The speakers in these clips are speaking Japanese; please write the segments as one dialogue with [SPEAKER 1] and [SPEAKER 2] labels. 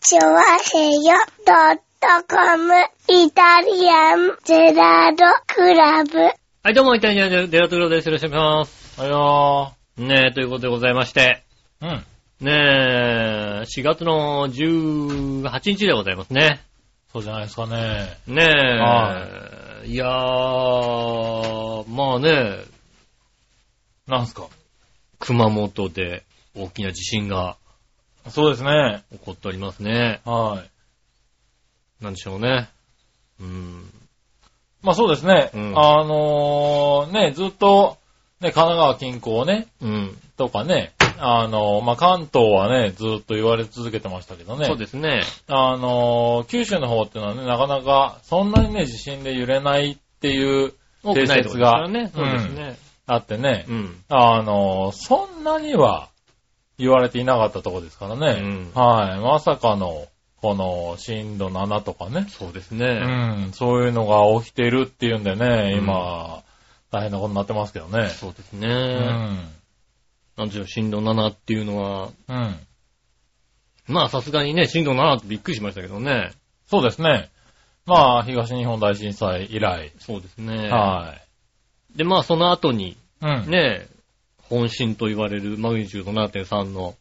[SPEAKER 1] チョワヘヨドットコムイタリアンゼラードクラブ。
[SPEAKER 2] はい、どうも、イタリアンジェラトゥロです。よろしくお願いします。
[SPEAKER 3] あよ
[SPEAKER 2] ねえ、ということでございまして、
[SPEAKER 3] ー。うん。
[SPEAKER 2] ねえ、4月の18日でございますね。
[SPEAKER 3] そうじゃないですかね。
[SPEAKER 2] ねえ、、
[SPEAKER 3] はい
[SPEAKER 2] やー、まあね、
[SPEAKER 3] なんすか。
[SPEAKER 2] 熊本で大きな地震が
[SPEAKER 3] そうですね。
[SPEAKER 2] 起こっておりますね。
[SPEAKER 3] はい。
[SPEAKER 2] なんでしょうね。うん。
[SPEAKER 3] まあそうですね。
[SPEAKER 2] うん
[SPEAKER 3] あのー、ね、ずっと、ね、神奈川近郊ね、
[SPEAKER 2] うん。
[SPEAKER 3] とかね、あのー、まあ関東はね、ずっと言われ続けてましたけどね。
[SPEAKER 2] そうですね。
[SPEAKER 3] あのー、九州の方っていうのはね、なかなか、そんなにね、地震で揺れないっていう
[SPEAKER 2] 多くないとこですからね。
[SPEAKER 3] 定説
[SPEAKER 2] そう
[SPEAKER 3] が
[SPEAKER 2] ですね。
[SPEAKER 3] あってね、
[SPEAKER 2] うん。
[SPEAKER 3] あのー、そんなには言われていなかったとこですからね。
[SPEAKER 2] う
[SPEAKER 3] はい。まさかの、この、震度7とかね。
[SPEAKER 2] そうですね。
[SPEAKER 3] うん、そういうのが起きてるっていうんでね、
[SPEAKER 2] うん
[SPEAKER 3] 今、大変なことになってますけどね。
[SPEAKER 2] そうです
[SPEAKER 3] う
[SPEAKER 2] ね。
[SPEAKER 3] ん。
[SPEAKER 2] なんでしょう、震度7っていうのは、
[SPEAKER 3] うん。
[SPEAKER 2] まあさすがにね、震度7ってびっくりしましたけどね。
[SPEAKER 3] そうですね。まあ、東日本大震災以来。
[SPEAKER 2] そうですね。
[SPEAKER 3] は
[SPEAKER 2] で、まあその後に、
[SPEAKER 3] い。うん。
[SPEAKER 2] ね、本震と言われるマグニチュード7.3の、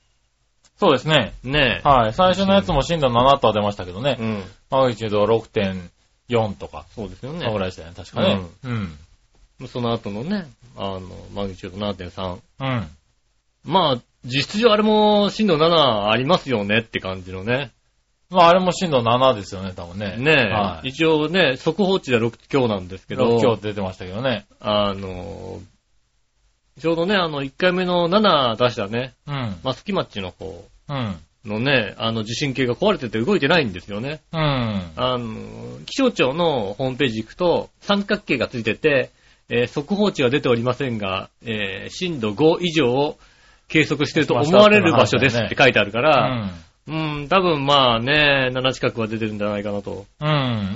[SPEAKER 3] そうですね。
[SPEAKER 2] ね、
[SPEAKER 3] はい。最初のやつも震度7とは出ましたけどね。
[SPEAKER 2] うん、
[SPEAKER 3] マグニチュード6.4とか、
[SPEAKER 2] そうですよ
[SPEAKER 3] その
[SPEAKER 2] ね。
[SPEAKER 3] ぐらいでしたよね、確かね。うん。
[SPEAKER 2] その後のね、あの、マグニチュード7.3。
[SPEAKER 3] うん。
[SPEAKER 2] まあ、実質上あれも震度7ありますよねって感じのね。
[SPEAKER 3] まあ、あれも震度7ですよね、多分ね。
[SPEAKER 2] ね、
[SPEAKER 3] はい。
[SPEAKER 2] 一応ね、速報値では6強なんですけ
[SPEAKER 3] 6強っ
[SPEAKER 2] ど、
[SPEAKER 3] て出てましたけどね。
[SPEAKER 2] あの、ちょうどね、あの、1回目の7出したね、
[SPEAKER 3] うん。
[SPEAKER 2] マスキマッチの方、
[SPEAKER 3] うん。
[SPEAKER 2] のね、あの地震計が壊れてて動いてないんですよね。
[SPEAKER 3] うん。
[SPEAKER 2] あの、気象庁のホームページ行くと、三角形がついてて、えー速報値は出ておりませんが、えー震度5以上を計測していると思われる場所ですって書いてあるか
[SPEAKER 3] う
[SPEAKER 2] ら、
[SPEAKER 3] ん。
[SPEAKER 2] うん、多分まあね、7近くは出てるんじゃないかなと。
[SPEAKER 3] うん。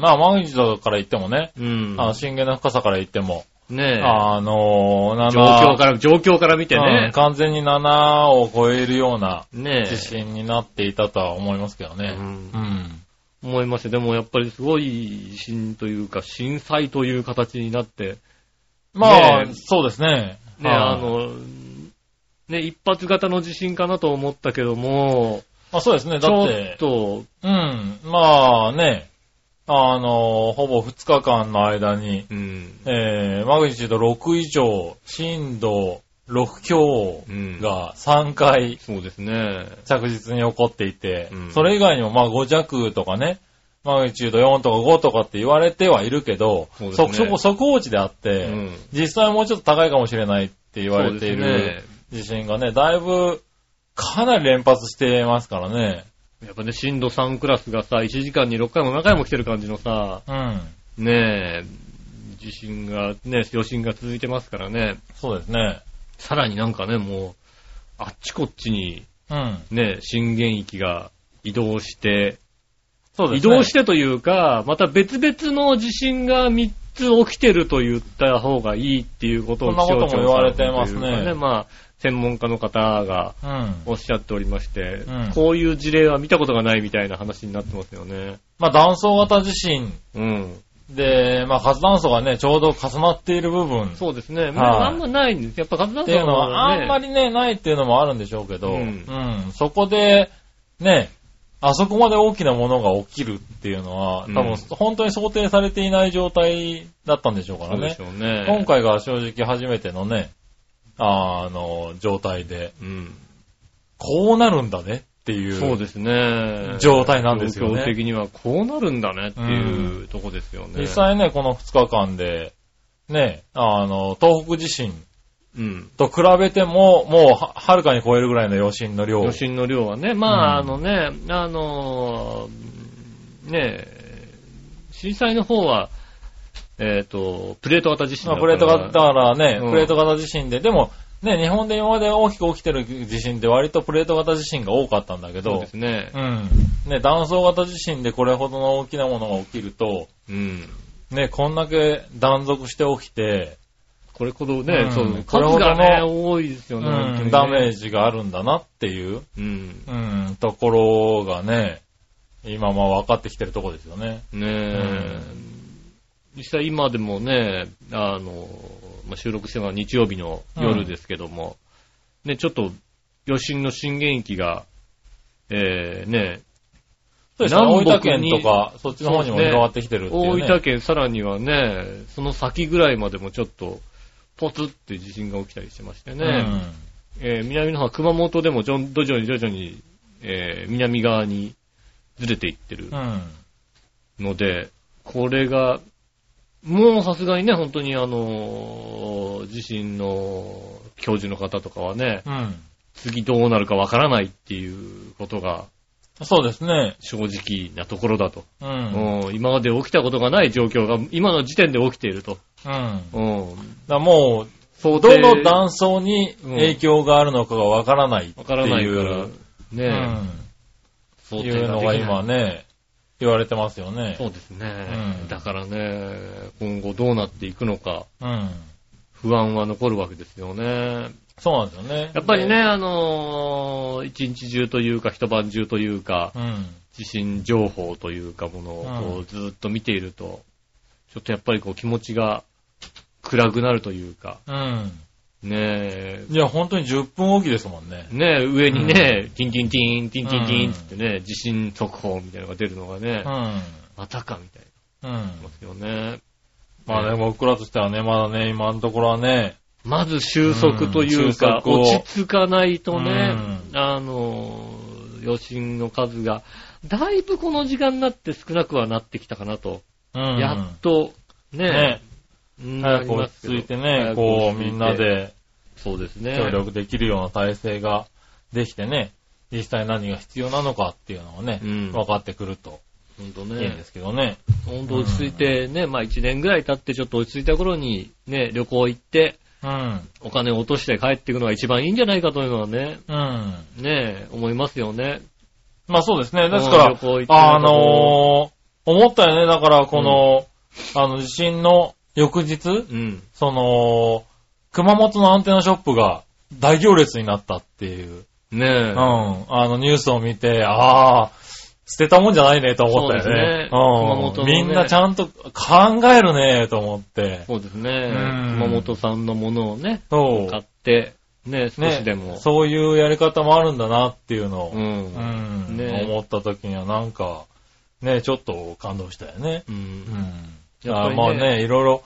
[SPEAKER 3] まあ、マグニチュードから言ってもね、
[SPEAKER 2] うん。
[SPEAKER 3] あの震源の深さから言っても、
[SPEAKER 2] ねえ
[SPEAKER 3] あのー、7
[SPEAKER 2] 状況から、状況から見て
[SPEAKER 3] うん
[SPEAKER 2] ね。
[SPEAKER 3] 完全に7を超えるような
[SPEAKER 2] ね
[SPEAKER 3] 地
[SPEAKER 2] え
[SPEAKER 3] 震になっていたとは思いますけどね。
[SPEAKER 2] うん
[SPEAKER 3] うん。
[SPEAKER 2] 思いますよ。でもやっぱりすごい地震というか、震災という形になって、
[SPEAKER 3] まあ
[SPEAKER 2] ねえ、
[SPEAKER 3] そうですね。
[SPEAKER 2] ね、
[SPEAKER 3] はい
[SPEAKER 2] あの、ね、一発型の地震かなと思ったけども、
[SPEAKER 3] まあそうですね。
[SPEAKER 2] ち
[SPEAKER 3] だっ
[SPEAKER 2] ょ
[SPEAKER 3] て
[SPEAKER 2] っ、と、
[SPEAKER 3] うん。まあね、あの、ほぼ2日間の間に、
[SPEAKER 2] うん。
[SPEAKER 3] えー、マグニチュード6以上、震度6強
[SPEAKER 2] うん
[SPEAKER 3] が3回
[SPEAKER 2] そうですね。
[SPEAKER 3] 着実に起こっていて、
[SPEAKER 2] うん
[SPEAKER 3] それ以外にもまあ5弱とかね、マグニチュード4とか5とかって言われてはいるけど、
[SPEAKER 2] そうですね
[SPEAKER 3] そそこ速報値であって、
[SPEAKER 2] うん
[SPEAKER 3] 実際もうちょっと高いかもしれないって言われてい
[SPEAKER 2] そう
[SPEAKER 3] る
[SPEAKER 2] です
[SPEAKER 3] 地震がね、だいぶかなり連発してますからね。
[SPEAKER 2] ね。やっぱね、震度3クラスがさ、1時間に6回も7回も来てる感じのさ、
[SPEAKER 3] うん。
[SPEAKER 2] ねえ、地震が、ね、余震が続いてますからね。
[SPEAKER 3] そうですね。
[SPEAKER 2] さらになんかね、もう、あっちこっちに、
[SPEAKER 3] うん。
[SPEAKER 2] ね、震源域が移動して、
[SPEAKER 3] そうで
[SPEAKER 2] 移
[SPEAKER 3] すね。
[SPEAKER 2] 動してというか、また別々の地震が3つ起きてると言った方がいいっていうことを
[SPEAKER 3] そんなことも
[SPEAKER 2] 気象庁
[SPEAKER 3] 言われてますね
[SPEAKER 2] さんというかまあ、専門家の方が
[SPEAKER 3] うん。
[SPEAKER 2] おっしゃっておりまして、
[SPEAKER 3] うん
[SPEAKER 2] こういう事例は見たことがないみたいな話になってますよね。
[SPEAKER 3] まあ断層型地震
[SPEAKER 2] うん。
[SPEAKER 3] で、まあ活断層がね、ちょうど重なっている部分っ
[SPEAKER 2] そうですね。
[SPEAKER 3] い
[SPEAKER 2] まあ、あんまないんです。やっぱ活断
[SPEAKER 3] ていう
[SPEAKER 2] 層
[SPEAKER 3] のは
[SPEAKER 2] は、ね、
[SPEAKER 3] あんまりね、ないっていうのもあるんでしょうけど、
[SPEAKER 2] う
[SPEAKER 3] うんん、そこで、ね、あそこまで大きなものが起きるっていうのは、多分、
[SPEAKER 2] うん
[SPEAKER 3] 本当に想定されていない状態だったんでしょうから
[SPEAKER 2] そうで
[SPEAKER 3] ね
[SPEAKER 2] し。ょうね。
[SPEAKER 3] 今回が正直初めてのね、あの、状態で、
[SPEAKER 2] うん。
[SPEAKER 3] こうなるんだねっていう。
[SPEAKER 2] そうですね。
[SPEAKER 3] 状態なんですよね
[SPEAKER 2] 状況的にはこうなるんだねっていううとこですよね。
[SPEAKER 3] 実際ね、この2日間で、ね、あの、東北地震
[SPEAKER 2] うん。
[SPEAKER 3] と比べても、もうは、はるかに超えるぐらいの余震の量。
[SPEAKER 2] 余震の量はね、まあ、
[SPEAKER 3] うん
[SPEAKER 2] あのね、あのー、ねえ、震災の方は、えっ、と、プレート型地震
[SPEAKER 3] ま
[SPEAKER 2] だか
[SPEAKER 3] あ、プ
[SPEAKER 2] ら
[SPEAKER 3] レート型、だからね、
[SPEAKER 2] うん
[SPEAKER 3] プレート型地震で、でも、ね、日本で今まで大きく起きてる地震って割とプレート型地震が多かったんだけ
[SPEAKER 2] そう
[SPEAKER 3] ど
[SPEAKER 2] で、すね
[SPEAKER 3] う。ん。ね、断層型地震でこれほどの大きなものが起きると、
[SPEAKER 2] うん。
[SPEAKER 3] ね、こんだけ断続して起きて、
[SPEAKER 2] これほどね、
[SPEAKER 3] うん
[SPEAKER 2] そう、
[SPEAKER 3] これ
[SPEAKER 2] 数
[SPEAKER 3] ほど
[SPEAKER 2] が
[SPEAKER 3] の
[SPEAKER 2] ね、多いですよね、本当に
[SPEAKER 3] うん
[SPEAKER 2] ね
[SPEAKER 3] ダメージがあるんだなっていう、
[SPEAKER 2] うん。
[SPEAKER 3] うん、ところがね、今まあ分かってきてるとこですよね。
[SPEAKER 2] ねえ、実際今でもね、あの、まあ収録してるのは日曜日の夜ですけども、ね、ちょっと、余震の震源域が、えー、ね、
[SPEAKER 3] そうですね。大
[SPEAKER 2] 南北
[SPEAKER 3] 分県
[SPEAKER 2] に
[SPEAKER 3] とか、そっちの方にも
[SPEAKER 2] そうですね
[SPEAKER 3] 広がってきてるっていう、
[SPEAKER 2] 大
[SPEAKER 3] ね。
[SPEAKER 2] 分県さらにはね、その先ぐらいまでもちょっと、ポツって地震が起きたりしてましてね、えー南の方は熊本でもじょん徐々に徐々に、えー南側にずれていってる
[SPEAKER 3] うん。うん。
[SPEAKER 2] ので、これが、もうさすがにね、本当にあのー地震の教授の方とかはね、
[SPEAKER 3] うん。
[SPEAKER 2] 次どうなるかわからないっていうことが
[SPEAKER 3] そうですね。
[SPEAKER 2] 正直なところだと。
[SPEAKER 3] うん。
[SPEAKER 2] うん今まで起きたことがない状況が今の時点で起きていると。
[SPEAKER 3] うん。だか
[SPEAKER 2] うん
[SPEAKER 3] らもう、
[SPEAKER 2] 想
[SPEAKER 3] ど
[SPEAKER 2] 定
[SPEAKER 3] の断層に影響があるのかがわからないっていう。
[SPEAKER 2] わからないから、
[SPEAKER 3] う
[SPEAKER 2] ね、
[SPEAKER 3] ん。
[SPEAKER 2] 想定
[SPEAKER 3] いう
[SPEAKER 2] でき
[SPEAKER 3] の
[SPEAKER 2] な
[SPEAKER 3] が
[SPEAKER 2] い
[SPEAKER 3] 今ね、言われてますよね。
[SPEAKER 2] そうですね、
[SPEAKER 3] うん
[SPEAKER 2] だからね、今後どうなっていくのか、
[SPEAKER 3] うん。
[SPEAKER 2] 不安は残るわけですよね。
[SPEAKER 3] そうなんですよね。
[SPEAKER 2] やっぱりね、。あのー一日中というか、一晩中というか、
[SPEAKER 3] うん。
[SPEAKER 2] 地震情報というかものをこ
[SPEAKER 3] う
[SPEAKER 2] うずーっと見ていると、ちょっとやっぱりこう気持ちが暗くなるというか、
[SPEAKER 3] うん。
[SPEAKER 2] ね
[SPEAKER 3] いや、本当に10分おきですもんね
[SPEAKER 2] え、。ねえ、上にね、ティンティンティン、ティンティンティンってね、地震速報みたいなのが出るのがね、
[SPEAKER 3] うん。
[SPEAKER 2] またかみたいに
[SPEAKER 3] うん
[SPEAKER 2] な。りますよね。
[SPEAKER 3] まあね、僕らとしてはね、まだね、今のところはね、
[SPEAKER 2] まず収束というか、
[SPEAKER 3] うん収束を
[SPEAKER 2] 落ち着かないとね、
[SPEAKER 3] う
[SPEAKER 2] あの、余震の数が、だいぶこの時間になって少なくはなってきたかなと。
[SPEAKER 3] うん。
[SPEAKER 2] やっと、ね
[SPEAKER 3] ね、、
[SPEAKER 2] うんな
[SPEAKER 3] 早
[SPEAKER 2] り
[SPEAKER 3] く
[SPEAKER 2] ま
[SPEAKER 3] 落
[SPEAKER 2] す
[SPEAKER 3] ち
[SPEAKER 2] けど
[SPEAKER 3] 着いてね、
[SPEAKER 2] 早く
[SPEAKER 3] こ
[SPEAKER 2] 落ち
[SPEAKER 3] う、
[SPEAKER 2] 着いて
[SPEAKER 3] みんなで
[SPEAKER 2] そうですね。
[SPEAKER 3] 協力できるような体制ができてね、実際何が必要なのかっていうのをね、
[SPEAKER 2] うん
[SPEAKER 3] 分かってくると
[SPEAKER 2] ほんと
[SPEAKER 3] いいんで
[SPEAKER 2] ね、
[SPEAKER 3] すけどね。
[SPEAKER 2] ほんと落ち着いてね、まあ1年ぐらい経ってちょっと落ち着いた頃に、ね、旅行行って、
[SPEAKER 3] うん。
[SPEAKER 2] お金を落として帰っていくのが一番いいんじゃないかというのはね、
[SPEAKER 3] うん。
[SPEAKER 2] ね、思いますよね。
[SPEAKER 3] まあそうですね。です
[SPEAKER 2] うん
[SPEAKER 3] か
[SPEAKER 2] 旅行行って
[SPEAKER 3] ら、あのー、思ったよね。だから、この、あの、地震の翌日、
[SPEAKER 2] うん。
[SPEAKER 3] その、熊本のアンテナショップが大行列になったっていう、
[SPEAKER 2] ねえ。
[SPEAKER 3] うん、あのニュースを見て、ああ、捨てたもんじゃないねと思ったよね。
[SPEAKER 2] そうですね熊本
[SPEAKER 3] う
[SPEAKER 2] の
[SPEAKER 3] ん、
[SPEAKER 2] ね
[SPEAKER 3] みんなちゃんと考えるねと思って。
[SPEAKER 2] そうですね。
[SPEAKER 3] うん
[SPEAKER 2] 熊本さんのものをね、
[SPEAKER 3] そう。
[SPEAKER 2] 買って、ね、少し
[SPEAKER 3] ね
[SPEAKER 2] でも。
[SPEAKER 3] そういうやり方もあるんだなっていうのを、
[SPEAKER 2] う。
[SPEAKER 3] うんん
[SPEAKER 2] ね
[SPEAKER 3] 思った時にはなんか、ね、ちょっと感動したよね。
[SPEAKER 2] う。
[SPEAKER 3] うんん。
[SPEAKER 2] やっぱりね
[SPEAKER 3] まあね、いろいろ、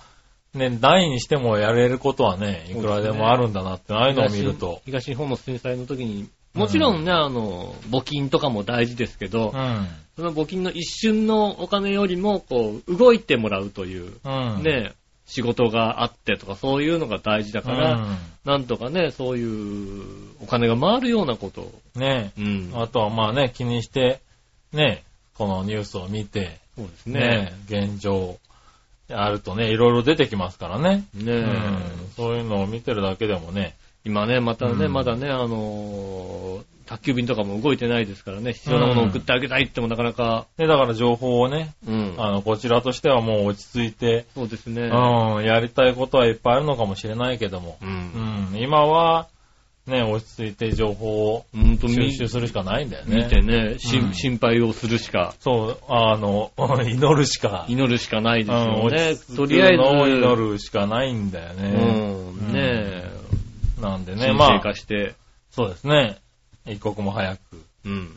[SPEAKER 3] ね、ないにしてもやれることはね、いくらでもあるんだなって、ああいうのを見ると
[SPEAKER 2] 東。東日本の震災の時に、もちろんね、あの、募金とかも大事ですけど
[SPEAKER 3] う、ん。
[SPEAKER 2] その募金の一瞬のお金よりも、こう、動いてもらうという、
[SPEAKER 3] うん。
[SPEAKER 2] ね、仕事があってとか、そういうのが大事だ
[SPEAKER 3] う
[SPEAKER 2] から、
[SPEAKER 3] ん。
[SPEAKER 2] なんとかね、そういうお金が回るようなことを。
[SPEAKER 3] ね。
[SPEAKER 2] うん。
[SPEAKER 3] あとはまあね、気にして、ね、このニュースを見て、
[SPEAKER 2] そうですね。
[SPEAKER 3] ね、現状、あるとね、いろいろ出てきますからね。
[SPEAKER 2] ね
[SPEAKER 3] う
[SPEAKER 2] え
[SPEAKER 3] ん。そういうのを見てるだけでもね。
[SPEAKER 2] 今ね、またね、
[SPEAKER 3] うん
[SPEAKER 2] まだね、あのー宅急便とかも動いてないですからね、必要なものを送ってあげたいってもなかなか、
[SPEAKER 3] で、だから情報をね、
[SPEAKER 2] うん。
[SPEAKER 3] あの、こちらとしてはもう落ち着いて、
[SPEAKER 2] そうですね。
[SPEAKER 3] うん、やりたいことはいっぱいあるのかもしれないけども、
[SPEAKER 2] う。
[SPEAKER 3] うんん、今は、ね、落ち着いて情報を
[SPEAKER 2] ほんと
[SPEAKER 3] 収
[SPEAKER 2] 見
[SPEAKER 3] 集するしかないんだよね。
[SPEAKER 2] 見てね、し
[SPEAKER 3] うん
[SPEAKER 2] 心配をするしか、
[SPEAKER 3] そう、あの、 祈るしか、
[SPEAKER 2] 祈るしかないです
[SPEAKER 3] うん
[SPEAKER 2] よね
[SPEAKER 3] 落ち。着
[SPEAKER 2] と
[SPEAKER 3] く
[SPEAKER 2] りあえず、
[SPEAKER 3] のを祈るしかないんだよ
[SPEAKER 2] う
[SPEAKER 3] ね。
[SPEAKER 2] ん、ねえ、
[SPEAKER 3] なんでね、
[SPEAKER 2] 神
[SPEAKER 3] ま
[SPEAKER 2] 聖
[SPEAKER 3] あ
[SPEAKER 2] 化、して、
[SPEAKER 3] そうですね、一刻も早く
[SPEAKER 2] うん、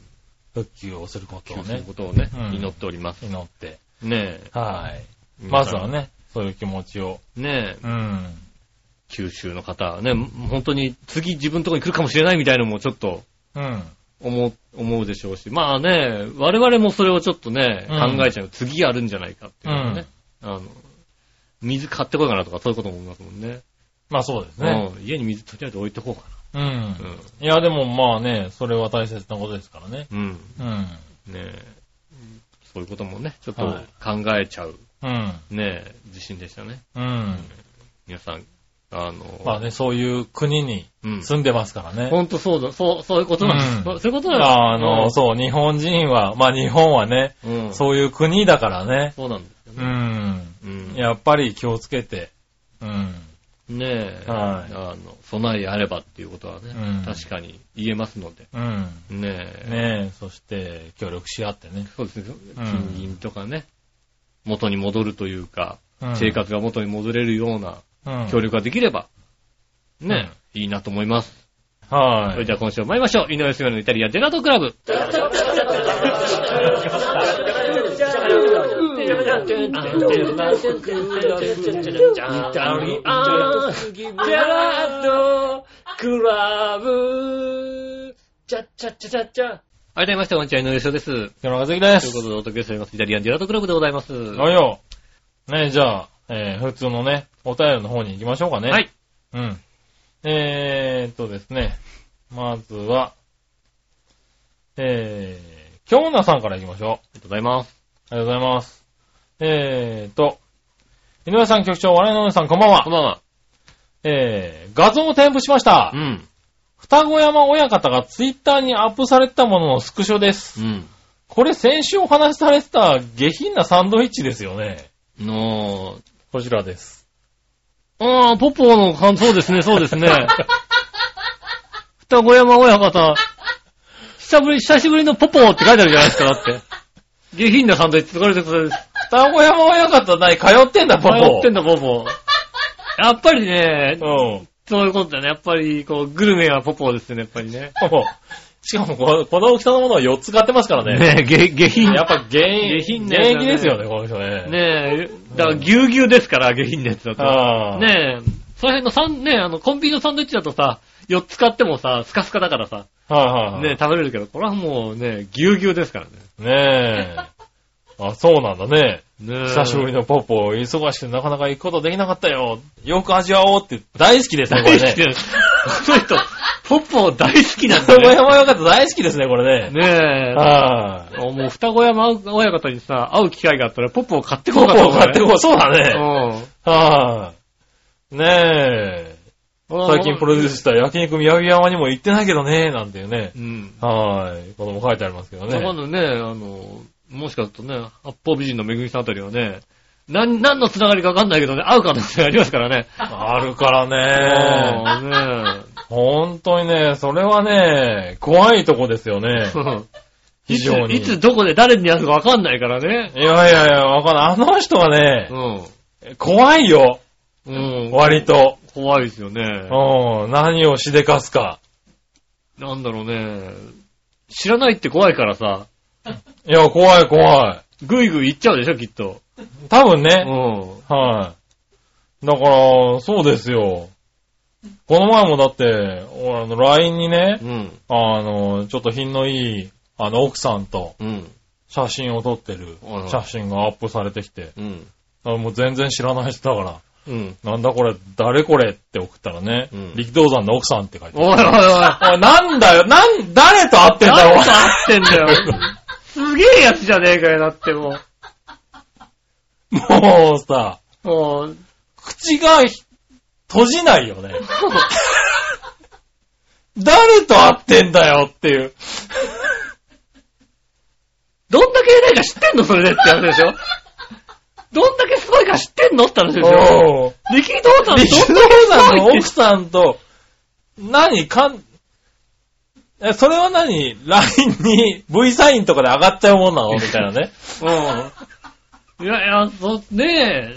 [SPEAKER 3] 復旧をすることを
[SPEAKER 2] そういう
[SPEAKER 3] ね、
[SPEAKER 2] ことをね、
[SPEAKER 3] うん
[SPEAKER 2] 祈っております。
[SPEAKER 3] 祈って、
[SPEAKER 2] ねえ。
[SPEAKER 3] はい。
[SPEAKER 2] 皆
[SPEAKER 3] ま
[SPEAKER 2] さ
[SPEAKER 3] ず
[SPEAKER 2] ん
[SPEAKER 3] は。ね、そういう気持ちを、
[SPEAKER 2] ねえ、
[SPEAKER 3] うん、
[SPEAKER 2] 九州の方はね、本当に次自分のところに来るかもしれないみたいなのもちょっと、
[SPEAKER 3] うん、
[SPEAKER 2] 思う、思うでしょうし、まあね、我々もそれをちょっとね、
[SPEAKER 3] うん
[SPEAKER 2] 考えちゃう。次あるんじゃないかっていうのをね、あの、水買ってこようかなとかそういうことも思いますもんね。
[SPEAKER 3] まあそうですね。
[SPEAKER 2] うん、家に水とりあえず置いてこうか
[SPEAKER 3] うん
[SPEAKER 2] な。
[SPEAKER 3] いや、でもまあね、それは大切なことですからね。
[SPEAKER 2] うん。うん。
[SPEAKER 3] うん。
[SPEAKER 2] ねえそういうこともね、ちょっと
[SPEAKER 3] はい
[SPEAKER 2] 考えちゃう、
[SPEAKER 3] うん。
[SPEAKER 2] ねえ、自信でしたね。
[SPEAKER 3] うん。
[SPEAKER 2] 皆さん、あの、
[SPEAKER 3] まあね、そういう国に
[SPEAKER 2] うん。
[SPEAKER 3] 住んでますからね。
[SPEAKER 2] ほんとそうだ、そう、そういうことなんです。
[SPEAKER 3] うん
[SPEAKER 2] そういうことなんです。
[SPEAKER 3] あの、そう、日本人は、まあ日本はね、
[SPEAKER 2] うん、うん。そう
[SPEAKER 3] そういう国だからね。
[SPEAKER 2] なんですよ
[SPEAKER 3] う
[SPEAKER 2] ね。
[SPEAKER 3] ん。
[SPEAKER 2] うん。
[SPEAKER 3] やっぱり気をつけて、うん。
[SPEAKER 2] ねえ、
[SPEAKER 3] はい
[SPEAKER 2] あの、備えあればっていうことはね、
[SPEAKER 3] うん
[SPEAKER 2] 確かに言えますので。
[SPEAKER 3] うん。
[SPEAKER 2] ねえ。
[SPEAKER 3] ねえ、そして、協力し合ってね。
[SPEAKER 2] そうですね。
[SPEAKER 3] うん
[SPEAKER 2] 金銀とかね、元に戻るというか、
[SPEAKER 3] うん
[SPEAKER 2] 生。活が元に戻れるような
[SPEAKER 3] うん。
[SPEAKER 2] 協力ができれば、ね、いいなと思います。
[SPEAKER 3] はい。
[SPEAKER 2] それでは今週も参りましょう。井上杉村のイタリアジェラートクラブ。改めまして、こんにちは、井上杉です。
[SPEAKER 3] 北村和之で
[SPEAKER 2] という
[SPEAKER 3] す。
[SPEAKER 2] ことで、お届けしております。イタリアンジェラートクラブでございます。は
[SPEAKER 3] およ。ねえ、じゃあ、えー普通のね、お便りの方に行きましょうかね。
[SPEAKER 2] い。。
[SPEAKER 3] うん。えーっとですね。まずは、えー、京奈さんから行きましょう。
[SPEAKER 2] ありがとうございます。
[SPEAKER 3] ありがとうございます。えーと、井上さん局長、我々の皆さん、こんばん
[SPEAKER 2] こんば
[SPEAKER 3] は。
[SPEAKER 2] んは。
[SPEAKER 3] えー、画像を添付しました
[SPEAKER 2] う。ん。
[SPEAKER 3] 双子山親方がツイッターにアップされてたもののスクショです。
[SPEAKER 2] うん。
[SPEAKER 3] これ先週お話しされてた下品なサンドイッチですよね。
[SPEAKER 2] のー、
[SPEAKER 3] こちらです。
[SPEAKER 2] あー、ポポの感想ですね、そうです ね。双子山親方、久ぶり、久しぶりのポポって書いてあるじゃないですか、だって。下品なサンドイッチ、これでこれです。
[SPEAKER 3] 双子山親方何通ってんだ、ポポ。
[SPEAKER 2] 迷ってんだ、ポポ。やっぱりね、
[SPEAKER 3] うん。
[SPEAKER 2] そういうことだね。やっぱり、こう、グルメはポポですよね、やっぱりね。
[SPEAKER 3] ポポ。しかもこ、この大きさのものを4つ買ってますからね。
[SPEAKER 2] ねえ、下下品。
[SPEAKER 3] やっぱ原因、
[SPEAKER 2] 下品な
[SPEAKER 3] 原
[SPEAKER 2] やつだね
[SPEAKER 3] 因ですよね、この人ね。
[SPEAKER 2] ねえ、だからぎゅうぎゅうですから、下品なやつだと。
[SPEAKER 3] ああ。
[SPEAKER 2] ねえ、その辺のサン、ねえ、あの、コンビニのサンドイッチだとさ、4つ買ってもさ、スカスカだからさ、
[SPEAKER 3] はいはいはい。
[SPEAKER 2] ねえ、食べれるけど、これはもうね、ぎゅうぎゅうですからね。
[SPEAKER 3] ねえ。あ、そうなんだね。
[SPEAKER 2] ねえ。
[SPEAKER 3] 久しぶりのポッポ、忙しくてなかなか行くことできなかったよ。よく味わおうって、大好きですね、
[SPEAKER 2] 大
[SPEAKER 3] こ
[SPEAKER 2] 好
[SPEAKER 3] れ
[SPEAKER 2] きだ
[SPEAKER 3] ね。
[SPEAKER 2] よ。この人、ポッポ大好きなん
[SPEAKER 3] 双
[SPEAKER 2] だ
[SPEAKER 3] 子
[SPEAKER 2] ね。
[SPEAKER 3] 山親方大好きですね、これね。
[SPEAKER 2] ね
[SPEAKER 3] は
[SPEAKER 2] え、もう双子山親方にさ、会う機会があったら、ポッポを買って
[SPEAKER 3] い。
[SPEAKER 2] こな
[SPEAKER 3] ポッ
[SPEAKER 2] か
[SPEAKER 3] ポ
[SPEAKER 2] った
[SPEAKER 3] を買ってこう、そうだね。
[SPEAKER 2] う。
[SPEAKER 3] はい。ねえ。
[SPEAKER 2] うん。
[SPEAKER 3] 最近プロデュースした焼肉宮城山にも行ってないけどね、なんていうね。
[SPEAKER 2] うん。
[SPEAKER 3] はい。ことも書いてありますけど
[SPEAKER 2] そこ
[SPEAKER 3] ね。
[SPEAKER 2] のね、あの、もしかするとね、八方美人のめぐみさんあたりはね、なん、何のつながりかわかんないけどね、会う可能性ありますからね。
[SPEAKER 3] あるからね。
[SPEAKER 2] あ
[SPEAKER 3] 本当にね、それはね、怖いとこですよね。
[SPEAKER 2] あね
[SPEAKER 3] 非常に。
[SPEAKER 2] いつ、いつどこで誰に会うかわかんないからね。
[SPEAKER 3] いやいやいや、わかんない。あの人はね
[SPEAKER 2] う、ん。
[SPEAKER 3] 怖いよ。
[SPEAKER 2] うん。
[SPEAKER 3] 割と。
[SPEAKER 2] 怖いですよね。
[SPEAKER 3] うん。何をしでかすか。
[SPEAKER 2] なんだろうね。知らないって怖いからさ、
[SPEAKER 3] いや、怖い怖
[SPEAKER 2] ぐいぐい行っちゃうでしょ、きっと。
[SPEAKER 3] い。多分
[SPEAKER 2] う
[SPEAKER 3] ね。
[SPEAKER 2] ん。
[SPEAKER 3] はい。だから、そうですよ。この前もだって、俺あの、LINE にね
[SPEAKER 2] う、ん。
[SPEAKER 3] あの、ちょっと品のいい、あの、奥さんと
[SPEAKER 2] うん。
[SPEAKER 3] 写真を撮ってる
[SPEAKER 2] はいはい
[SPEAKER 3] 写真がアップされてきて、
[SPEAKER 2] うん。
[SPEAKER 3] あもう全然知らない人だから、
[SPEAKER 2] うん。
[SPEAKER 3] なんだこれ、誰これって送ったらね、
[SPEAKER 2] うん
[SPEAKER 3] 力道山の奥さんって書いてある
[SPEAKER 2] おいおいおい。
[SPEAKER 3] おい、なんだよ、なん、誰と会ってんだ
[SPEAKER 2] 誰
[SPEAKER 3] よ
[SPEAKER 2] と、会ってんだよ。 すげえやつじゃねえかよ、だってもう。
[SPEAKER 3] お前 もうさ、
[SPEAKER 2] もう、
[SPEAKER 3] 口がひ閉じないよ ね。誰と会ってんだよっていう。
[SPEAKER 2] どんだけ偉いか知ってんのそれでって話でしょどんだけすごいか知ってんのって話でしょ
[SPEAKER 3] おう
[SPEAKER 2] 力道山どんだけ
[SPEAKER 3] 力
[SPEAKER 2] す
[SPEAKER 3] 道山の
[SPEAKER 2] ごい
[SPEAKER 3] 奥
[SPEAKER 2] って
[SPEAKER 3] さんと、何、かん、え、それは何 ?LINE に V サインとかで上がっちゃうもんなのみたいなね。
[SPEAKER 2] うん。いやいや、そ、ね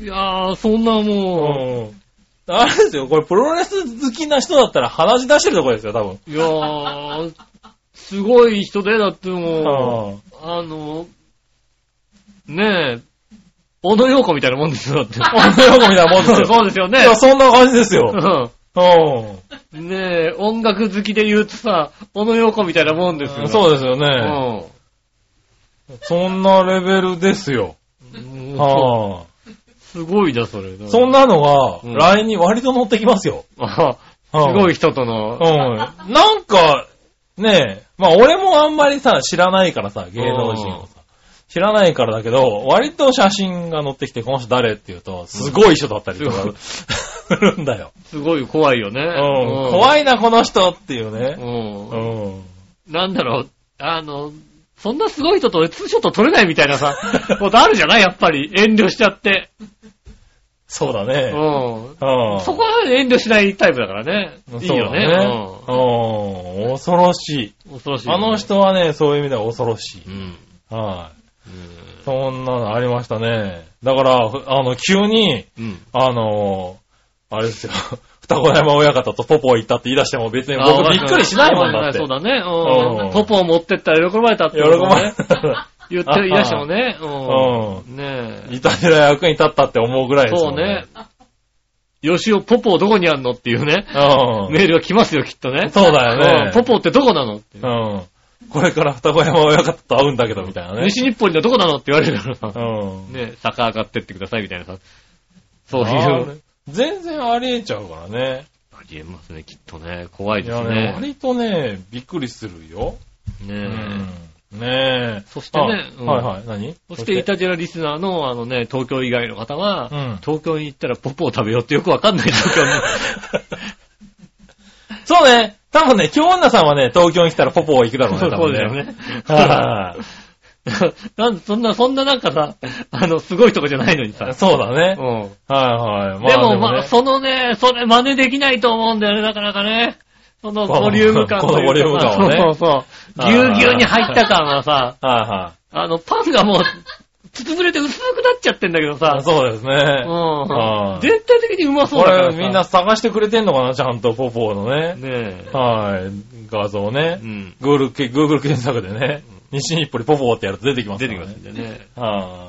[SPEAKER 2] え。いやー、そんなも
[SPEAKER 3] うん。あれですよ、これプロレス好きな人だったら鼻血出してるとこですよ、多分。
[SPEAKER 2] う、いやー、すごい人で、だっても
[SPEAKER 3] うん
[SPEAKER 2] う、あの、ねえ、小野洋子みたいなもんです よ、だって。
[SPEAKER 3] 女の子みたいなもんですよ。
[SPEAKER 2] そうですよね
[SPEAKER 3] い。や、そんな感じですよ。
[SPEAKER 2] う
[SPEAKER 3] うん。
[SPEAKER 2] ん。ねえ、音楽好きで言うとさ、小野洋子みたいなもんですよ。
[SPEAKER 3] そうですよ
[SPEAKER 2] う
[SPEAKER 3] ね。
[SPEAKER 2] ん。
[SPEAKER 3] そんなレベルですよ。
[SPEAKER 2] うん
[SPEAKER 3] は
[SPEAKER 2] すごいな、それ。
[SPEAKER 3] あ、そんなのが、
[SPEAKER 2] うん
[SPEAKER 3] LINE に割と乗ってきますよ。
[SPEAKER 2] あ。す
[SPEAKER 3] はあ
[SPEAKER 2] ごい人と
[SPEAKER 3] う
[SPEAKER 2] の
[SPEAKER 3] ん。。なんか、ねえ、まあ俺もあんまりさ、知らないからさ、芸能人をさ。知らないからだけど、割と写真が載ってきて、この人誰って言うと、すごい人だったりとか、
[SPEAKER 2] うん
[SPEAKER 3] するんだよ。
[SPEAKER 2] すごい怖いよね。
[SPEAKER 3] うん。
[SPEAKER 2] うん
[SPEAKER 3] 怖いな、この人っていう
[SPEAKER 2] う。
[SPEAKER 3] ね。うんん。
[SPEAKER 2] なんだろう、あの、そんなすごい人と 俺ツーショット撮れないみたいなさ、ことあるじゃないやっぱり。遠慮しちゃって。
[SPEAKER 3] そうだね。
[SPEAKER 2] うん。
[SPEAKER 3] うん
[SPEAKER 2] そこは遠慮しないタイプだからね。いい
[SPEAKER 3] そう
[SPEAKER 2] よ
[SPEAKER 3] だ
[SPEAKER 2] ね。
[SPEAKER 3] うん。恐ろしい。
[SPEAKER 2] うん恐ろしいよ
[SPEAKER 3] あ
[SPEAKER 2] ね、
[SPEAKER 3] の人はね、そういう意味では恐ろしい。
[SPEAKER 2] うん。
[SPEAKER 3] は
[SPEAKER 2] う
[SPEAKER 3] い。そんなのありましたね。だから、ふあの、急に、
[SPEAKER 2] ん。うん。
[SPEAKER 3] あのー、あれですよ。 双子山親方とポポ行ったって言い出しても別に
[SPEAKER 2] あ
[SPEAKER 3] 僕びっくりしないもんだって。
[SPEAKER 2] そうだね。
[SPEAKER 3] う
[SPEAKER 2] うんん。ポポを持ってったら喜ばれたって
[SPEAKER 3] 喜
[SPEAKER 2] こと
[SPEAKER 3] ば
[SPEAKER 2] ね、
[SPEAKER 3] れた。
[SPEAKER 2] 言って、言い出してもね。うん。ねえ。
[SPEAKER 3] いたじら役に立ったって思うぐらいです
[SPEAKER 2] そ
[SPEAKER 3] も
[SPEAKER 2] うん
[SPEAKER 3] ね
[SPEAKER 2] ね。。よしお、ポポどこにあんのっていうね。
[SPEAKER 3] うん。
[SPEAKER 2] メールが来ますよ、きっとね。
[SPEAKER 3] そうだよね
[SPEAKER 2] んポポってどこなの って。
[SPEAKER 3] うん。これから双子山親方と会うんだけど、みたいなね。
[SPEAKER 2] 西日本にはどこなのって言われるから
[SPEAKER 3] う
[SPEAKER 2] さ。
[SPEAKER 3] ん。
[SPEAKER 2] ね、坂上がってってくださいみたいなさ。そうい
[SPEAKER 3] あれ
[SPEAKER 2] う。
[SPEAKER 3] 全然ありえちゃうからね。
[SPEAKER 2] ありえますね、きっとね。怖い
[SPEAKER 3] い
[SPEAKER 2] です
[SPEAKER 3] やね、
[SPEAKER 2] ね。
[SPEAKER 3] 割とね、びっくりするよ。う
[SPEAKER 2] ねえ。
[SPEAKER 3] んねえ。
[SPEAKER 2] そしてね
[SPEAKER 3] あ
[SPEAKER 2] うん
[SPEAKER 3] はいはい。何
[SPEAKER 2] そして、イタジェラリスナーの、あのね、東京以外の方は、
[SPEAKER 3] うん
[SPEAKER 2] 東京に行ったらポポを食べようってよくわかんない状況に。
[SPEAKER 3] そうね。多分ね、京女さんはね、東京に来たらポポ行く だろうね。多
[SPEAKER 2] そう
[SPEAKER 3] 分
[SPEAKER 2] だよ。ね。
[SPEAKER 3] は
[SPEAKER 2] なんそんな、そんななんかさ、あの、すごいとこじゃないのにさ
[SPEAKER 3] い。。そうだ
[SPEAKER 2] うん。
[SPEAKER 3] ね。はいはい。
[SPEAKER 2] でもまあ、
[SPEAKER 3] ね
[SPEAKER 2] そのね、それ真似できないと思うんだよね、なかなかね。その
[SPEAKER 3] そう
[SPEAKER 2] ボリューム感というか
[SPEAKER 3] このボリューム感は
[SPEAKER 2] そう
[SPEAKER 3] ね
[SPEAKER 2] そうそう。ぎゅうぎゅうに入った感はさ、
[SPEAKER 3] はいはい。
[SPEAKER 2] あの、パンがもう、つつぶれて薄くなっちゃってんだけどさ
[SPEAKER 3] あ、そうですね。
[SPEAKER 2] う
[SPEAKER 3] は
[SPEAKER 2] ん。
[SPEAKER 3] い
[SPEAKER 2] 全体的にうまそう
[SPEAKER 3] こ
[SPEAKER 2] だから
[SPEAKER 3] れ
[SPEAKER 2] さ
[SPEAKER 3] みんな、探してくれてんのかなちゃんとポポのね。
[SPEAKER 2] ね
[SPEAKER 3] はい。画像
[SPEAKER 2] え。
[SPEAKER 3] ね
[SPEAKER 2] う。ん。
[SPEAKER 3] Google け Google 検索でね。西日暮里ポポってやると出てきますか
[SPEAKER 2] 出
[SPEAKER 3] ら
[SPEAKER 2] てき
[SPEAKER 3] ね
[SPEAKER 2] ますんでね。
[SPEAKER 3] は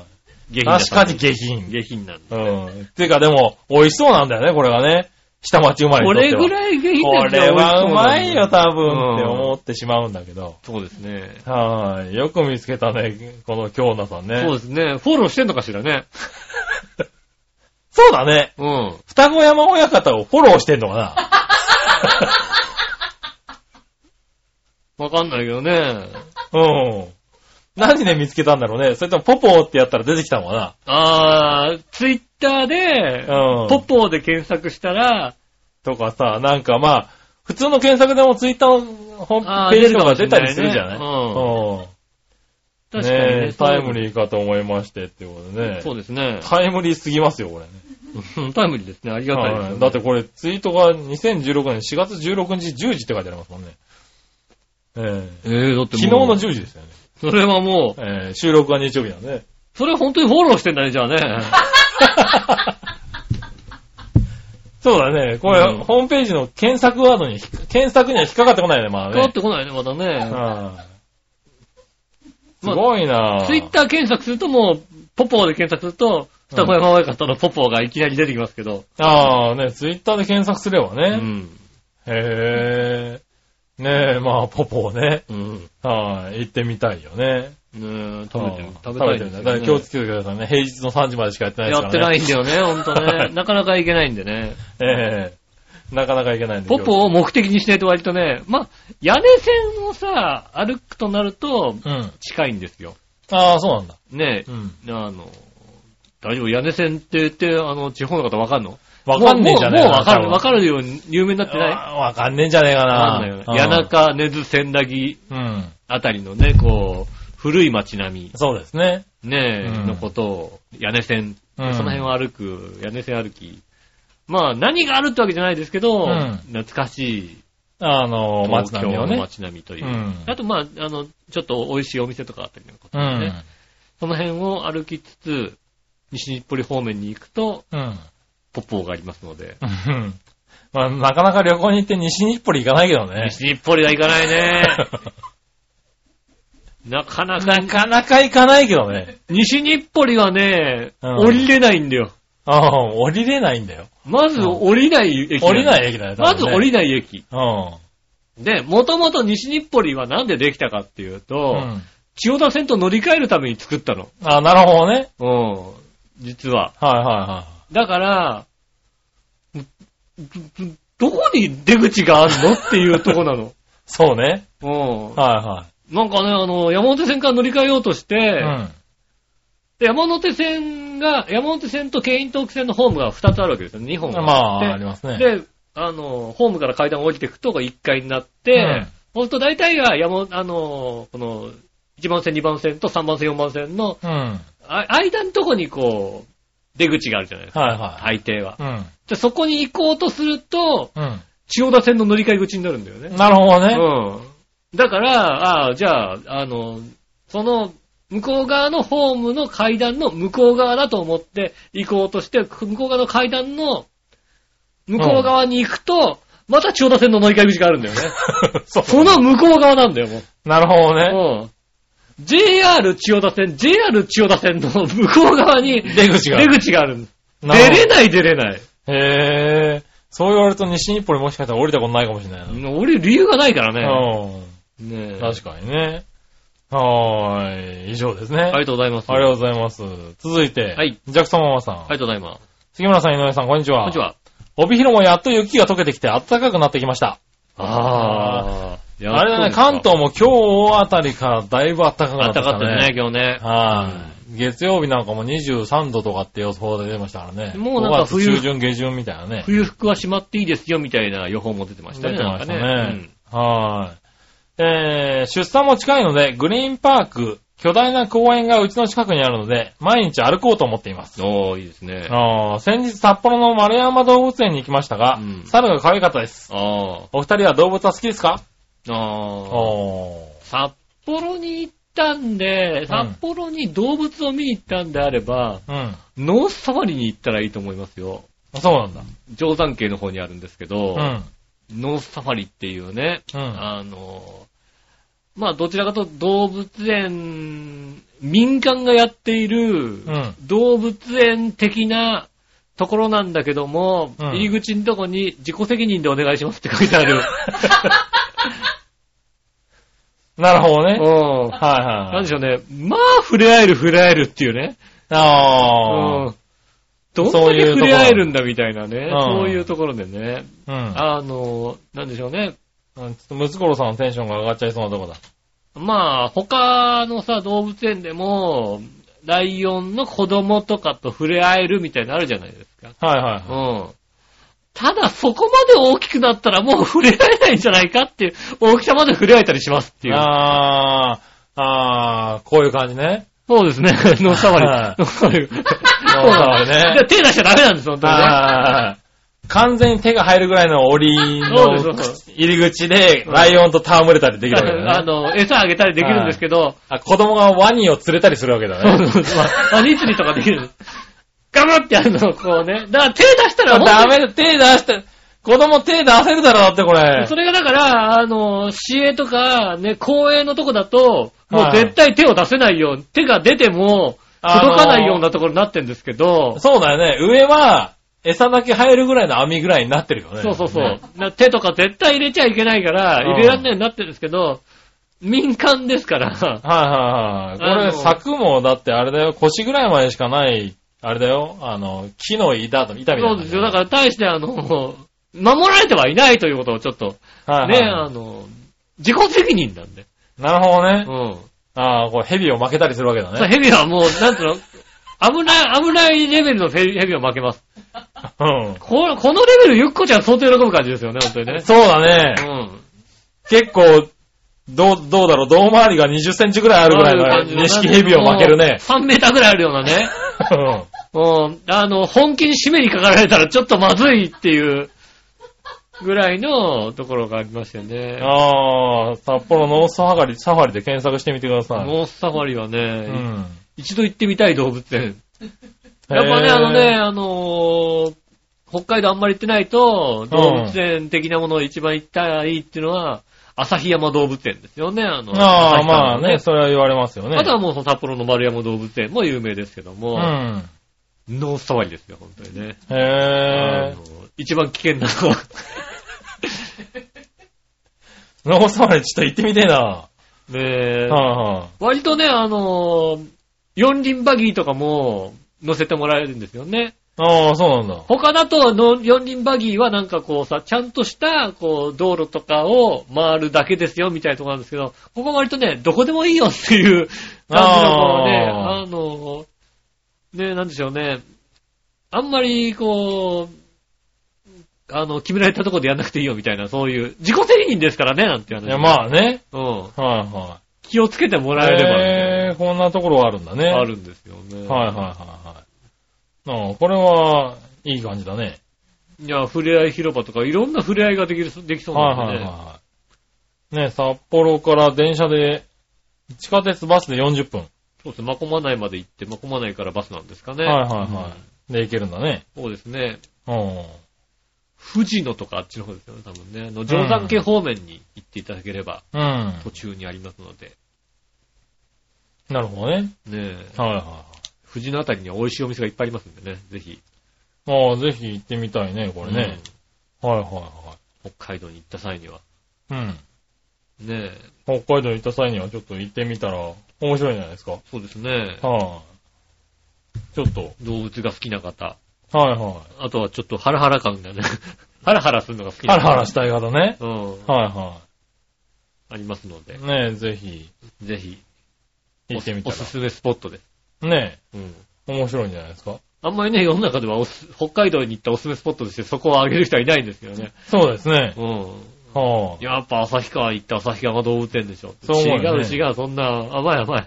[SPEAKER 2] 下
[SPEAKER 3] い。
[SPEAKER 2] 品な
[SPEAKER 3] 確かに
[SPEAKER 2] 感
[SPEAKER 3] 下
[SPEAKER 2] じ
[SPEAKER 3] 品。
[SPEAKER 2] 下品なんだ。
[SPEAKER 3] うん。てかでも、美味しそうなんだよね、これがね。下町生まれ
[SPEAKER 2] こ
[SPEAKER 3] にとっ
[SPEAKER 2] れ
[SPEAKER 3] ては。
[SPEAKER 2] ぐらい下品
[SPEAKER 3] こ
[SPEAKER 2] な
[SPEAKER 3] れはうまいよ、。多
[SPEAKER 2] うん
[SPEAKER 3] 分、って思ってしまうんだけど。
[SPEAKER 2] そうですね。
[SPEAKER 3] はい。よく見つけたね、この京奈さんね。
[SPEAKER 2] そう
[SPEAKER 3] そう
[SPEAKER 2] ですね。フォローしてんのかしらね。
[SPEAKER 3] だね。
[SPEAKER 2] うん。
[SPEAKER 3] 双子山親方をフォローしてんのかな
[SPEAKER 2] わかんないけどね。
[SPEAKER 3] うん。何で見つけたんだろうね。それともポポーってやったら出てきたのか
[SPEAKER 2] あー、ツイッターで、
[SPEAKER 3] なうん。
[SPEAKER 2] ポポーで検索したら、
[SPEAKER 3] とかさ、なんかまあ、普通の検索でもツイッターのホー
[SPEAKER 2] あ
[SPEAKER 3] ム
[SPEAKER 2] ー
[SPEAKER 3] ページとか出たりするじゃな
[SPEAKER 2] 出
[SPEAKER 3] い
[SPEAKER 2] るか
[SPEAKER 3] うん。
[SPEAKER 2] 確かにね。
[SPEAKER 3] えタイムリ
[SPEAKER 2] ー。
[SPEAKER 3] ーかと思いましてってことでね。
[SPEAKER 2] そう
[SPEAKER 3] う
[SPEAKER 2] ですね。
[SPEAKER 3] タイムリーすぎますよ、これね。
[SPEAKER 2] うんタイムリーですね。ありがたいです
[SPEAKER 3] は
[SPEAKER 2] よ
[SPEAKER 3] い
[SPEAKER 2] ね。
[SPEAKER 3] だってこれツイートが2016年4月16日10時って書いてありますもんね。ええ
[SPEAKER 2] えー、だって
[SPEAKER 3] 昨日の
[SPEAKER 2] もう
[SPEAKER 3] 10時ですよね。
[SPEAKER 2] それはもう、
[SPEAKER 3] ええ収録が日曜日なんで。
[SPEAKER 2] それは本当にフォローしてんだね、じゃあね。
[SPEAKER 3] そうだね。これ、
[SPEAKER 2] うん
[SPEAKER 3] ホームページの検索ワードにひ、検索には引っかかってこないよね、まあ
[SPEAKER 2] 変わっ
[SPEAKER 3] ね。
[SPEAKER 2] てこないね、またね。
[SPEAKER 3] はいす
[SPEAKER 2] まあ
[SPEAKER 3] ごいなぁ。
[SPEAKER 2] ツイッター検索するともう、ポポーで検索すると、双子山親方のポポーがいきなり出てきますけど。
[SPEAKER 3] ああ、ね、ツイッターで検索すれば
[SPEAKER 2] う
[SPEAKER 3] ね。
[SPEAKER 2] ん。
[SPEAKER 3] へえ。ねえ、まあ、ポポをね。
[SPEAKER 2] うん。ね
[SPEAKER 3] はい、行ってみたいよね。
[SPEAKER 2] え食べてる
[SPEAKER 3] うん、
[SPEAKER 2] 食べたいで
[SPEAKER 3] 食べてるん
[SPEAKER 2] す
[SPEAKER 3] だ
[SPEAKER 2] よ
[SPEAKER 3] よ。
[SPEAKER 2] ね
[SPEAKER 3] だから気をつけてくださいね。平日の3時までしかやってないです
[SPEAKER 2] や
[SPEAKER 3] から
[SPEAKER 2] っ
[SPEAKER 3] ね。
[SPEAKER 2] てないんだよね、ほんと
[SPEAKER 3] は
[SPEAKER 2] ね。
[SPEAKER 3] い
[SPEAKER 2] なかなかいけないんでね。
[SPEAKER 3] ええなかなか行けないんで。
[SPEAKER 2] ポポを目的にしないと割とね、まあ、屋根線をさ、歩くとなると、
[SPEAKER 3] 気をつけてうん。
[SPEAKER 2] 近いんですよ。
[SPEAKER 3] ああ、そうなんだ。
[SPEAKER 2] ねえ
[SPEAKER 3] う、ん。
[SPEAKER 2] あの、大丈夫、屋根線って言って、あの、地方の方わかんの
[SPEAKER 3] わかんねえんじゃねえ
[SPEAKER 2] もうもうわかる、わ
[SPEAKER 3] る。
[SPEAKER 2] かるように有名になってない。わ
[SPEAKER 3] わかんねえんじゃねえか
[SPEAKER 2] かん
[SPEAKER 3] な
[SPEAKER 2] ないよね。谷。中、根津、千駄木
[SPEAKER 3] うん。
[SPEAKER 2] あたりのね、こう、古い街並
[SPEAKER 3] そうですね。
[SPEAKER 2] み、ねえ、
[SPEAKER 3] うん
[SPEAKER 2] のことを、屋根線、
[SPEAKER 3] うん
[SPEAKER 2] その辺を歩く、屋根線歩き。まあ、何があるってわけじゃないですけど、
[SPEAKER 3] うん
[SPEAKER 2] 懐かしい、
[SPEAKER 3] あの、
[SPEAKER 2] 東
[SPEAKER 3] 松
[SPEAKER 2] 京
[SPEAKER 3] 並を
[SPEAKER 2] の
[SPEAKER 3] ね。
[SPEAKER 2] 街並みというう。
[SPEAKER 3] ん
[SPEAKER 2] あと、まあ、あの、ちょっと美味しいお店とかあったりなんか
[SPEAKER 3] う
[SPEAKER 2] ね
[SPEAKER 3] ん。
[SPEAKER 2] その辺を歩きつつ、西日暮里方面に行くと、
[SPEAKER 3] うん。
[SPEAKER 2] ポッポーがありますので。
[SPEAKER 3] うん まあ、なかなか旅行に行って西日暮里行かないけどね。
[SPEAKER 2] 西日暮里は行かない ね。なかなか、
[SPEAKER 3] なかなか行かないけどね。
[SPEAKER 2] 西日暮里はね、
[SPEAKER 3] うん
[SPEAKER 2] 降りれないんだよ。
[SPEAKER 3] ああ、降りれないんだよ。
[SPEAKER 2] まず
[SPEAKER 3] うん
[SPEAKER 2] 降りない駅、
[SPEAKER 3] 降りない駅だよ、
[SPEAKER 2] まず降り
[SPEAKER 3] ない。
[SPEAKER 2] ない駅。
[SPEAKER 3] うん。
[SPEAKER 2] で、もともと西日暮里はなんでできたかっていうと、
[SPEAKER 3] うん。
[SPEAKER 2] 千代田線と乗り換えるために作ったの。
[SPEAKER 3] ああ、なるほどね。
[SPEAKER 2] うん。実は。
[SPEAKER 3] はいは
[SPEAKER 2] だから、んんどこに出口があるのっていうとこな の。
[SPEAKER 3] い。そうね。
[SPEAKER 2] うん。
[SPEAKER 3] はいはい。
[SPEAKER 2] なんかね、あの、山手線から乗り換えようとして、
[SPEAKER 3] うん。
[SPEAKER 2] で山手線が、山手線と京浜東北線のホームが2つあるわけですよね。2本が
[SPEAKER 3] ま
[SPEAKER 2] って
[SPEAKER 3] あ、ありますね。
[SPEAKER 2] で、あの、ホームから階段を降りていくとこ1階になって、ほんと大体が山、あの、この、1番線、2番線と3番線、4番線の、
[SPEAKER 3] うん。
[SPEAKER 2] あ間のとこにこう、出口があるじゃないですか。
[SPEAKER 3] はいは
[SPEAKER 2] 大抵は。
[SPEAKER 3] い。うん。
[SPEAKER 2] で、そこに行こうとすると、
[SPEAKER 3] う
[SPEAKER 2] 千代田線の乗り換え口になるんだよね
[SPEAKER 3] ん。。なるほどね。
[SPEAKER 2] うん。だから、ああ、じゃあ、あの、その、向こう側のホームの階段の向こう側だと思って行こうとして、向こう側の階段の向こう側に行くと、また千代田線の乗り換え口があるんだよね。
[SPEAKER 3] そ
[SPEAKER 2] その向こう側なんだよ、もう。
[SPEAKER 3] なるほどね。
[SPEAKER 2] うん。JR 千代田線、JR 千代田線の向こう側に
[SPEAKER 3] 出口があ
[SPEAKER 2] 出
[SPEAKER 3] る。
[SPEAKER 2] 口がある。
[SPEAKER 3] なる
[SPEAKER 2] 出
[SPEAKER 3] ほど
[SPEAKER 2] れない出れない。
[SPEAKER 3] へえ。そう言われると西日暮里もしかしたら降りたことないかもしれない
[SPEAKER 2] 俺理由がないからね。
[SPEAKER 3] な。うん。
[SPEAKER 2] ねえ
[SPEAKER 3] 確かにね。はーい。以上ですね。
[SPEAKER 2] ありがとうございます。
[SPEAKER 3] ありがとうございます。続いて。
[SPEAKER 2] はい。
[SPEAKER 3] ジャクソンママさん。
[SPEAKER 2] ありがとうございます。
[SPEAKER 3] 杉村さん、井上さん、こんにちは。
[SPEAKER 2] こんにち。は。
[SPEAKER 3] 帯広もやっと雪が溶けてきて暖かくなってきました。
[SPEAKER 2] ああ。
[SPEAKER 3] あれだね、関東も今日あたりからだいぶ暖かく
[SPEAKER 2] あ
[SPEAKER 3] な
[SPEAKER 2] っ
[SPEAKER 3] って
[SPEAKER 2] た
[SPEAKER 3] きた
[SPEAKER 2] か
[SPEAKER 3] ね。
[SPEAKER 2] ったね、今日ね。
[SPEAKER 3] はい。月曜日なんかも23度とかって予想で出ましたからね。
[SPEAKER 2] もうなんか冬
[SPEAKER 3] 5月中旬、下旬みたいなね。
[SPEAKER 2] 冬服はしまっていいですよ、みたいな予報も出てましたね。
[SPEAKER 3] 出てましたね。
[SPEAKER 2] なんか
[SPEAKER 3] はい。えー、出産も近いので、グリーンパーク、巨大な公園がうちの近くにあるので、毎日歩こうと思っています。
[SPEAKER 2] うん。おー、いいですね。あ
[SPEAKER 3] あー先日札幌の丸山動物園に行きましたが、
[SPEAKER 2] うん
[SPEAKER 3] 猿が可愛かったです。
[SPEAKER 2] あ
[SPEAKER 3] お二人は動物は好きですか
[SPEAKER 2] ー。ああ。
[SPEAKER 3] お
[SPEAKER 2] 札幌に行ったんで、札幌に動物を見に行ったんであれば、
[SPEAKER 3] ー。
[SPEAKER 2] ノースサファリに行ったらいいと思いますよ。
[SPEAKER 3] うん。そうなんだ。
[SPEAKER 2] 定山渓の方にあるんですけど、
[SPEAKER 3] うん。
[SPEAKER 2] ノースサファリっていうね、
[SPEAKER 3] うん
[SPEAKER 2] あの、まあ、どちらかというと動物園、民間がやっている
[SPEAKER 3] ん、
[SPEAKER 2] 動物園的なところなんだけども、
[SPEAKER 3] うん
[SPEAKER 2] 入り口のとこに自己責任でお願いしますって書いてある。
[SPEAKER 3] なるほど
[SPEAKER 2] う
[SPEAKER 3] ね。はい
[SPEAKER 2] ん。
[SPEAKER 3] はい。
[SPEAKER 2] なんでし
[SPEAKER 3] ょう。
[SPEAKER 2] ょうね。まあ、触れ合える、触れ合えるっていうね。
[SPEAKER 3] あ
[SPEAKER 2] う
[SPEAKER 3] ー
[SPEAKER 2] ん。どん
[SPEAKER 3] そ
[SPEAKER 2] だ
[SPEAKER 3] う
[SPEAKER 2] け
[SPEAKER 3] いうとこ
[SPEAKER 2] 触
[SPEAKER 3] ろ
[SPEAKER 2] れ合えるんだみたいなね。
[SPEAKER 3] ん
[SPEAKER 2] そういうところでね。
[SPEAKER 3] うん。
[SPEAKER 2] あの、なんでしょうね。
[SPEAKER 3] うんちょっとムツゴロウさんのテンションが上がっちゃいそうなとこだ。
[SPEAKER 2] まあ、他のさ、動物園でも、ライオンの子供とかと触れ合えるみたいなのあるじゃないですか。
[SPEAKER 3] はいはいうは
[SPEAKER 2] ん。ただ、そこまで大きくなったらもう触れ合えないんじゃないかっていう、大きさまで触れ合えたりしますって
[SPEAKER 3] い。
[SPEAKER 2] いう。
[SPEAKER 3] あー、あー、こういう感じね。
[SPEAKER 2] そうですね。 ノーサワリ。
[SPEAKER 3] はい
[SPEAKER 2] ノーサワ リ。ノ
[SPEAKER 3] ーサワリね
[SPEAKER 2] 手出しちゃダメなんです、本当にね。
[SPEAKER 3] あー、完全に手が入るぐらいの檻
[SPEAKER 2] そう
[SPEAKER 3] の
[SPEAKER 2] です
[SPEAKER 3] 入り口で、ライオンと戯れたりできるわけだよね。
[SPEAKER 2] あの、餌あげたりできるんですけど、
[SPEAKER 3] あ、子供がワニを釣れたりするわけだ
[SPEAKER 2] そう
[SPEAKER 3] ね。
[SPEAKER 2] そうそう。おにつりとかできる。頑張ってやるの、こうね。だから手出したら本当に
[SPEAKER 3] ダメだ、手出して、子供手出せるだろ、だってこれ
[SPEAKER 2] そ。れがだから、あの、市営とか、ね、公営のとこだと、もう
[SPEAKER 3] はい
[SPEAKER 2] 絶対手を出せないよう、手が出ても、
[SPEAKER 3] あの
[SPEAKER 2] 届かないようなところになってんですけど、
[SPEAKER 3] そうだよね。上は、餌だけ入るぐらいの網ぐらいになってるよね。
[SPEAKER 2] そうそうそう
[SPEAKER 3] ね。
[SPEAKER 2] な手とか絶対入れちゃいけないから、
[SPEAKER 3] うん
[SPEAKER 2] 入れられないようになってるんですけど、民間です から、
[SPEAKER 3] はいはいはい。
[SPEAKER 2] あの
[SPEAKER 3] これ、柵もだってあれだよ、腰ぐらいまでしかない、あれだよ、あの、木の板と、板みたいな。
[SPEAKER 2] そうですよ。だから、対して、あの、守られてはいないということをちょっと、
[SPEAKER 3] ら、はい
[SPEAKER 2] ね、
[SPEAKER 3] は
[SPEAKER 2] あの、自己責任なんで。
[SPEAKER 3] い、なるほどね
[SPEAKER 2] う。ん。
[SPEAKER 3] ああ、こう、蛇を負けたりするわけだ
[SPEAKER 2] そう
[SPEAKER 3] ね。
[SPEAKER 2] ヘビはもう、なんつうの、危ない、危ないレベルのヘビヘビは負けます。
[SPEAKER 3] うん。
[SPEAKER 2] このこのレベル、ゆっこちゃん相当喜ぶ感じですよね、本当に ね。
[SPEAKER 3] そうだね
[SPEAKER 2] う。ん。
[SPEAKER 3] 結構、どう、どうだろう、胴回りが20センチぐらいあるぐらいの、錦蛇を負けるね。
[SPEAKER 2] 3メーターぐらいあるような ね。
[SPEAKER 3] うん
[SPEAKER 2] うん。あの、本気に締めにかかられたらちょっとまずいっていうぐらいのところがありましたよね。
[SPEAKER 3] ああ、札幌ノースサファリ、サファリで検索してみてください。
[SPEAKER 2] モンスタファリは
[SPEAKER 3] う
[SPEAKER 2] ね、
[SPEAKER 3] ん。
[SPEAKER 2] 一度行ってみたい動物園。やっぱね、
[SPEAKER 3] へー
[SPEAKER 2] あのね、、あのー北海道あんまり行ってないと、動物園的なものを一番行ったらいいっていうのは、旭山動物園ですよね、あの。
[SPEAKER 3] ああ、
[SPEAKER 2] 旭
[SPEAKER 3] ま
[SPEAKER 2] 川
[SPEAKER 3] あ
[SPEAKER 2] の
[SPEAKER 3] ね、それは言われますよね。
[SPEAKER 2] あとはもうその札幌の丸山動物園も有名ですけど
[SPEAKER 3] う
[SPEAKER 2] も、
[SPEAKER 3] ん。
[SPEAKER 2] ノースタワリですよ、本当にね。あ
[SPEAKER 3] へえ
[SPEAKER 2] の。一番危険なのは
[SPEAKER 3] ノースサファリちょっと行ってみてえな。
[SPEAKER 2] ねえ
[SPEAKER 3] はいはい。
[SPEAKER 2] 割とね、あのー四輪バギーとかも乗せてもらえるんですよね。
[SPEAKER 3] ああ、そうなんだ。
[SPEAKER 2] 他だとの四輪バギーはなんかこうさ、ちゃんとしたこう道路とかを回るだけですよみたいなところなんですけど、ここ割とね、どこでもいいよっていう感じのこうね、
[SPEAKER 3] あ
[SPEAKER 2] あの、ね、なんでしょうね、あんまりこう、あの、決められたところでやんなくていいよみたいな、そういう、自己責任ですからね、なんていう話。
[SPEAKER 3] いや、まあね。
[SPEAKER 2] うん。
[SPEAKER 3] はいは
[SPEAKER 2] 気をつけても
[SPEAKER 3] い。
[SPEAKER 2] らえればね、
[SPEAKER 3] へえこんなところあるんだね。
[SPEAKER 2] あるんですよね。
[SPEAKER 3] はいはいはいはい。ああこれは、いい感じだね。
[SPEAKER 2] いや、ふれあい広場とか、いろんなふれあいができる、できそう
[SPEAKER 3] はい
[SPEAKER 2] なん
[SPEAKER 3] はい
[SPEAKER 2] でね。
[SPEAKER 3] はい。ね、札幌から電車で、地下鉄バスで40分。
[SPEAKER 2] そうですね。まこまないまで行って、まこまないからバスなんですかね。
[SPEAKER 3] はいはいはい。で、行けるんだね。
[SPEAKER 2] そうですね。
[SPEAKER 3] うん。
[SPEAKER 2] 富士野とかあっちの方ですよね、多分ね。あの、定山系方面に行っていただければ、
[SPEAKER 3] うん。
[SPEAKER 2] 途中にありますので。
[SPEAKER 3] なるほどね。
[SPEAKER 2] ねえ。
[SPEAKER 3] はいはいは
[SPEAKER 2] 富士野あたりには美味しいお店がいっぱいありますんでね、ぜひ。
[SPEAKER 3] い。ああ、ぜひ行ってみたいね、これね。はいはいは
[SPEAKER 2] うん北海道に行った際には。
[SPEAKER 3] い。うん。
[SPEAKER 2] ねえ。
[SPEAKER 3] 北海道行った際にはちょっと行ってみたら面白いんじゃないですか。はい、
[SPEAKER 2] そうですね。
[SPEAKER 3] ちょっと。
[SPEAKER 2] 動物が好きな方。
[SPEAKER 3] はいは
[SPEAKER 2] あとはちょっとハラハラ感がね。 ハラハラするのが好き
[SPEAKER 3] い。
[SPEAKER 2] な
[SPEAKER 3] ハ
[SPEAKER 2] 方。
[SPEAKER 3] ラハラしたい方ね。
[SPEAKER 2] うん。
[SPEAKER 3] はいは
[SPEAKER 2] ありますので
[SPEAKER 3] い。、ねえ、ぜひ
[SPEAKER 2] ぜひ、
[SPEAKER 3] 行ってみた
[SPEAKER 2] おすすめスポットで。
[SPEAKER 3] ら。ね
[SPEAKER 2] うん。
[SPEAKER 3] え、面白いんじゃないですか。
[SPEAKER 2] あんまりね、世の中ではおす北海道に行ったおすすめスポットとしてそこを挙げる人はいないんですけどね。
[SPEAKER 3] そうですね。
[SPEAKER 2] うん。
[SPEAKER 3] はい、
[SPEAKER 2] やっぱ旭川行った旭川動物園でしょ。
[SPEAKER 3] そう思う
[SPEAKER 2] 違
[SPEAKER 3] よ
[SPEAKER 2] う
[SPEAKER 3] ね
[SPEAKER 2] 違う、そんな、甘い甘い。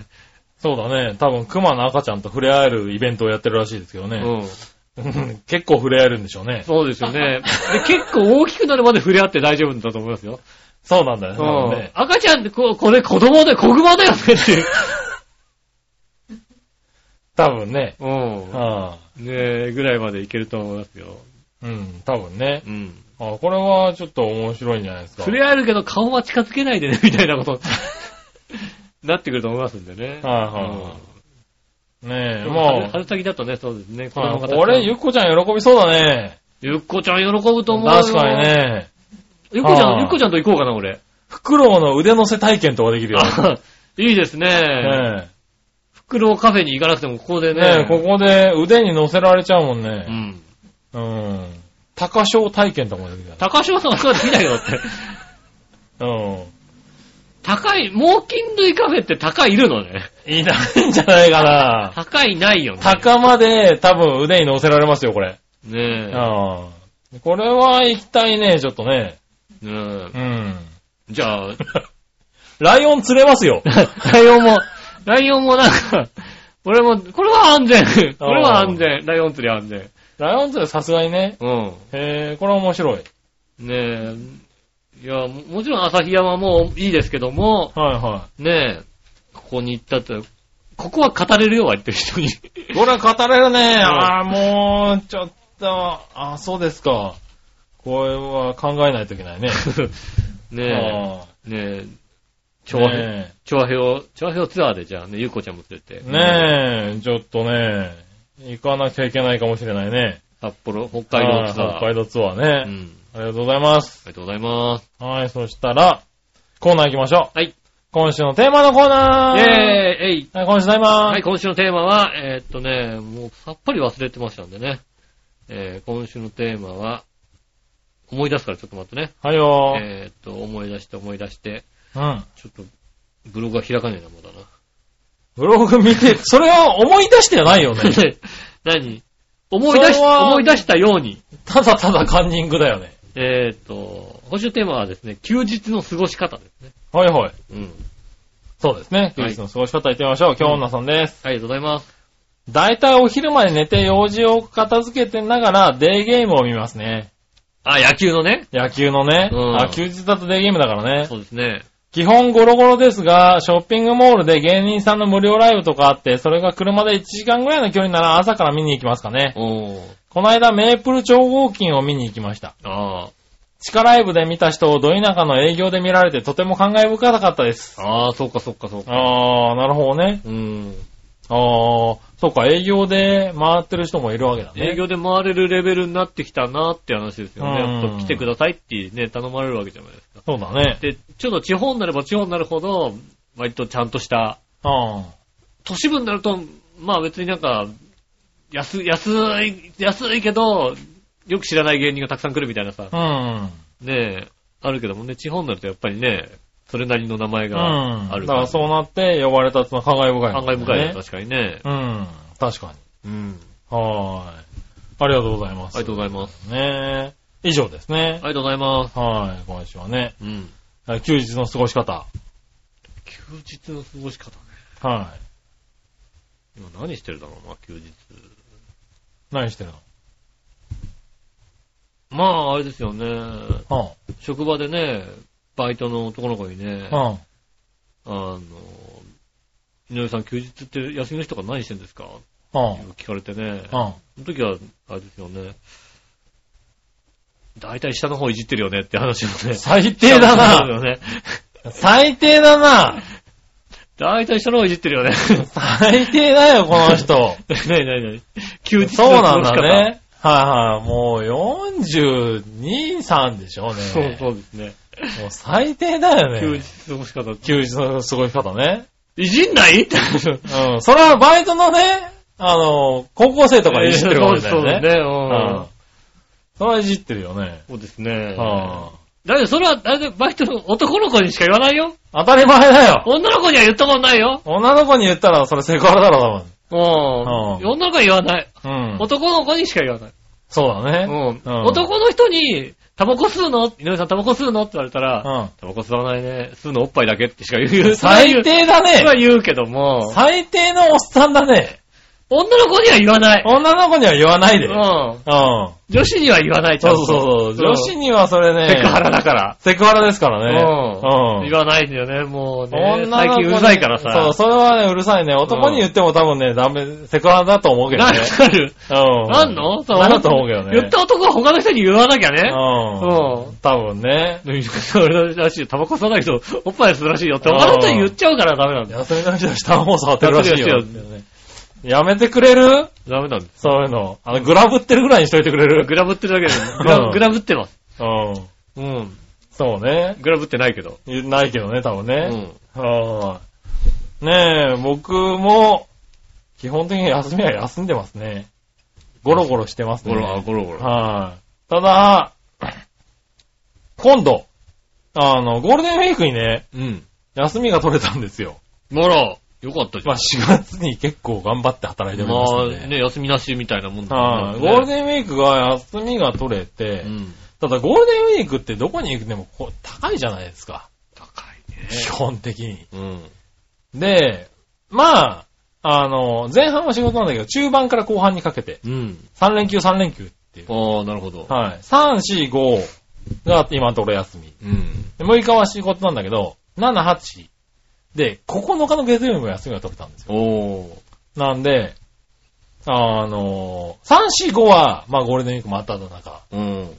[SPEAKER 3] そうだね。多分、熊の赤ちゃんと触れ合えるイベントをやってるらしいですけど
[SPEAKER 2] う
[SPEAKER 3] ね。
[SPEAKER 2] ん。
[SPEAKER 3] 結構触れ合えるんでしょうね。
[SPEAKER 2] そうですよね。で、結構大きくなるまで触れ合って大丈夫だと思いますよ。
[SPEAKER 3] そうなんだよね
[SPEAKER 2] う
[SPEAKER 3] 多分
[SPEAKER 2] ん
[SPEAKER 3] ね。。
[SPEAKER 2] 赤ちゃんってこ、これ子供だよ、子熊だよねっていう。
[SPEAKER 3] 多分ね。
[SPEAKER 2] う
[SPEAKER 3] は
[SPEAKER 2] ん。ねえ、ぐらいまで行けると思いますよ。
[SPEAKER 3] いうん、多分ね。
[SPEAKER 2] うん。
[SPEAKER 3] あこれはちょっと面白いんじゃないですか。
[SPEAKER 2] 触れ合えるけど顔は近づけないでね、みたいな こと、なってくると思いますんでね。
[SPEAKER 3] はいは
[SPEAKER 2] う
[SPEAKER 3] ねえ、
[SPEAKER 2] ん
[SPEAKER 3] も
[SPEAKER 2] 春春先だとね、そうですね。
[SPEAKER 3] う、
[SPEAKER 2] 子供
[SPEAKER 3] は
[SPEAKER 2] が
[SPEAKER 3] いこれ、ゆ
[SPEAKER 2] ゆ
[SPEAKER 3] っこちゃん喜びそうだね。
[SPEAKER 2] ゆっこちゃん喜ぶと思うよ。
[SPEAKER 3] 確かに。ね。
[SPEAKER 2] ゆっこちゃ
[SPEAKER 3] は
[SPEAKER 2] ん、
[SPEAKER 3] い
[SPEAKER 2] ゆっこちゃんと行こうかな、 俺。
[SPEAKER 3] フクロウの腕乗せ体験とかできるよ。
[SPEAKER 2] あいいですね。
[SPEAKER 3] ね
[SPEAKER 2] フクロウカフェに行かなくても、ここで
[SPEAKER 3] え、
[SPEAKER 2] ね。
[SPEAKER 3] ねえここで腕に乗せられちゃうもん
[SPEAKER 2] う
[SPEAKER 3] ね。
[SPEAKER 2] ん。
[SPEAKER 3] うん。高潮体験とかもできるよ。
[SPEAKER 2] 高島さんはそうできないよって。
[SPEAKER 3] うん。
[SPEAKER 2] 高い、猛禽類カフェって高いいるのね。
[SPEAKER 3] いないんじゃないかな。
[SPEAKER 2] 高いないよね。
[SPEAKER 3] 高まで多分腕に乗せられますよ、これ。
[SPEAKER 2] ね
[SPEAKER 3] うん。これは行きたいね、ちょっとね。
[SPEAKER 2] え。ねえ
[SPEAKER 3] うん。
[SPEAKER 2] じ ゃあ、
[SPEAKER 3] ライオン釣れますよ。
[SPEAKER 2] ライオンも、ライオンもなんか、俺も、これは安全。これは安全。ライオン釣り安全。
[SPEAKER 3] ライオン釣れさすがにね。
[SPEAKER 2] うん。
[SPEAKER 3] へえ、これは面白い。
[SPEAKER 2] ねえ、いや、ももちろん旭山もいいですけども、
[SPEAKER 3] はいは
[SPEAKER 2] ねえ、ここに行ったって、ここは語れるよ、割と人に。
[SPEAKER 3] い。これは語れるね。ああ、もう、ちょっと、ああ、そうですか。これは考えないといけ ないね。
[SPEAKER 2] ね
[SPEAKER 3] ああ
[SPEAKER 2] え、ねえ、調和表、
[SPEAKER 3] ね
[SPEAKER 2] 調和表、調和表ツアーでじゃあね、ゆうこちゃんも連れて。
[SPEAKER 3] え、ねえ、ちょっとね、行かなきゃいけないかもしれないね。
[SPEAKER 2] 札幌、北海道ツ
[SPEAKER 3] は
[SPEAKER 2] ア
[SPEAKER 3] い
[SPEAKER 2] ー。
[SPEAKER 3] 北海道ツアー
[SPEAKER 2] う
[SPEAKER 3] ね。
[SPEAKER 2] ん。
[SPEAKER 3] ありがとうございます。
[SPEAKER 2] ありがとうございます。
[SPEAKER 3] はい、そしたら、コーナー行きましょう。
[SPEAKER 2] はい。
[SPEAKER 3] 今週のテーマのコー
[SPEAKER 2] イェ
[SPEAKER 3] ナ
[SPEAKER 2] ー
[SPEAKER 3] ー
[SPEAKER 2] イえい
[SPEAKER 3] はい、今週のテーマ
[SPEAKER 2] はい、今週のテーマは、えーっとね、もうさっぱり忘れてましたんでね。えー今週のテーマは、思い出すからちょっと待ってね。
[SPEAKER 3] はいよー。
[SPEAKER 2] えーっと、思い出して思い出して、
[SPEAKER 3] うん。
[SPEAKER 2] ちょっと、ブログが開かねえな、まだな。
[SPEAKER 3] ブログ見て、それは思い出してない よね。
[SPEAKER 2] 何思い出し、
[SPEAKER 3] それは
[SPEAKER 2] 思い出したように。
[SPEAKER 3] ただただカンニングだよね。
[SPEAKER 2] えーっと、今週のテーマはですね、休日の過ごし方ですね。
[SPEAKER 3] はいはい。
[SPEAKER 2] うん。
[SPEAKER 3] そうですね。
[SPEAKER 2] は
[SPEAKER 3] 休
[SPEAKER 2] い
[SPEAKER 3] 日の過ごし方行ってみましょう。今日女さんです。
[SPEAKER 2] ありがとうございます。
[SPEAKER 3] だいたいお昼まで寝て用事を片付けてながらデーゲームを見ますね。
[SPEAKER 2] あ、野球のね。
[SPEAKER 3] 野球のね。
[SPEAKER 2] うん
[SPEAKER 3] あ、休日だとデーゲームだからね。
[SPEAKER 2] そうですね。
[SPEAKER 3] 基本ゴロゴロですが、ショッピングモールで芸人さんの無料ライブとかあって、それが車で1時間ぐらいの距離なら朝から見に行きますかね。
[SPEAKER 2] おー。
[SPEAKER 3] この間メープル超合金を見に行きました。
[SPEAKER 2] あ
[SPEAKER 3] 地下ライブで見た人をど田舎の営業で見られてとても感慨深かったです。
[SPEAKER 2] あ。ああ、そうかそうかそうか。
[SPEAKER 3] あー、なるほどね。
[SPEAKER 2] うん。
[SPEAKER 3] あー、そうか、営業で回ってる人もいるわけだね。
[SPEAKER 2] 営業で回れるレベルになってきたなって話ですよね。
[SPEAKER 3] うん
[SPEAKER 2] やっぱ来てくださいってね、頼まれるわけじゃないですか。
[SPEAKER 3] そうだね。
[SPEAKER 2] で、ちょっと地方になれば地方になるほど、割とちゃんとした、
[SPEAKER 3] あー
[SPEAKER 2] 都市部になると、まあ別になんか、安、安い、安いけど、よく知らない芸人がたくさん来るみたいなさ、
[SPEAKER 3] うん。
[SPEAKER 2] ねえ、あるけどもね、地方になるとやっぱりね、それなりの名前
[SPEAKER 3] う
[SPEAKER 2] が
[SPEAKER 3] ん。
[SPEAKER 2] あ
[SPEAKER 3] だ
[SPEAKER 2] る
[SPEAKER 3] からそうなって呼ばれたってのは感慨深い、
[SPEAKER 2] 感慨深いね、
[SPEAKER 3] ね。
[SPEAKER 2] 確かにね。
[SPEAKER 3] うん。確かに。
[SPEAKER 2] うん。
[SPEAKER 3] はーい。ありがとうございま
[SPEAKER 2] あ
[SPEAKER 3] す。
[SPEAKER 2] りがとうございます。
[SPEAKER 3] ね以上ですね
[SPEAKER 2] あ。りがとうございます。
[SPEAKER 3] はい、今週はね。
[SPEAKER 2] うん。
[SPEAKER 3] 休日の過ごし方。
[SPEAKER 2] 休日の過ごし方ね。
[SPEAKER 3] は
[SPEAKER 2] 今何してるだろうな、休日。
[SPEAKER 3] 何してるの
[SPEAKER 2] まあ、あれですよね。
[SPEAKER 3] う
[SPEAKER 2] 職場でね、バイトの男の子にね、
[SPEAKER 3] ん。うん。
[SPEAKER 2] あの、井上さん休日って休みの日とか何してんですか
[SPEAKER 3] うん。
[SPEAKER 2] 聞かれてね、
[SPEAKER 3] うん。
[SPEAKER 2] その時は、あれですよね、大体下の方いじってるよねって話をね。
[SPEAKER 3] 最低だ
[SPEAKER 2] そう
[SPEAKER 3] な。
[SPEAKER 2] よね。
[SPEAKER 3] 最低だな。
[SPEAKER 2] 大体下の方いじってるよね。
[SPEAKER 3] 最低だよ、この人。
[SPEAKER 2] ねえねえねえ。 休日
[SPEAKER 3] そうなんだ
[SPEAKER 2] の
[SPEAKER 3] ね。はいはい。もう42、3でしょうね。
[SPEAKER 2] 過ごし方。そうそうですね。
[SPEAKER 3] もう最低だよ
[SPEAKER 2] 休
[SPEAKER 3] ね。
[SPEAKER 2] 日の過ごし方って。
[SPEAKER 3] 休日の過ごし方ね。
[SPEAKER 2] いじんないって。
[SPEAKER 3] うん。それはバイトのね、あの、高校生とかいじってるわけだよね。
[SPEAKER 2] そうですね。
[SPEAKER 3] うん
[SPEAKER 2] うん。
[SPEAKER 3] それはいじってるよね。
[SPEAKER 2] そうですね。
[SPEAKER 3] うん
[SPEAKER 2] だけどそれは、だいたいバイトの男の子にしか言わないよ。
[SPEAKER 3] 当たり前だよ。
[SPEAKER 2] 女の子には言ったことないよ。
[SPEAKER 3] 女の子に言ったらそれセクハラだろ、
[SPEAKER 2] うん。女の子に言わない。
[SPEAKER 3] 多分。うん。
[SPEAKER 2] 男の子にしか言わない。
[SPEAKER 3] そうだね。
[SPEAKER 2] うん。
[SPEAKER 3] うん
[SPEAKER 2] 男の人に、タバコ吸うの井上さんタバコ吸うのって言われたら、タバコ吸わないね。吸うのおっぱいだけってしか言
[SPEAKER 3] う
[SPEAKER 2] う。
[SPEAKER 3] ん。最低だ
[SPEAKER 2] それは
[SPEAKER 3] ね。
[SPEAKER 2] 言うけども、
[SPEAKER 3] 最低のおっさんだね。
[SPEAKER 2] 女の子には言わない。
[SPEAKER 3] 女の子には言わないうで。うん。
[SPEAKER 2] ん。女子には言わない、ちゃ
[SPEAKER 3] そ
[SPEAKER 2] んと。
[SPEAKER 3] うそうそう。女子
[SPEAKER 2] に、
[SPEAKER 3] にはそれね。
[SPEAKER 2] セクハラだから。
[SPEAKER 3] セクハラですからね。
[SPEAKER 2] うん。
[SPEAKER 3] うん
[SPEAKER 2] 言。わないんだよね、もうね。
[SPEAKER 3] 女
[SPEAKER 2] 最
[SPEAKER 3] の子
[SPEAKER 2] 近
[SPEAKER 3] に
[SPEAKER 2] うざいからさ。
[SPEAKER 3] そう、それはね、うるさいね。男に言っても多分ね、ダメ、セクハラだと思うけど
[SPEAKER 2] な
[SPEAKER 3] ね。
[SPEAKER 2] る。
[SPEAKER 3] うん。
[SPEAKER 2] なんのそう
[SPEAKER 3] なんだと思うけどね。
[SPEAKER 2] 言った男は他の人に言わなきゃね。
[SPEAKER 3] うん。多分ね。
[SPEAKER 2] それらしいよ。タバコ吸わない人、おっぱい吸うらしいよって他の人に言っちゃうからダメなんだよ。
[SPEAKER 3] 休みの日の下の方触ってるらしいよ
[SPEAKER 2] やってるらしいよ。
[SPEAKER 3] やめてくれる
[SPEAKER 2] ダメなんだ
[SPEAKER 3] そういうの。あの、グラブってるぐらいにしといてくれ
[SPEAKER 2] よ。
[SPEAKER 3] る
[SPEAKER 2] グラブってるだけで、グラ
[SPEAKER 3] うん
[SPEAKER 2] グラブってます。
[SPEAKER 3] うん。
[SPEAKER 2] うん。
[SPEAKER 3] そうね。
[SPEAKER 2] グラブってないけど。
[SPEAKER 3] ないけどね、多分
[SPEAKER 2] う
[SPEAKER 3] ね。
[SPEAKER 2] ん。
[SPEAKER 3] はい。ねえ、僕も、基本的に休みは休んでますね。ゴロゴロしてますね。
[SPEAKER 2] ゴロ、あゴロゴロ。
[SPEAKER 3] はい。ただ、今度、あの、ゴールデンウィークにね、
[SPEAKER 2] うん。
[SPEAKER 3] 休みが取れたんですよ。
[SPEAKER 2] ゴロ、よかったじ
[SPEAKER 3] ま
[SPEAKER 2] ゃ
[SPEAKER 3] あ
[SPEAKER 2] ん。
[SPEAKER 3] 4月に結構頑張って働いており
[SPEAKER 2] ま
[SPEAKER 3] ます
[SPEAKER 2] あ
[SPEAKER 3] ので。
[SPEAKER 2] ね、休みなしみたいなもんだ
[SPEAKER 3] は
[SPEAKER 2] ね
[SPEAKER 3] い。ゴールデンウィークが休みが取れて、
[SPEAKER 2] うん。
[SPEAKER 3] ただゴールデンウィークってどこに行くでもこう高いじゃないですか。
[SPEAKER 2] 高いね。
[SPEAKER 3] 基本的に。
[SPEAKER 2] うん。
[SPEAKER 3] で、まあ、あの、前半は仕事なんだけど、中盤から後半にかけて、
[SPEAKER 2] うん。
[SPEAKER 3] 3連休3連休っていう。
[SPEAKER 2] ああ、なるほど。
[SPEAKER 3] はい。3、4、5が今のところ休み。
[SPEAKER 2] うん。
[SPEAKER 3] で6日は仕事なんだけど、7、8。で、9日の月曜日も休みが取れたんですよ。
[SPEAKER 2] おー。
[SPEAKER 3] なんで、あの3、4、5は、まあゴールデンウィークもあったの中、
[SPEAKER 2] うん。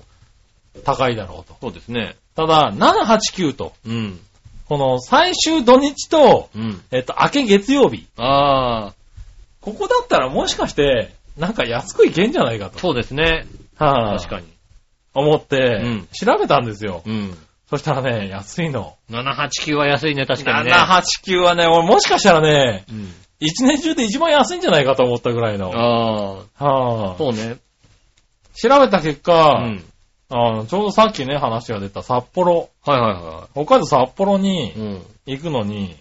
[SPEAKER 3] 高いだろうと。
[SPEAKER 2] そうですね。
[SPEAKER 3] ただ、7、8、9と、
[SPEAKER 2] うん。
[SPEAKER 3] この最終土日と、
[SPEAKER 2] うん。
[SPEAKER 3] えっと、明け月曜日。
[SPEAKER 2] ああ、
[SPEAKER 3] ここだったらもしかして、なんか安くいけんじゃないかと。
[SPEAKER 2] そうですね。
[SPEAKER 3] はい
[SPEAKER 2] 確かに。
[SPEAKER 3] 思って、
[SPEAKER 2] うん
[SPEAKER 3] 調べたんですよ。
[SPEAKER 2] うん。
[SPEAKER 3] そしたらね、安いの。
[SPEAKER 2] 789は安いね、確かにね。
[SPEAKER 3] 7、8、9はね、俺もしかしたらね、
[SPEAKER 2] うん。
[SPEAKER 3] 一年中で一番安いんじゃないかと思ったぐらいの。
[SPEAKER 2] あ
[SPEAKER 3] は
[SPEAKER 2] あ、
[SPEAKER 3] あ、
[SPEAKER 2] そうね。
[SPEAKER 3] 調べた結
[SPEAKER 2] う
[SPEAKER 3] 果、
[SPEAKER 2] ん。
[SPEAKER 3] あのちょうどさっきね、話が出た札幌、
[SPEAKER 2] はいはいは
[SPEAKER 3] 北海道札幌に
[SPEAKER 2] い。うん。
[SPEAKER 3] 行くのに、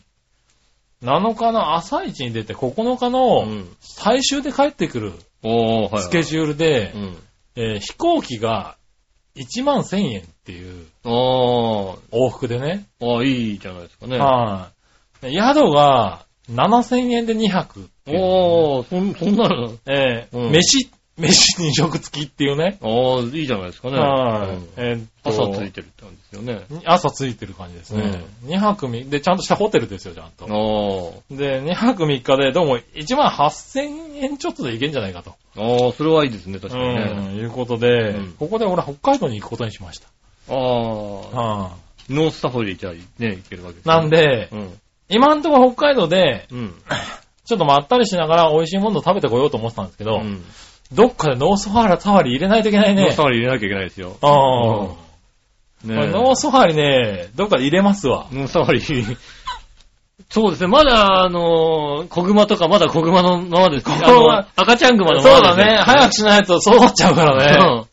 [SPEAKER 3] 7日の朝一に出て9日の
[SPEAKER 2] ん。
[SPEAKER 3] 最終で帰ってくる
[SPEAKER 2] おー、はい、はい。
[SPEAKER 3] スケジュールで、
[SPEAKER 2] うん。
[SPEAKER 3] えー飛行機が1万1000円っていう
[SPEAKER 2] あー
[SPEAKER 3] 往復でね、
[SPEAKER 2] あー、いいじゃないですかね。
[SPEAKER 3] はい宿が7000円で2泊っていう
[SPEAKER 2] おー、そん、そんなの。
[SPEAKER 3] えー
[SPEAKER 2] うん
[SPEAKER 3] 飯、飯2食付きっていうね、
[SPEAKER 2] ああ、いいじゃないですかね。
[SPEAKER 3] はい、
[SPEAKER 2] うん
[SPEAKER 3] えーっと
[SPEAKER 2] 朝ついてるって感じですよね。
[SPEAKER 3] 朝ついてる感じですね。2泊3日、で、ちゃんとしたホテルですよ、ちゃん
[SPEAKER 2] あ
[SPEAKER 3] と。
[SPEAKER 2] ー
[SPEAKER 3] で、2泊3日で、どうも1万8000円ちょっとでいけんじゃないかと。
[SPEAKER 2] あー、それはいいですね、確
[SPEAKER 3] う
[SPEAKER 2] かにね。
[SPEAKER 3] ん、いうことで、
[SPEAKER 2] うん
[SPEAKER 3] ここで俺は北海道に行くことにしました。
[SPEAKER 2] ああ、
[SPEAKER 3] は
[SPEAKER 2] ノースタフォリーじゃあね、いけるわけです、
[SPEAKER 3] いなん
[SPEAKER 2] で、
[SPEAKER 3] で、
[SPEAKER 2] うん。
[SPEAKER 3] 今んとこ北海道で、
[SPEAKER 2] うん。
[SPEAKER 3] ちょっとまったりしながら美味しいものを食べてこようと思ってたんですけど、
[SPEAKER 2] うん
[SPEAKER 3] どっかでノースファーラサワリ入れないといけない
[SPEAKER 2] ノー
[SPEAKER 3] ね
[SPEAKER 2] ス。タフォリー入れなきゃいけないですよ。
[SPEAKER 3] ああ、
[SPEAKER 2] うん
[SPEAKER 3] こ
[SPEAKER 2] ね
[SPEAKER 3] れノースファーリね、どっかで入れますわ。
[SPEAKER 2] うん、サファリ。そうですね。まだ、あのー、子熊とか、まだ子熊のままです。
[SPEAKER 3] 子
[SPEAKER 2] あ
[SPEAKER 3] 熊
[SPEAKER 2] の赤ちゃん熊
[SPEAKER 3] そう
[SPEAKER 2] のまま
[SPEAKER 3] だね。早くしないとそうなっちゃうから
[SPEAKER 2] ね。
[SPEAKER 3] ね。
[SPEAKER 2] うん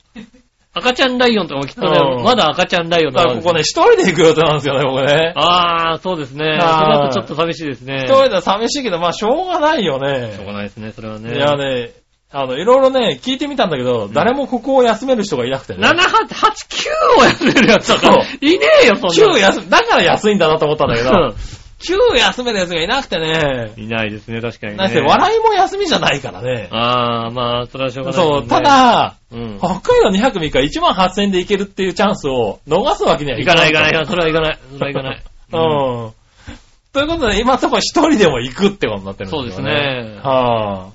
[SPEAKER 2] 赤ちゃんライオンとかもきっと
[SPEAKER 3] う
[SPEAKER 2] ね、
[SPEAKER 3] ん
[SPEAKER 2] まだ赤ちゃんライオンの
[SPEAKER 3] だ
[SPEAKER 2] ま
[SPEAKER 3] か
[SPEAKER 2] まで
[SPEAKER 3] らこ
[SPEAKER 2] すよ
[SPEAKER 3] こね、一人で行く予定なんですよね、僕ね。
[SPEAKER 2] あー、そうですね。それだ
[SPEAKER 3] はい
[SPEAKER 2] とちょっと寂しいですね。
[SPEAKER 3] 一人だと寂しいけど、まあ、しょうがないよ
[SPEAKER 2] しょうが
[SPEAKER 3] ね。
[SPEAKER 2] ないですね、それはね。
[SPEAKER 3] いやね、あの、いろいろね、聞いてみたんだけど、誰もここを休める人がいなくてね。
[SPEAKER 2] 7、8、8、9をやってるやつだから
[SPEAKER 3] そ、
[SPEAKER 2] いねえよ、そんなの。
[SPEAKER 3] 9休だから安いんだなと思ったんだけ
[SPEAKER 2] うん
[SPEAKER 3] ど、 9休める奴がいなくてね。
[SPEAKER 2] いないですね、確かにね。
[SPEAKER 3] なして、笑いも休みじゃないからね。
[SPEAKER 2] ああ、まあ、それはしょうがない、ね。
[SPEAKER 3] そう、た、だ、
[SPEAKER 2] うん。
[SPEAKER 3] 北海道2泊3日1万8000円で行けるっていうチャンスを逃すわけにはい
[SPEAKER 2] 行かない行かない
[SPEAKER 3] か
[SPEAKER 2] 行かない、それは行かない、それは行か ない。
[SPEAKER 3] うん。ということで、今のところ一人でも行くってことになってるん
[SPEAKER 2] そう
[SPEAKER 3] で
[SPEAKER 2] ですす
[SPEAKER 3] よ
[SPEAKER 2] ね。
[SPEAKER 3] は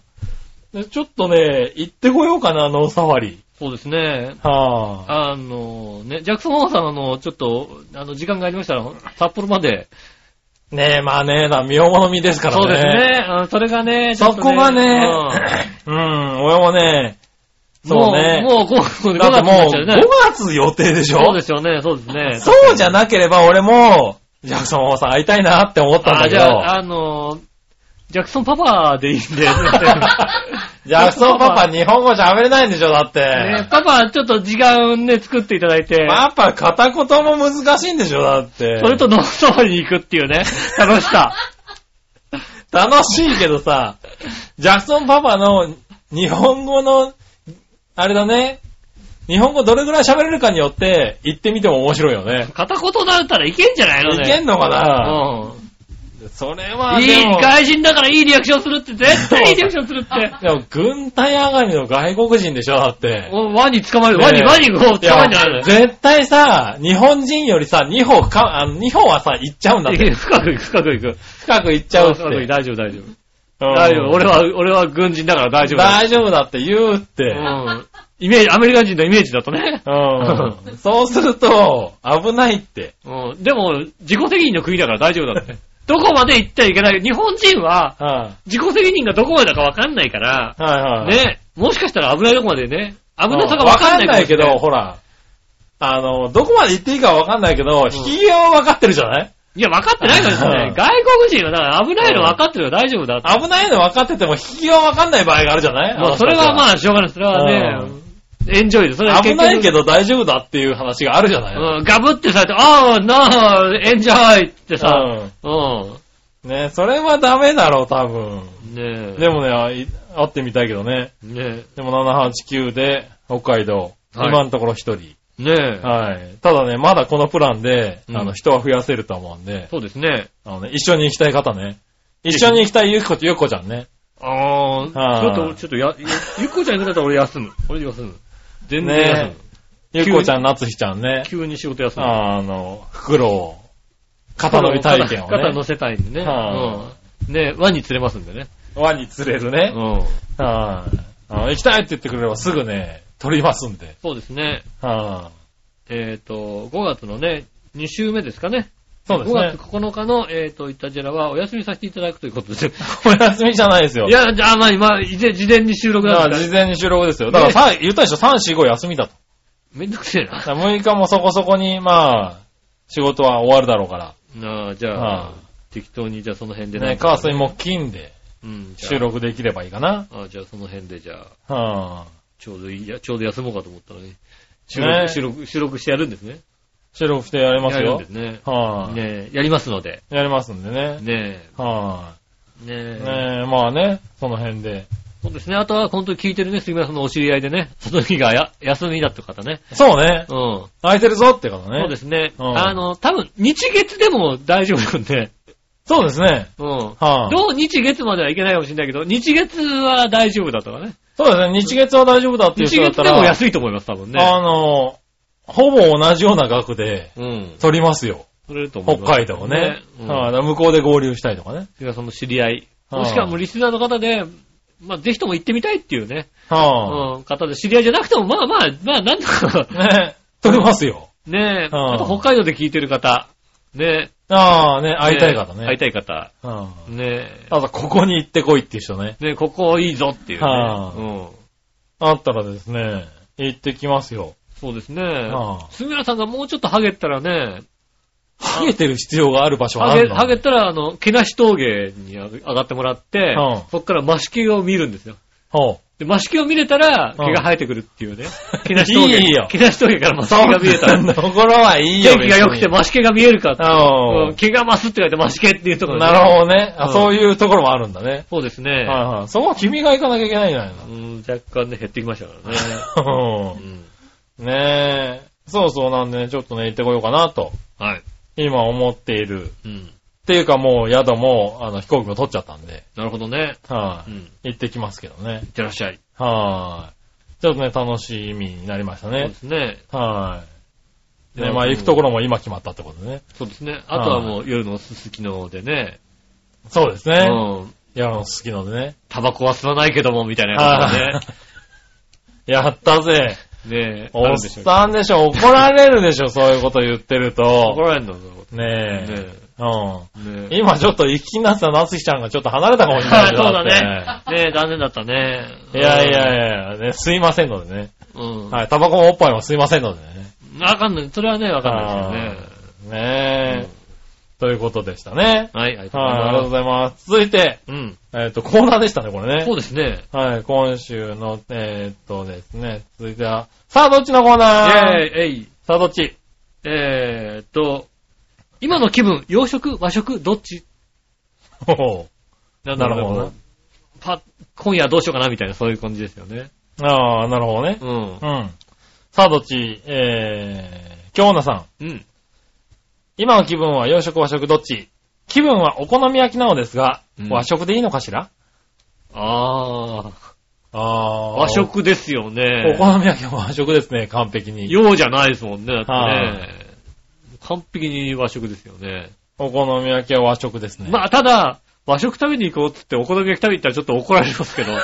[SPEAKER 3] ぁ、でちょっとね、行ってこようかな、ノーサファリ。
[SPEAKER 2] そうですね。
[SPEAKER 3] はぁ、
[SPEAKER 2] あの、ね、ジャクソン・ホーさんのあの、ちょっと、あの、時間がありましたら、札幌まで。
[SPEAKER 3] ねえ、まあね、だ見よもの見ですからね。
[SPEAKER 2] そうですね。あのそれがね、ちょ
[SPEAKER 3] そ
[SPEAKER 2] っと
[SPEAKER 3] こがね
[SPEAKER 2] うん、
[SPEAKER 3] うん、俺もね、 そうね。
[SPEAKER 2] もう、もう、こう、
[SPEAKER 3] だってもう、
[SPEAKER 2] 5月になっ
[SPEAKER 3] 5
[SPEAKER 2] ちゃね。
[SPEAKER 3] 月予定でしょ
[SPEAKER 2] そうですよね、そうですね。
[SPEAKER 3] そうじゃなければ俺も、ジャクソン王さん会いたいなって思ったん
[SPEAKER 2] あ、
[SPEAKER 3] だけ
[SPEAKER 2] じ
[SPEAKER 3] ど
[SPEAKER 2] ゃ、あ、あの、ジャクソンパパでいいん で。
[SPEAKER 3] ジャクソンパパ日本語喋れないんでしょ、だって。
[SPEAKER 2] ね、パパ、ちょっと時間ね、作っていただいて、
[SPEAKER 3] パパ片言も難しいんでしょ、だって。
[SPEAKER 2] それとノーストーリーに行くっていうね、楽し さ。
[SPEAKER 3] 楽しいけどさ、ジャクソンパパの日本語の、あれだね、日本語どれぐらい喋れるかによって、行ってみても面白いよね。
[SPEAKER 2] 片言だったらいけんじゃないのね。
[SPEAKER 3] いけんのかな
[SPEAKER 2] う
[SPEAKER 3] それは
[SPEAKER 2] ん。い
[SPEAKER 3] で
[SPEAKER 2] い、
[SPEAKER 3] も、
[SPEAKER 2] 外人だからいいリアクションするって、絶対いいリアクションするって。
[SPEAKER 3] でも軍隊上がりの外国人でしょ、だって。
[SPEAKER 2] おワニ捕まえる、
[SPEAKER 3] ね
[SPEAKER 2] ワニ、ワニを捕まえるんじゃないの
[SPEAKER 3] 絶対さ、日本人よりさ、2歩か、あの、2歩はさ、行っちゃうんだっ
[SPEAKER 2] いや
[SPEAKER 3] て。
[SPEAKER 2] 深く行く、深く行く。
[SPEAKER 3] 深く行っちゃうって。
[SPEAKER 2] 深く行く大丈夫、大丈夫。
[SPEAKER 3] うん
[SPEAKER 2] 大丈夫。俺は、俺は軍人だから大丈夫。
[SPEAKER 3] 大丈夫だって言うって。
[SPEAKER 2] うん。イメージ、アメリカ人のイメージだとね。
[SPEAKER 3] うん。そうすると、危ないって。
[SPEAKER 2] うん。でも、自己責任の国だから大丈夫 だって。どこまで行ってはいけない。日本人は、
[SPEAKER 3] は
[SPEAKER 2] 自己責任がどこまでだかわかんないから、
[SPEAKER 3] いはいはい。
[SPEAKER 2] ね、もしかしたら危ないとこまでね、危
[SPEAKER 3] うん、
[SPEAKER 2] なさがわかんない
[SPEAKER 3] わ
[SPEAKER 2] か
[SPEAKER 3] けど、
[SPEAKER 2] もしれ
[SPEAKER 3] ほら。あの、どこまで行っていいかわかんないけど、
[SPEAKER 2] ん
[SPEAKER 3] 引き際はわかってるじゃない
[SPEAKER 2] いや、分かってないからです
[SPEAKER 3] う
[SPEAKER 2] ね
[SPEAKER 3] ん。
[SPEAKER 2] 外国人はだから危ないの分かってるから大丈夫だって。
[SPEAKER 3] 危ないの分かってても、引き際わかんない場合があるじゃな い
[SPEAKER 2] まあ、それは まあ、しょうがない。それはね、エンジョイで、それは
[SPEAKER 3] 危
[SPEAKER 2] 結局
[SPEAKER 3] ないけど大丈夫だっていう話があるじゃない、
[SPEAKER 2] うん、ガブってされて、ああ、なあ、エンジョイってさ、うん。
[SPEAKER 3] うんねそれはダメだろう、多分。
[SPEAKER 2] ねえ。
[SPEAKER 3] でもね、あい会ってみたいけどね。
[SPEAKER 2] ね
[SPEAKER 3] でも789で、北海道、
[SPEAKER 2] はい
[SPEAKER 3] 今のところ一人。
[SPEAKER 2] え。ねえ。
[SPEAKER 3] はい。ただね、まだこのプランで、
[SPEAKER 2] うん
[SPEAKER 3] あの、人は増やせると思うんで、
[SPEAKER 2] そうですね。
[SPEAKER 3] あのね、一緒に行きたい方ね。一緒に行きたいゆきこ、ゆきこちゃんね。
[SPEAKER 2] ああ、ちょ
[SPEAKER 3] は
[SPEAKER 2] っ
[SPEAKER 3] い
[SPEAKER 2] と、ちょっとや、ゆゆっこちゃんいなかったら俺休む。俺休む。全然休む。
[SPEAKER 3] ねゆきこちゃん、なつひちゃんね。
[SPEAKER 2] 急に仕事休む。
[SPEAKER 3] あの、袋を、肩乗り体験を
[SPEAKER 2] 肩肩
[SPEAKER 3] ね
[SPEAKER 2] 乗。せたいんでね。
[SPEAKER 3] は
[SPEAKER 2] うん。ね、ワニ釣れますんでね。
[SPEAKER 3] 輪に釣れる
[SPEAKER 2] う
[SPEAKER 3] ね。
[SPEAKER 2] ん。
[SPEAKER 3] はいあの行きたいって言ってくれればすぐね、取りますんで。
[SPEAKER 2] そうですね。
[SPEAKER 3] はい
[SPEAKER 2] えっ、と、5月のね、2週目ですかね。
[SPEAKER 3] そうです
[SPEAKER 2] 5
[SPEAKER 3] ね
[SPEAKER 2] 月。9日の、えっ、と、イタジェラはお休みさせていただくということで。 い
[SPEAKER 3] お休みじゃないですよ。
[SPEAKER 2] や、じゃあ、まあ、今、いぜ事前に収録
[SPEAKER 3] だ
[SPEAKER 2] だ
[SPEAKER 3] か
[SPEAKER 2] からら
[SPEAKER 3] 事、前に収録ですよ。だからさ、言ったでしょ、3、4、5休みだと。
[SPEAKER 2] めんどくせえな。
[SPEAKER 3] だから6日もそこそこに、まあ、仕事は終わるだろうか
[SPEAKER 2] なあ、じゃあ、
[SPEAKER 3] は
[SPEAKER 2] 適当に、じゃあその辺で
[SPEAKER 3] ら。
[SPEAKER 2] な
[SPEAKER 3] ね、
[SPEAKER 2] んか
[SPEAKER 3] 川水も金で
[SPEAKER 2] うん、じゃあ
[SPEAKER 3] 収。録できればいいかな。
[SPEAKER 2] あじゃあその辺で、じゃあ、
[SPEAKER 3] はあ、
[SPEAKER 2] ちょうどいいや、ちょうど休もうかと思ったのに。収録、
[SPEAKER 3] ね
[SPEAKER 2] 収録、収録してやるんですね。
[SPEAKER 3] 収録してやります
[SPEAKER 2] やるん
[SPEAKER 3] よ
[SPEAKER 2] で。すね。
[SPEAKER 3] はい、
[SPEAKER 2] ねえ、やりますので。
[SPEAKER 3] やりますんでね。
[SPEAKER 2] ね
[SPEAKER 3] は
[SPEAKER 2] え、ね
[SPEAKER 3] い、
[SPEAKER 2] え。
[SPEAKER 3] ねえ、まあね、その辺で。
[SPEAKER 2] そうですね。あとは、本当に聞いてるね、杉村さんのお知り合いでね、その日がや休みだって方ね。
[SPEAKER 3] そうね。
[SPEAKER 2] うん。
[SPEAKER 3] 空いてるぞって方ね。。
[SPEAKER 2] そうですすね。
[SPEAKER 3] うん
[SPEAKER 2] あの、多分、日月でも大丈夫なんで。
[SPEAKER 3] そうですね。
[SPEAKER 2] うん。
[SPEAKER 3] はい、
[SPEAKER 2] どう日月まではいけないかもしれないけど、日月は大丈夫だとかね。
[SPEAKER 3] そうですね。日月は大丈夫だっていう
[SPEAKER 2] 日
[SPEAKER 3] 人だっ
[SPEAKER 2] 月
[SPEAKER 3] た
[SPEAKER 2] で
[SPEAKER 3] ら、
[SPEAKER 2] も安いと思います、多分
[SPEAKER 3] あ
[SPEAKER 2] ね。
[SPEAKER 3] の、ほぼ同じような額で
[SPEAKER 2] うん。
[SPEAKER 3] 取りますよ。
[SPEAKER 2] 取れると思い
[SPEAKER 3] 北
[SPEAKER 2] ます。
[SPEAKER 3] 海道ね。
[SPEAKER 2] うん
[SPEAKER 3] はいだから向こうで合流したいとかね。
[SPEAKER 2] 杉村さんの知り合い。
[SPEAKER 3] うん
[SPEAKER 2] もしくはもうリスナーの方で、まあ、ぜひとも行ってみたいっていうね、
[SPEAKER 3] は
[SPEAKER 2] うん、方で、知り合いじゃなくても、まあまあ、まあ、なんとか
[SPEAKER 3] あ、、ね、取れますよ。
[SPEAKER 2] ねえ、
[SPEAKER 3] うん
[SPEAKER 2] あと北海道で聞いてる方、ね
[SPEAKER 3] ああ、ね、
[SPEAKER 2] え、
[SPEAKER 3] 会いたい方ね。
[SPEAKER 2] 会いたい方、
[SPEAKER 3] うん
[SPEAKER 2] ね
[SPEAKER 3] あと、ここに行ってこいっていう人ね。
[SPEAKER 2] え、ねえ、ここいいぞっていうね、
[SPEAKER 3] はあ
[SPEAKER 2] うん、
[SPEAKER 3] あったらですね、行ってきますよ。
[SPEAKER 2] そうですね、
[SPEAKER 3] はあ
[SPEAKER 2] 杉村さんがもうちょっとハゲったらね、
[SPEAKER 3] ハゲてる必要がある場所は
[SPEAKER 2] ハ
[SPEAKER 3] あ
[SPEAKER 2] ゲ、
[SPEAKER 3] るの
[SPEAKER 2] ハゲたら、あの、毛なし峠に上がってもらって、
[SPEAKER 3] うん
[SPEAKER 2] そっからマシ毛を見るんですよ。
[SPEAKER 3] ほ
[SPEAKER 2] で、マシ毛を見れたら、
[SPEAKER 3] うん
[SPEAKER 2] 毛が生えてくるっていう ね。毛なし峠。
[SPEAKER 3] いいよ
[SPEAKER 2] 毛なし峠からマ
[SPEAKER 3] う。
[SPEAKER 2] シ毛が見えたら、
[SPEAKER 3] ところはいいよ。
[SPEAKER 2] 元気が良くて
[SPEAKER 3] 別に
[SPEAKER 2] マシ毛が見えるかって
[SPEAKER 3] うん
[SPEAKER 2] うん毛が増すって書いてマシ毛っていうところ
[SPEAKER 3] なるほどね。あ
[SPEAKER 2] うん
[SPEAKER 3] そういうところもあるんだね。
[SPEAKER 2] ほど。そうですね。
[SPEAKER 3] はいはい。そこは君が行かなきゃいけないんじゃない
[SPEAKER 2] うん、若干ね、減ってきましたからね。
[SPEAKER 3] の
[SPEAKER 2] うん
[SPEAKER 3] うんねえ。そうそうなんでね、ちょっとね、行ってこようかなと、
[SPEAKER 2] はい。
[SPEAKER 3] 今思っている
[SPEAKER 2] うん。
[SPEAKER 3] っていうかもう宿も、あの、飛行機も取っちゃったんで、
[SPEAKER 2] なるほどね。
[SPEAKER 3] は
[SPEAKER 2] う
[SPEAKER 3] い、
[SPEAKER 2] ん。い
[SPEAKER 3] 行ってきますけどね。
[SPEAKER 2] ってらっしゃい。
[SPEAKER 3] はい、ちょっとね、楽しみになりまし
[SPEAKER 2] そ
[SPEAKER 3] た
[SPEAKER 2] う
[SPEAKER 3] ね
[SPEAKER 2] で。すね。
[SPEAKER 3] はい、
[SPEAKER 2] い
[SPEAKER 3] ね、
[SPEAKER 2] や
[SPEAKER 3] まあ
[SPEAKER 2] もう
[SPEAKER 3] 行くところも今決まったってことでね。
[SPEAKER 2] そうですね。あとはもう夜のすすきのでね。
[SPEAKER 3] そうです
[SPEAKER 2] う
[SPEAKER 3] ね。
[SPEAKER 2] ん。
[SPEAKER 3] いや、好きのでね。
[SPEAKER 2] タバコは吸わないけども、みたいな
[SPEAKER 3] は
[SPEAKER 2] や
[SPEAKER 3] い、やったぜ。
[SPEAKER 2] つね。ねえ。あ
[SPEAKER 3] お
[SPEAKER 2] る
[SPEAKER 3] っ
[SPEAKER 2] んでしょうけど
[SPEAKER 3] さんでしょ。怒られるでしょ。そういうこと言ってる
[SPEAKER 2] 怒
[SPEAKER 3] と。
[SPEAKER 2] られるんだぞ。
[SPEAKER 3] ねえ。
[SPEAKER 2] ね
[SPEAKER 3] うん。
[SPEAKER 2] え。ねえ。
[SPEAKER 3] 今ちょっと生きなさなつきちゃんがちょっと離れたかもしれ
[SPEAKER 2] あ
[SPEAKER 3] ない
[SPEAKER 2] あ
[SPEAKER 3] け
[SPEAKER 2] そ
[SPEAKER 3] ど
[SPEAKER 2] うだね。ねえ、残念だったね。
[SPEAKER 3] いやい
[SPEAKER 2] いや。
[SPEAKER 3] やいや、ね、すいませんのでね。
[SPEAKER 2] うん。
[SPEAKER 3] はい、タバコもおっぱいもすいませんのでね。
[SPEAKER 2] わかんない。それはね、わかんないですよね。
[SPEAKER 3] ね。ねえ、ということでしたね。
[SPEAKER 2] はい、ありがとうご
[SPEAKER 3] はい、ありがとう
[SPEAKER 2] ざい
[SPEAKER 3] ございます。続いて、
[SPEAKER 2] ます。うん。
[SPEAKER 3] えっ、と、コーナーでしたね、これ
[SPEAKER 2] そ
[SPEAKER 3] ね
[SPEAKER 2] う。ですね。
[SPEAKER 3] はい、今週の、えーっとですね、続いては、さあ、どっちのコー
[SPEAKER 2] イェ
[SPEAKER 3] ナー
[SPEAKER 2] ーイえい。
[SPEAKER 3] さあ、どっち
[SPEAKER 2] えーっと、今の気分、洋食、和食、どっち
[SPEAKER 3] ほほ
[SPEAKER 2] な
[SPEAKER 3] うん
[SPEAKER 2] だろ
[SPEAKER 3] な
[SPEAKER 2] う
[SPEAKER 3] るほど
[SPEAKER 2] ね。パ今夜どうしようかなみたいな、そういう感じですよね。
[SPEAKER 3] ああ、なるほどね。
[SPEAKER 2] うん
[SPEAKER 3] う。ん。さあ、どっちえー、京女さん。
[SPEAKER 2] うん。
[SPEAKER 3] 今の気分は洋食和食どっち気分はお好み焼きなのですが、
[SPEAKER 2] うん
[SPEAKER 3] 和食でいいのかしら
[SPEAKER 2] あー。
[SPEAKER 3] ああ
[SPEAKER 2] 和食ですよ
[SPEAKER 3] お
[SPEAKER 2] ね。
[SPEAKER 3] 好み焼きは和食ですね、完璧に。
[SPEAKER 2] 洋じゃないですもんね、だって
[SPEAKER 3] は
[SPEAKER 2] ね。完璧に和食ですよね。
[SPEAKER 3] お好み焼きは和食ですね。
[SPEAKER 2] まあ、ただ、和食食べに行こうっつってお好み焼き食べに行ったらちょっと怒られます けど。今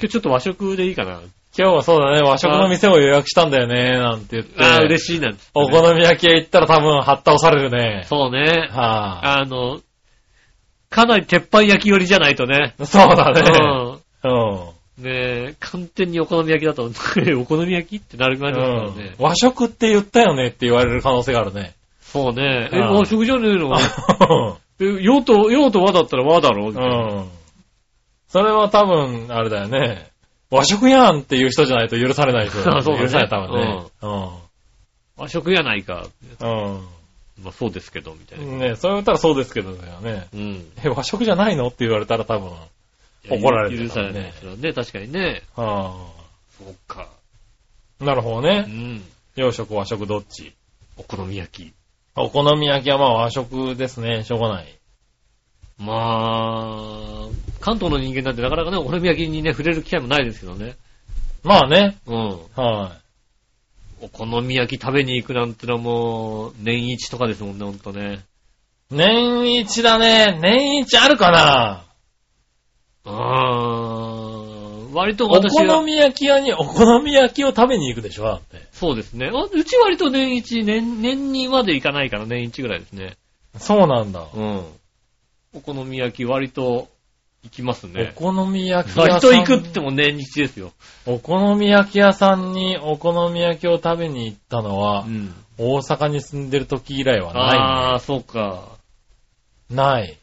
[SPEAKER 2] 日ちょっと和食でいいかな。
[SPEAKER 3] 今日はそうだね、和食の店を予約したんだよね、なんて言って。
[SPEAKER 2] ああ、
[SPEAKER 3] しい。
[SPEAKER 2] 嬉しいなんつってね、
[SPEAKER 3] お好み焼き屋行ったら多分、はった押されるね。
[SPEAKER 2] そうね。
[SPEAKER 3] は
[SPEAKER 2] あの、かなり鉄板焼き寄りじゃないと ね。
[SPEAKER 3] あ。そうだ
[SPEAKER 2] うん。
[SPEAKER 3] ね。う
[SPEAKER 2] ね
[SPEAKER 3] ん。
[SPEAKER 2] え、完全にお好み焼きだと、 お好み焼きってなる感じですからね。
[SPEAKER 3] 和食って言ったよねって言われる可能性があるね。
[SPEAKER 2] そうね。え、
[SPEAKER 3] うん
[SPEAKER 2] 和食じゃねえの
[SPEAKER 3] う
[SPEAKER 2] え用と、用と和だったら和だろみたいな。
[SPEAKER 3] ん。それは多分、あれだよね。和食やんっていう人じゃないと許されないです よ
[SPEAKER 2] そうだね
[SPEAKER 3] 許された分ね。う
[SPEAKER 2] 和食やないか。
[SPEAKER 3] ん。
[SPEAKER 2] まあそうですけど、みたいうな。
[SPEAKER 3] ん。ねそれ言ったらそうですけどだよね。
[SPEAKER 2] うん。
[SPEAKER 3] え、和食じゃないのって言われたら多分。怒られる
[SPEAKER 2] 許されないですよね。確かにね。
[SPEAKER 3] あ
[SPEAKER 2] そうか。
[SPEAKER 3] あ。なるほど
[SPEAKER 2] う
[SPEAKER 3] ね。
[SPEAKER 2] ん。
[SPEAKER 3] 洋食、和食どっち
[SPEAKER 2] お好み焼き。
[SPEAKER 3] お好み焼きはまあ和食ですね。しょうがない。
[SPEAKER 2] まあ、関東の人間なんてなかなかね、お好み焼きにね、触れる機会もないですけどね。
[SPEAKER 3] まあね。
[SPEAKER 2] うん。
[SPEAKER 3] は
[SPEAKER 2] お好み焼き食べに行くなんてのはもう、年一とかですもんね、ほんとね。
[SPEAKER 3] い。年一だね。年一あるかな
[SPEAKER 2] うーん。割と
[SPEAKER 3] お
[SPEAKER 2] 私
[SPEAKER 3] 好
[SPEAKER 2] は、
[SPEAKER 3] み焼き屋にお好み焼きを食べに行くでしょだって。
[SPEAKER 2] そうですね。あうち割と年一、年、年にまで行かないから年一ぐらいですね。
[SPEAKER 3] そうなんだ。
[SPEAKER 2] うん。お好み焼き割と行きますね。
[SPEAKER 3] お好み焼き屋
[SPEAKER 2] 割
[SPEAKER 3] さ
[SPEAKER 2] と
[SPEAKER 3] ん。
[SPEAKER 2] 行くって言っても年一ですよ。
[SPEAKER 3] お好み焼き屋さんにお好み焼きを食べに行ったのは、
[SPEAKER 2] うん。
[SPEAKER 3] 大阪に住んでる時以来はな
[SPEAKER 2] ああ、そうか。
[SPEAKER 3] い、ね。ない。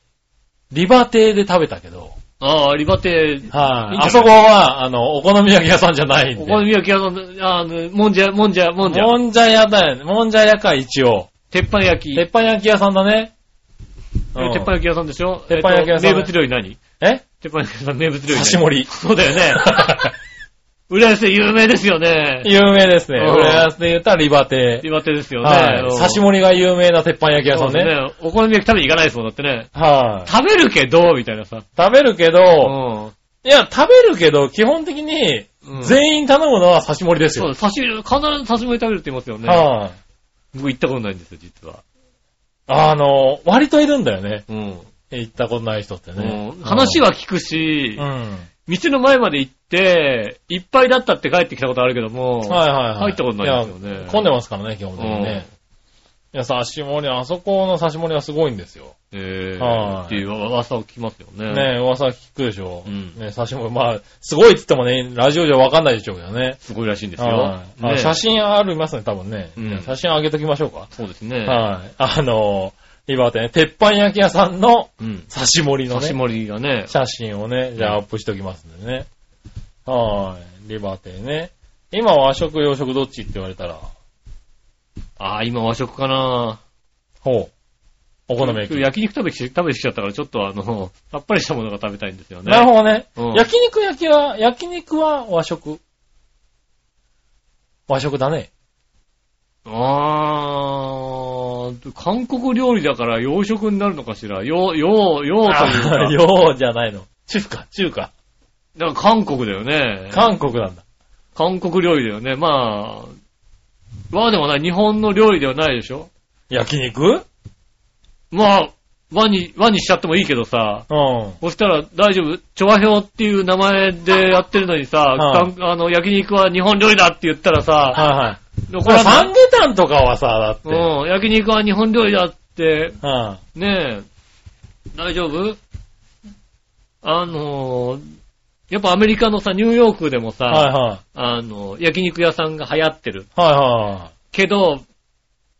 [SPEAKER 3] リバ亭で食べたけど。
[SPEAKER 2] ああ、リバテ、
[SPEAKER 3] はい
[SPEAKER 2] いんじゃ
[SPEAKER 3] い、
[SPEAKER 2] ない
[SPEAKER 3] あそこは、あの、お好み焼き屋さんじゃないんで。
[SPEAKER 2] お好み焼き屋さん、あの、もんじゃ、もんじゃ、もんじゃ。
[SPEAKER 3] もんじゃ屋だよね。もんじゃ屋か、一応。
[SPEAKER 2] 鉄板焼き。
[SPEAKER 3] 鉄板焼き屋さんだね。
[SPEAKER 2] え
[SPEAKER 3] うん
[SPEAKER 2] 鉄板焼き屋さんでしょ
[SPEAKER 3] 鉄板焼き屋さん
[SPEAKER 2] えっと名物料理何
[SPEAKER 3] え
[SPEAKER 2] 鉄板焼き屋さん名物料理何
[SPEAKER 3] 刺し盛り。
[SPEAKER 2] そうだよ ね。浦安で有名ですよね。
[SPEAKER 3] 有名ですね。
[SPEAKER 2] うん
[SPEAKER 3] 浦安で言ったらリバ亭。
[SPEAKER 2] 岩手ですよね。
[SPEAKER 3] は
[SPEAKER 2] うん
[SPEAKER 3] い。刺し盛りが有名な鉄板焼き屋さん
[SPEAKER 2] そう
[SPEAKER 3] ね。
[SPEAKER 2] ですお好み焼き食べに行かないですもん、だってね。
[SPEAKER 3] はい。
[SPEAKER 2] 食べるけど、みたいなさ。
[SPEAKER 3] 食べるけ
[SPEAKER 2] う
[SPEAKER 3] ど、
[SPEAKER 2] ん。
[SPEAKER 3] いや、食べるけど、基本的に、
[SPEAKER 2] うん
[SPEAKER 3] 全員頼むのは刺し盛りです
[SPEAKER 2] そう
[SPEAKER 3] よ。
[SPEAKER 2] だ、刺し、必ず刺し盛り食べるって言いますよね。
[SPEAKER 3] はい。
[SPEAKER 2] 僕行ったことないんですよ、実は。
[SPEAKER 3] あの、割といるんだよね。
[SPEAKER 2] うん。
[SPEAKER 3] 行ったことない人ってね
[SPEAKER 2] うん。話
[SPEAKER 3] は、
[SPEAKER 2] は聞くし
[SPEAKER 3] う、ん。
[SPEAKER 2] 店の前まで行って、いっぱいだったって帰ってきたことあるけども、
[SPEAKER 3] はいはいはい。
[SPEAKER 2] 入ったことないですよね
[SPEAKER 3] や混んでますからね、基本的にね。いや、刺し盛り、あそこの刺し盛りはすごいんですよ。
[SPEAKER 2] え
[SPEAKER 3] は
[SPEAKER 2] ー、
[SPEAKER 3] い
[SPEAKER 2] っていう噂を聞きますよね。
[SPEAKER 3] ね噂聞くでしょ。
[SPEAKER 2] うん
[SPEAKER 3] ね刺し盛り、まあ、すごいって言ってもね、ラジオじゃわかんないでしょうけどね。
[SPEAKER 2] すごいらしいんですよ
[SPEAKER 3] はい。
[SPEAKER 2] ね
[SPEAKER 3] あ写真ありますね、多分ね。
[SPEAKER 2] うん
[SPEAKER 3] じゃあ写真上げときましょうか。
[SPEAKER 2] そうですね。
[SPEAKER 3] はい。あの、今ってね、鉄板焼き屋さんの
[SPEAKER 2] うん。
[SPEAKER 3] 刺し盛りの
[SPEAKER 2] 刺し
[SPEAKER 3] ね、
[SPEAKER 2] 盛りがね。
[SPEAKER 3] 写真をね、じゃあアップしておきますんでね。はい。リバテーね。今和食、洋食どっちって言われたら、
[SPEAKER 2] ああ、今和食かな
[SPEAKER 3] ほう。お好み焼き。
[SPEAKER 2] 焼肉食べき食べてきちゃったから、ちょっとあの、さっぱりしたものが食べたいんですよね。
[SPEAKER 3] なるほどね。
[SPEAKER 2] うん
[SPEAKER 3] 焼肉焼きは、焼肉は和食。和食だね。
[SPEAKER 2] あー、韓国料理だから洋食になるのかしら。洋、洋、洋というか。
[SPEAKER 3] あようじゃないの。中華、中華。
[SPEAKER 2] だから韓国だよね。
[SPEAKER 3] 韓国なんだ。
[SPEAKER 2] 韓国料理だよね。まあ、和でもない。日本の料理ではないでしょ。
[SPEAKER 3] 焼肉
[SPEAKER 2] まあ、和に、和にしちゃってもいいけどさ。
[SPEAKER 3] うん。
[SPEAKER 2] そしたら大丈夫。調和表っていう名前でやってるのにさ、
[SPEAKER 3] はい
[SPEAKER 2] 韓あの、焼肉は日本料理だって言ったらさ、
[SPEAKER 3] はいはい。こ
[SPEAKER 2] 残
[SPEAKER 3] れ
[SPEAKER 2] ら
[SPEAKER 3] サ
[SPEAKER 2] ない
[SPEAKER 3] ン。ゲタンとかはさ、だって。うん。
[SPEAKER 2] うん、焼肉は日本料理だって、
[SPEAKER 3] あ
[SPEAKER 2] ねえ、大丈夫あのー、やっぱアメリカのさ、ニューヨークでもさ、
[SPEAKER 3] あはいはい。
[SPEAKER 2] あの、焼肉屋さんが流行ってる。
[SPEAKER 3] は
[SPEAKER 2] けど、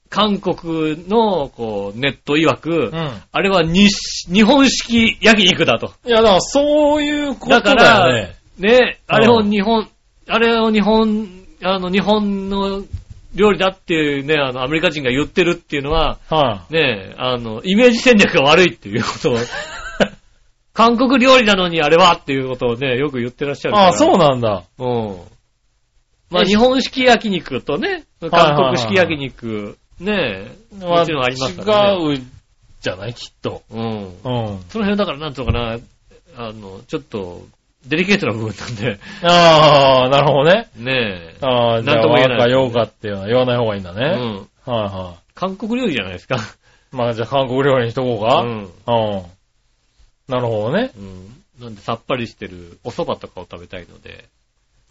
[SPEAKER 2] 韓国の、こう、ネット曰く
[SPEAKER 3] いはい。、うん。
[SPEAKER 2] あれは日し日本式焼肉だと。
[SPEAKER 3] いや、だからそういうこと
[SPEAKER 2] だか
[SPEAKER 3] だよ
[SPEAKER 2] ら
[SPEAKER 3] ね。
[SPEAKER 2] ね、あれを
[SPEAKER 3] うん
[SPEAKER 2] 日本、あれを日本、あの、日本の料理だっていうね、あの、アメリカ人が言ってるっていうのは、
[SPEAKER 3] は
[SPEAKER 2] ねえ、あの、イメージ戦略が悪いっていうこと を、韓国料理なのにあれはっていうことをね、よく言ってらっしゃ
[SPEAKER 3] い。
[SPEAKER 2] るから。
[SPEAKER 3] ああ、そうなんだ。
[SPEAKER 2] うん。まあ、日本式焼肉とね、韓国式焼肉、ねえ、もちろんありますからね。
[SPEAKER 3] 違うじゃないきっと。
[SPEAKER 2] うん。
[SPEAKER 3] うん。
[SPEAKER 2] その辺だからなんとかな、あの、ちょっと、デリケートな部分なんで、
[SPEAKER 3] ああ、なるほどね。
[SPEAKER 2] ね
[SPEAKER 3] ああ、じゃ
[SPEAKER 2] なん
[SPEAKER 3] あ、
[SPEAKER 2] とも言え
[SPEAKER 3] 和
[SPEAKER 2] ない
[SPEAKER 3] か洋かっていうのは言わない方がいいんだ
[SPEAKER 2] え、う
[SPEAKER 3] ね。
[SPEAKER 2] ん。
[SPEAKER 3] はいは
[SPEAKER 2] 韓国料理じゃないですか。
[SPEAKER 3] い。まあ、じゃあ韓国料理にしとこうか。
[SPEAKER 2] う
[SPEAKER 3] うん。
[SPEAKER 2] ん。
[SPEAKER 3] なるほどね。
[SPEAKER 2] うん。なんで、さっぱりしてるお蕎麦とかを食べたいので、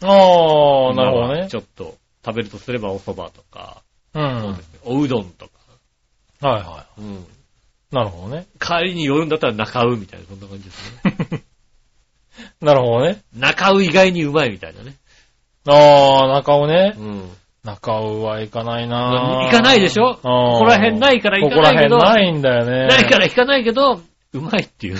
[SPEAKER 3] ああ、なるほど
[SPEAKER 2] 今
[SPEAKER 3] ね
[SPEAKER 2] は。ちょっと、食べるとすればお蕎麦とか、
[SPEAKER 3] うん。
[SPEAKER 2] そう
[SPEAKER 3] は
[SPEAKER 2] ですね。おうどんとか。
[SPEAKER 3] いは
[SPEAKER 2] うん。
[SPEAKER 3] い。なるほど ね。
[SPEAKER 2] 帰りに寄るんだったら中うみたいな、そんな感じですね。
[SPEAKER 3] なるほどね。
[SPEAKER 2] 中う意外にうまいみたいなね。
[SPEAKER 3] ああ、中尾ね
[SPEAKER 2] う。ん。
[SPEAKER 3] 中尾は行かないな
[SPEAKER 2] 行かないでしょ
[SPEAKER 3] うん
[SPEAKER 2] ここら辺ないから行かないけど
[SPEAKER 3] ここら辺ないんだよね。
[SPEAKER 2] ないから引かないけど、うまいっていう。
[SPEAKER 3] へ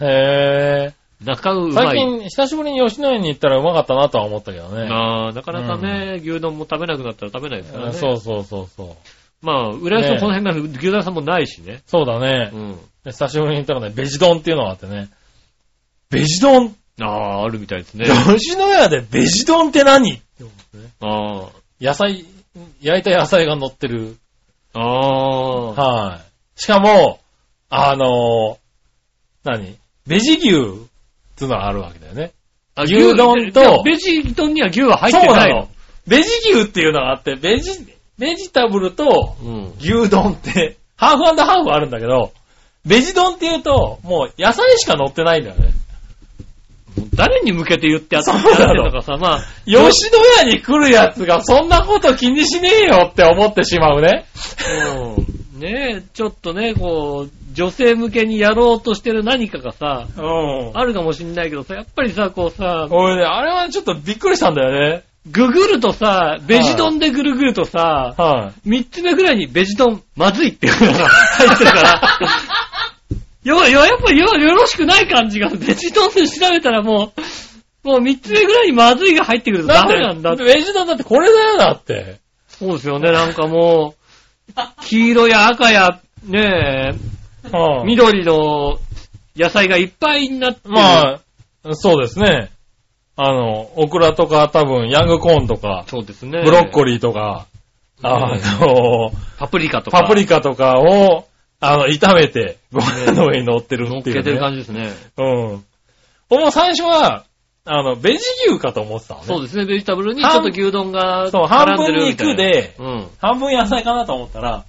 [SPEAKER 3] え。
[SPEAKER 2] 中ううま
[SPEAKER 3] 最
[SPEAKER 2] い。
[SPEAKER 3] 近、久しぶりに吉野家に行ったらうまかったなとは思ったけどね。
[SPEAKER 2] なあなかなかね、牛丼も食べなくなったら食べないですからね。
[SPEAKER 3] そうそうそうそう。
[SPEAKER 2] まあ、浦安の
[SPEAKER 3] ね
[SPEAKER 2] この辺が牛丼屋さんもないしね。
[SPEAKER 3] そうだね
[SPEAKER 2] う。ん。
[SPEAKER 3] 久しぶりに行ったらね、ベジ丼っていうのがあってね。ベジ丼
[SPEAKER 2] ああ、あるみたいですね。
[SPEAKER 3] 吉野家でベジ丼って何
[SPEAKER 2] あ
[SPEAKER 3] 野菜、焼いた野菜が乗ってる。
[SPEAKER 2] あ。ああ。
[SPEAKER 3] はい。しかも、あのー何ベジ牛っていうのがあるわけだよね。
[SPEAKER 2] あ
[SPEAKER 3] 牛丼と
[SPEAKER 2] じゃあベジ丼には牛は入ってないの。
[SPEAKER 3] ベジ牛っていうのがあって、ベジ、ベジタブルと
[SPEAKER 2] うん。
[SPEAKER 3] 牛丼って、 ハーフハーフあるんだけど、ベジ丼って言うと、もう野菜しか乗ってないんだよね。
[SPEAKER 2] 誰に向けて言ってやって
[SPEAKER 3] そう
[SPEAKER 2] やっ
[SPEAKER 3] なの
[SPEAKER 2] てるのかさ、まあ、
[SPEAKER 3] 吉野家に来るやつがそんなこと気にしねえよって思ってしまうね。
[SPEAKER 2] うんねえ、ちょっとね、こう、女性向けにやろうとしてる何かがさ、
[SPEAKER 3] うん。
[SPEAKER 2] あるかもしんないけどさ、やっぱりさ、こうさ、
[SPEAKER 3] 俺ね、あれはちょっとびっくりしたんだよね。
[SPEAKER 2] ググるとさ、ベジ丼でぐるぐるとさ、
[SPEAKER 3] は
[SPEAKER 2] 三つ目ぐらいにベジ丼、まずいっていうのが 入ってるから、よ、よ、やっぱよ、よろしくない感じが、ベジ丼で調べたらもう、もう三つ目ぐらいにまずいが入ってくる
[SPEAKER 3] い。
[SPEAKER 2] とダメなんだって。
[SPEAKER 3] ベジ丼だってこれだよだって。
[SPEAKER 2] そうですよね、なんかもう、黄色や赤や、ねえ、
[SPEAKER 3] うん。
[SPEAKER 2] 緑の野菜がいっぱいになってる。
[SPEAKER 3] まあ、そうですね。あの、オクラとか多分、ヤングコーンとか、
[SPEAKER 2] そうですね。
[SPEAKER 3] ブロッコ
[SPEAKER 2] リー。
[SPEAKER 3] リーとか、あ
[SPEAKER 2] ね
[SPEAKER 3] の、
[SPEAKER 2] パプリカとか。
[SPEAKER 3] パプリカとかを、あの、炒めて、 ご飯の上に乗ってる
[SPEAKER 2] 乗っ
[SPEAKER 3] っ
[SPEAKER 2] け
[SPEAKER 3] ていう、ね。
[SPEAKER 2] てる感じですね。
[SPEAKER 3] うん。俺も最初は、あの、ベジ牛かと思ってたのね。
[SPEAKER 2] そうですね、ベジタブルにちょっと牛丼が
[SPEAKER 3] そう
[SPEAKER 2] 絡んでるみたいな。
[SPEAKER 3] 半分肉で
[SPEAKER 2] うん。
[SPEAKER 3] 半分野菜かなと思ったら、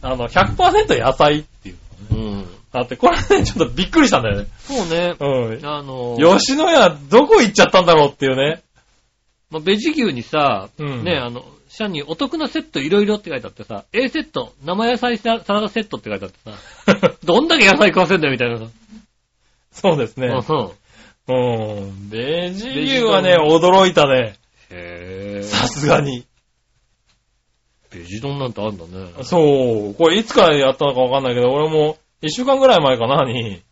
[SPEAKER 3] あの、100%野菜っていう。
[SPEAKER 2] うん。
[SPEAKER 3] あって、これね、ちょっとびっくりしたんだよね。
[SPEAKER 2] そうね、
[SPEAKER 3] う
[SPEAKER 2] あの
[SPEAKER 3] ん。、吉野家、どこ行っちゃったんだろうっていうね。
[SPEAKER 2] まあベジ牛にさ、
[SPEAKER 3] うん
[SPEAKER 2] ね、あの、社にお得なセットいろいろって書いてあってさ、A セット、生野菜サラダセットって書いてあってさ、どんだけ野菜食わせんだよみたいなさ。
[SPEAKER 3] そうですね。
[SPEAKER 2] うん
[SPEAKER 3] うん。ベジ牛はね、驚いたね。
[SPEAKER 2] へ
[SPEAKER 3] さすがに。
[SPEAKER 2] ベジ丼なんてあんだね。
[SPEAKER 3] そう。これいつからやったのかわかんないけど、俺も一週間ぐらい前かなに、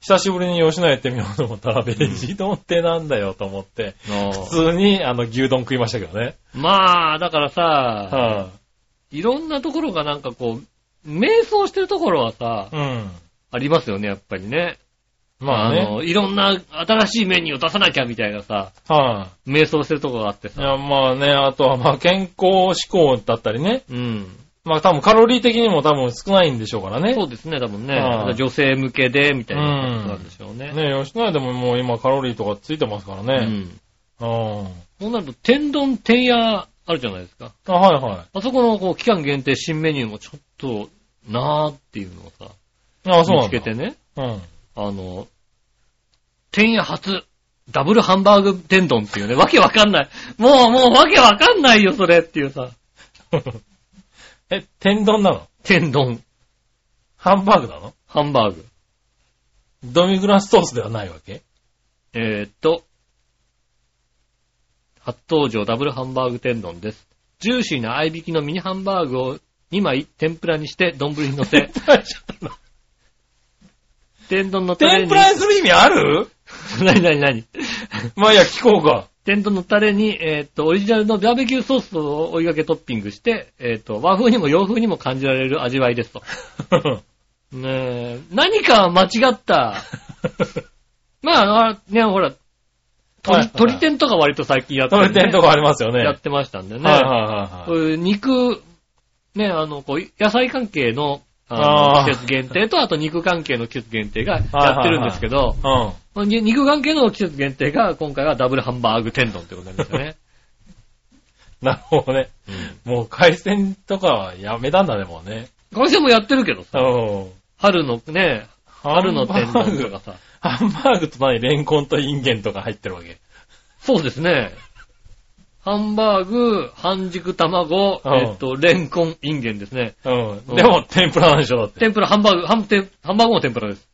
[SPEAKER 3] 久しぶりに吉野家行ってみようと思ったら、ベジ丼ってなんだよと思って、普通にあの牛丼食いましたけどね。
[SPEAKER 2] まあ、だからさ、
[SPEAKER 3] はい
[SPEAKER 2] ろんなところがなんかこう、瞑想してるところはさ
[SPEAKER 3] い、うん。
[SPEAKER 2] ありますよね、やっぱりね。
[SPEAKER 3] まあね。
[SPEAKER 2] の、いろんな新しいメニューを出さなきゃみたいなさ、
[SPEAKER 3] は
[SPEAKER 2] 瞑想してるとこがあって
[SPEAKER 3] い。い
[SPEAKER 2] さ。
[SPEAKER 3] や、まあね、あとはまあ健康志向だったりね。
[SPEAKER 2] うん。
[SPEAKER 3] まあ多分カロリー的にも多分少ないんでしょうからね。
[SPEAKER 2] そうですね、多分ね。
[SPEAKER 3] はい
[SPEAKER 2] 女性向けで、みたいなことなんでしょうね。
[SPEAKER 3] ね吉野家でももう今カロリーとかついてますから
[SPEAKER 2] う
[SPEAKER 3] ね。
[SPEAKER 2] ん。
[SPEAKER 3] うん。
[SPEAKER 2] そうなると、天丼天屋あるじゃないですか。
[SPEAKER 3] あ、はいは
[SPEAKER 2] あそこのこう期間限定新メニューもちょっと、なーっていうのをさ、
[SPEAKER 3] い。あ、そう
[SPEAKER 2] 見
[SPEAKER 3] な
[SPEAKER 2] つ
[SPEAKER 3] ん
[SPEAKER 2] け
[SPEAKER 3] だ。
[SPEAKER 2] てね、
[SPEAKER 3] うん。
[SPEAKER 2] あの、天屋初、ダブルハンバーグ天丼っていうね、わけわかんない。もう、もうわけわかんないよ、それっていうさ、
[SPEAKER 3] え、天丼なの
[SPEAKER 2] 天丼、
[SPEAKER 3] ハンバーグなの
[SPEAKER 2] ハンバーグ。
[SPEAKER 3] ドミグラスソースではないわけ
[SPEAKER 2] えーっと、初登場ダブルハンバーグ天丼です。ジューシーな合いびきのミニハンバーグを2枚天ぷらにして丼に乗 せ、天丼のタレ
[SPEAKER 3] 天
[SPEAKER 2] に
[SPEAKER 3] ぷ、らにする意味ある
[SPEAKER 2] 何何何
[SPEAKER 3] まあいいや、聞こうか。
[SPEAKER 2] 天丼のタレに、えーっと、オリジナルのバーベキューソースを追いかけトッピングして、えーっと、和風にも洋風にも感じられる味わいですと。ねえ、何か間違った。 まあ、あね、ほら、
[SPEAKER 3] はいは
[SPEAKER 2] 鳥
[SPEAKER 3] い
[SPEAKER 2] 鳥天とか割と最近やって
[SPEAKER 3] そ
[SPEAKER 2] るね
[SPEAKER 3] れ天とかありますよね。
[SPEAKER 2] やってましたんでね。
[SPEAKER 3] はいはい
[SPEAKER 2] こう
[SPEAKER 3] はい。
[SPEAKER 2] いう肉、ね、あの、こう、野菜関係の、あの
[SPEAKER 3] あー
[SPEAKER 2] 季節限定と、あと肉関係の季節限定がやってるんですけど、
[SPEAKER 3] はい。
[SPEAKER 2] に肉関係の季節限定が、今回はダブルハンバーグ天丼ってことになりますよ ね。
[SPEAKER 3] うん。なるほどね。もう海鮮とかはやめたんだね、もうね。
[SPEAKER 2] 今週もやってるけどさ、
[SPEAKER 3] うん。
[SPEAKER 2] 春のね、春の天丼とかさ、
[SPEAKER 3] ハンバーグと何レンコンとインゲンとか入ってるわけ。
[SPEAKER 2] そうですね。ハンバーグ、半熟卵、
[SPEAKER 3] うん
[SPEAKER 2] えっと、レンコン、インゲンですね。
[SPEAKER 3] うん。でも天ぷらなんでしょ、だって。
[SPEAKER 2] 天ぷら、ハンバーグ、ハン天ハンバーグも天ぷらです。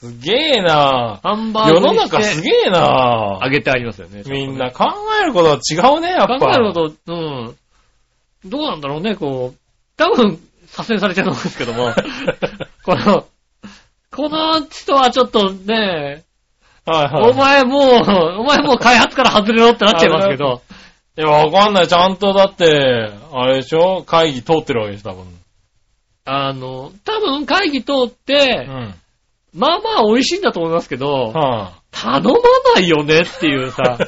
[SPEAKER 3] すげえな
[SPEAKER 2] ハンバーグ
[SPEAKER 3] 世
[SPEAKER 2] に
[SPEAKER 3] の
[SPEAKER 2] して
[SPEAKER 3] 中すげえな
[SPEAKER 2] 揚げてありますよね。
[SPEAKER 3] みんな考えることは違うね、やっぱ。
[SPEAKER 2] 考えると、うん。どうなんだろうね、こう。多分、左遷されちゃうと思うんですけど も。この、この人はちょっとね、
[SPEAKER 3] はいはい。
[SPEAKER 2] お前もう、お前もう開発から外れろってなっちゃいますけど。
[SPEAKER 3] いや、わかんない。ちゃんとだって、あれでしょ会議通ってるわけでしょ、多分。
[SPEAKER 2] あの、多分会議通っ
[SPEAKER 3] う
[SPEAKER 2] て、
[SPEAKER 3] ん。
[SPEAKER 2] まあまあ美味しいんだと思いますけど、
[SPEAKER 3] は
[SPEAKER 2] 頼まないよねっていう さ。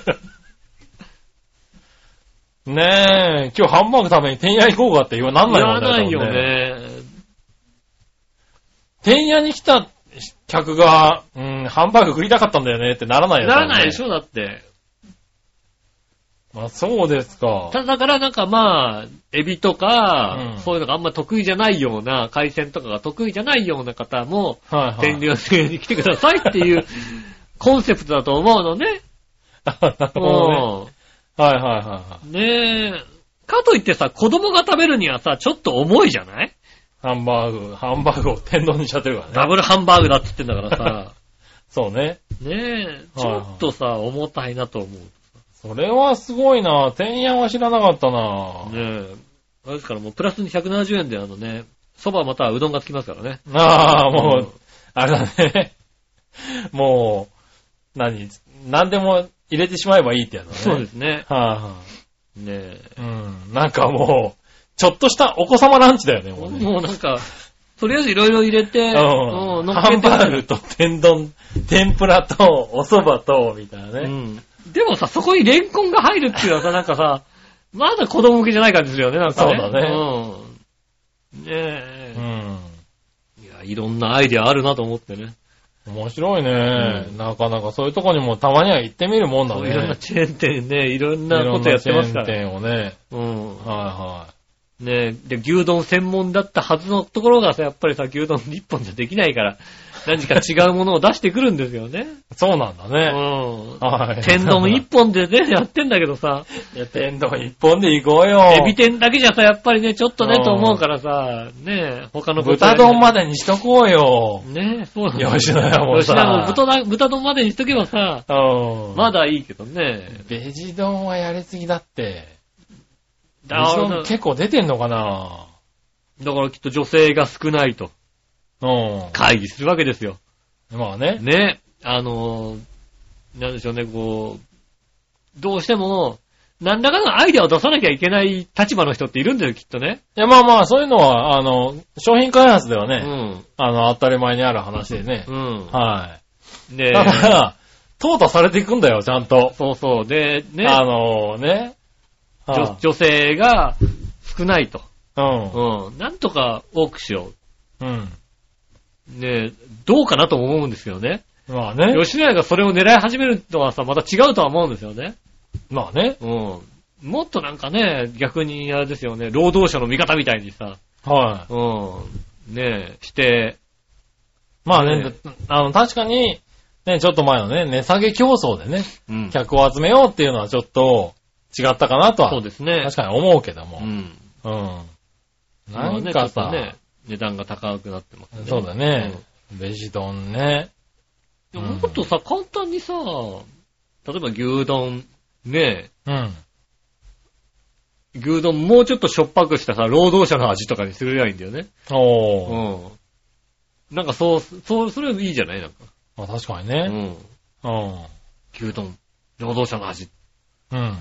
[SPEAKER 3] い。 ねえ、今日ハンバーグ食べに天野行こうかって言わなんない
[SPEAKER 2] 言
[SPEAKER 3] も
[SPEAKER 2] わ
[SPEAKER 3] んね。
[SPEAKER 2] ないよ
[SPEAKER 3] 多分。
[SPEAKER 2] ね。
[SPEAKER 3] 天野に来た客が、うん、ハンバーグ食いたかったんだよねってならないよ
[SPEAKER 2] ならないでし
[SPEAKER 3] ょ。
[SPEAKER 2] ょ、だって。
[SPEAKER 3] まあ、そうですか。
[SPEAKER 2] ただだからなんかまあ、エビとか、
[SPEAKER 3] うん
[SPEAKER 2] そういうのがあんま得意じゃないような、海鮮とかが得意じゃないような方も、
[SPEAKER 3] はいはい。
[SPEAKER 2] 天領制に来てくださいっていうコンセプトだと思うのね。
[SPEAKER 3] あ なるほどね。
[SPEAKER 2] も
[SPEAKER 3] はいはいはいは
[SPEAKER 2] う、ねえ。かといってさ、子供が食べるにはさ、ちょっと重いじゃない
[SPEAKER 3] い。ハンバーグ、ハンバーグを天丼にしちゃってるから
[SPEAKER 2] ダ
[SPEAKER 3] ね。
[SPEAKER 2] ブルハンバーグだって言ってんだからさ、
[SPEAKER 3] そうね。
[SPEAKER 2] ねえ、ちょっとさ、重たいなと思う。
[SPEAKER 3] それはすごいな。天野は知らなかったな。
[SPEAKER 2] ねえ。あれですからもうプラスに170円であのね、蕎麦またはうどんがつきますからね。
[SPEAKER 3] ああ、もう、
[SPEAKER 2] うん
[SPEAKER 3] あれだね。もう、何何でも入れてしまえばいいってやつだね。。
[SPEAKER 2] そうですすね。
[SPEAKER 3] はい、
[SPEAKER 2] ねえ。
[SPEAKER 3] うん。なんかもう、ちょっとしたお子様ランチだよね、もうね。
[SPEAKER 2] もうなんか、とりあえずいろいろ入れて、
[SPEAKER 3] うん
[SPEAKER 2] うん乗っ
[SPEAKER 3] ハ
[SPEAKER 2] け
[SPEAKER 3] ン
[SPEAKER 2] て
[SPEAKER 3] バーグと天丼、天ぷらとお蕎麦と、みたいな
[SPEAKER 2] う
[SPEAKER 3] ね。
[SPEAKER 2] ん。でもさ、そこにレンコンが入るっていうのはさ、なんかさ、まだ子供向けじゃない感じするよね、なんかね。
[SPEAKER 3] そうだね
[SPEAKER 2] うん。ね
[SPEAKER 3] う
[SPEAKER 2] え。
[SPEAKER 3] ん。
[SPEAKER 2] いや、いろんなアイデアあるなと思ってね。
[SPEAKER 3] 面白いね、なかなかそういうとこにもたまには行ってみるもんだ
[SPEAKER 2] そう
[SPEAKER 3] ね。
[SPEAKER 2] いろんなチェーン店ね、いろんなことやってますから。
[SPEAKER 3] いろんなチェーン店をね。
[SPEAKER 2] うん。
[SPEAKER 3] は
[SPEAKER 2] ねえ、で、牛丼専門だったはずのところがさ、やっぱりさ、牛丼一本じゃできないから、何か違うものを出してくるんですよね。
[SPEAKER 3] いはい。そうなんだ
[SPEAKER 2] う
[SPEAKER 3] ね。
[SPEAKER 2] ん。
[SPEAKER 3] はい。
[SPEAKER 2] 天丼一本で ね、やってんだけどさ。
[SPEAKER 3] いや、天丼一本で行こうよ。
[SPEAKER 2] エビ天だけじゃさ、やっぱりね、ちょっとね、
[SPEAKER 3] うん
[SPEAKER 2] と思うからさ、ねえ、他の
[SPEAKER 3] 豚丼
[SPEAKER 2] ま
[SPEAKER 3] までにしとこうよ。
[SPEAKER 2] ねえ、そうなんだ。
[SPEAKER 3] 吉野家も
[SPEAKER 2] 吉
[SPEAKER 3] さ。
[SPEAKER 2] 野家も豚だ豚丼までにしとけばさ、
[SPEAKER 3] うん。
[SPEAKER 2] まだいいけどね。
[SPEAKER 3] ベジ丼はやりすぎだって。
[SPEAKER 2] だ
[SPEAKER 3] ベジ
[SPEAKER 2] だ
[SPEAKER 3] 丼結構出てんのかな
[SPEAKER 2] だからきっと女性が少ないと、
[SPEAKER 3] う
[SPEAKER 2] 会議するわけですよ。
[SPEAKER 3] ん。まあね。
[SPEAKER 2] ねえ、あのー、なんでしょうね、こう、どうしても、何らかのアイデアを出さなきゃいけない立場の人っているんだよ、きっとね。
[SPEAKER 3] いや、まあまあ、そういうのは、あの、商品開発では
[SPEAKER 2] う
[SPEAKER 3] ね、
[SPEAKER 2] ん。
[SPEAKER 3] あの、当たり前にある話でね
[SPEAKER 2] う。ん。
[SPEAKER 3] は
[SPEAKER 2] ね
[SPEAKER 3] だから、淘汰されていくんだよ、ちゃんと。
[SPEAKER 2] そうそう。で、ね、
[SPEAKER 3] あのね。
[SPEAKER 2] 女女性が少ないと。
[SPEAKER 3] は
[SPEAKER 2] うん。なんとか多くしよ
[SPEAKER 3] いうん。うん。
[SPEAKER 2] う。ねどうかなとも思うんですけどね。
[SPEAKER 3] まあね。
[SPEAKER 2] 吉野家がそれを狙い始めるのはさ、また違うとは思うんですよね。
[SPEAKER 3] まあね。
[SPEAKER 2] うん。もっとなんかね、逆にあれですよね、労働者の味方みたいにさ、
[SPEAKER 3] はい。
[SPEAKER 2] うん。ねして、
[SPEAKER 3] まあ
[SPEAKER 2] ね
[SPEAKER 3] ね、あの、確かに、ね、ちょっと前のね、値下げ競争でね、
[SPEAKER 2] うん。
[SPEAKER 3] 客を集めようっていうのはちょっと違ったかなと
[SPEAKER 2] そう
[SPEAKER 3] は、
[SPEAKER 2] ですね。
[SPEAKER 3] 確かに思うけども
[SPEAKER 2] う。ん。
[SPEAKER 3] うん。
[SPEAKER 2] まあ
[SPEAKER 3] な
[SPEAKER 2] ね
[SPEAKER 3] んか
[SPEAKER 2] ちょっと
[SPEAKER 3] さ、
[SPEAKER 2] ね、値段が高くなってますね。
[SPEAKER 3] そうだね。ベジ丼ね。
[SPEAKER 2] うん。でももっとさ、簡単にさ、例えば牛丼、ね
[SPEAKER 3] うん。
[SPEAKER 2] 牛丼もうちょっとしょっぱくしたさ、労働者の味とかにすればいいんだよね。
[SPEAKER 3] おー。
[SPEAKER 2] うん。なんかそう、そう、それいいじゃないなんか。
[SPEAKER 3] まあ確かに
[SPEAKER 2] う
[SPEAKER 3] ね。
[SPEAKER 2] ん。
[SPEAKER 3] うん。
[SPEAKER 2] 牛丼、労働者の味。
[SPEAKER 3] うん。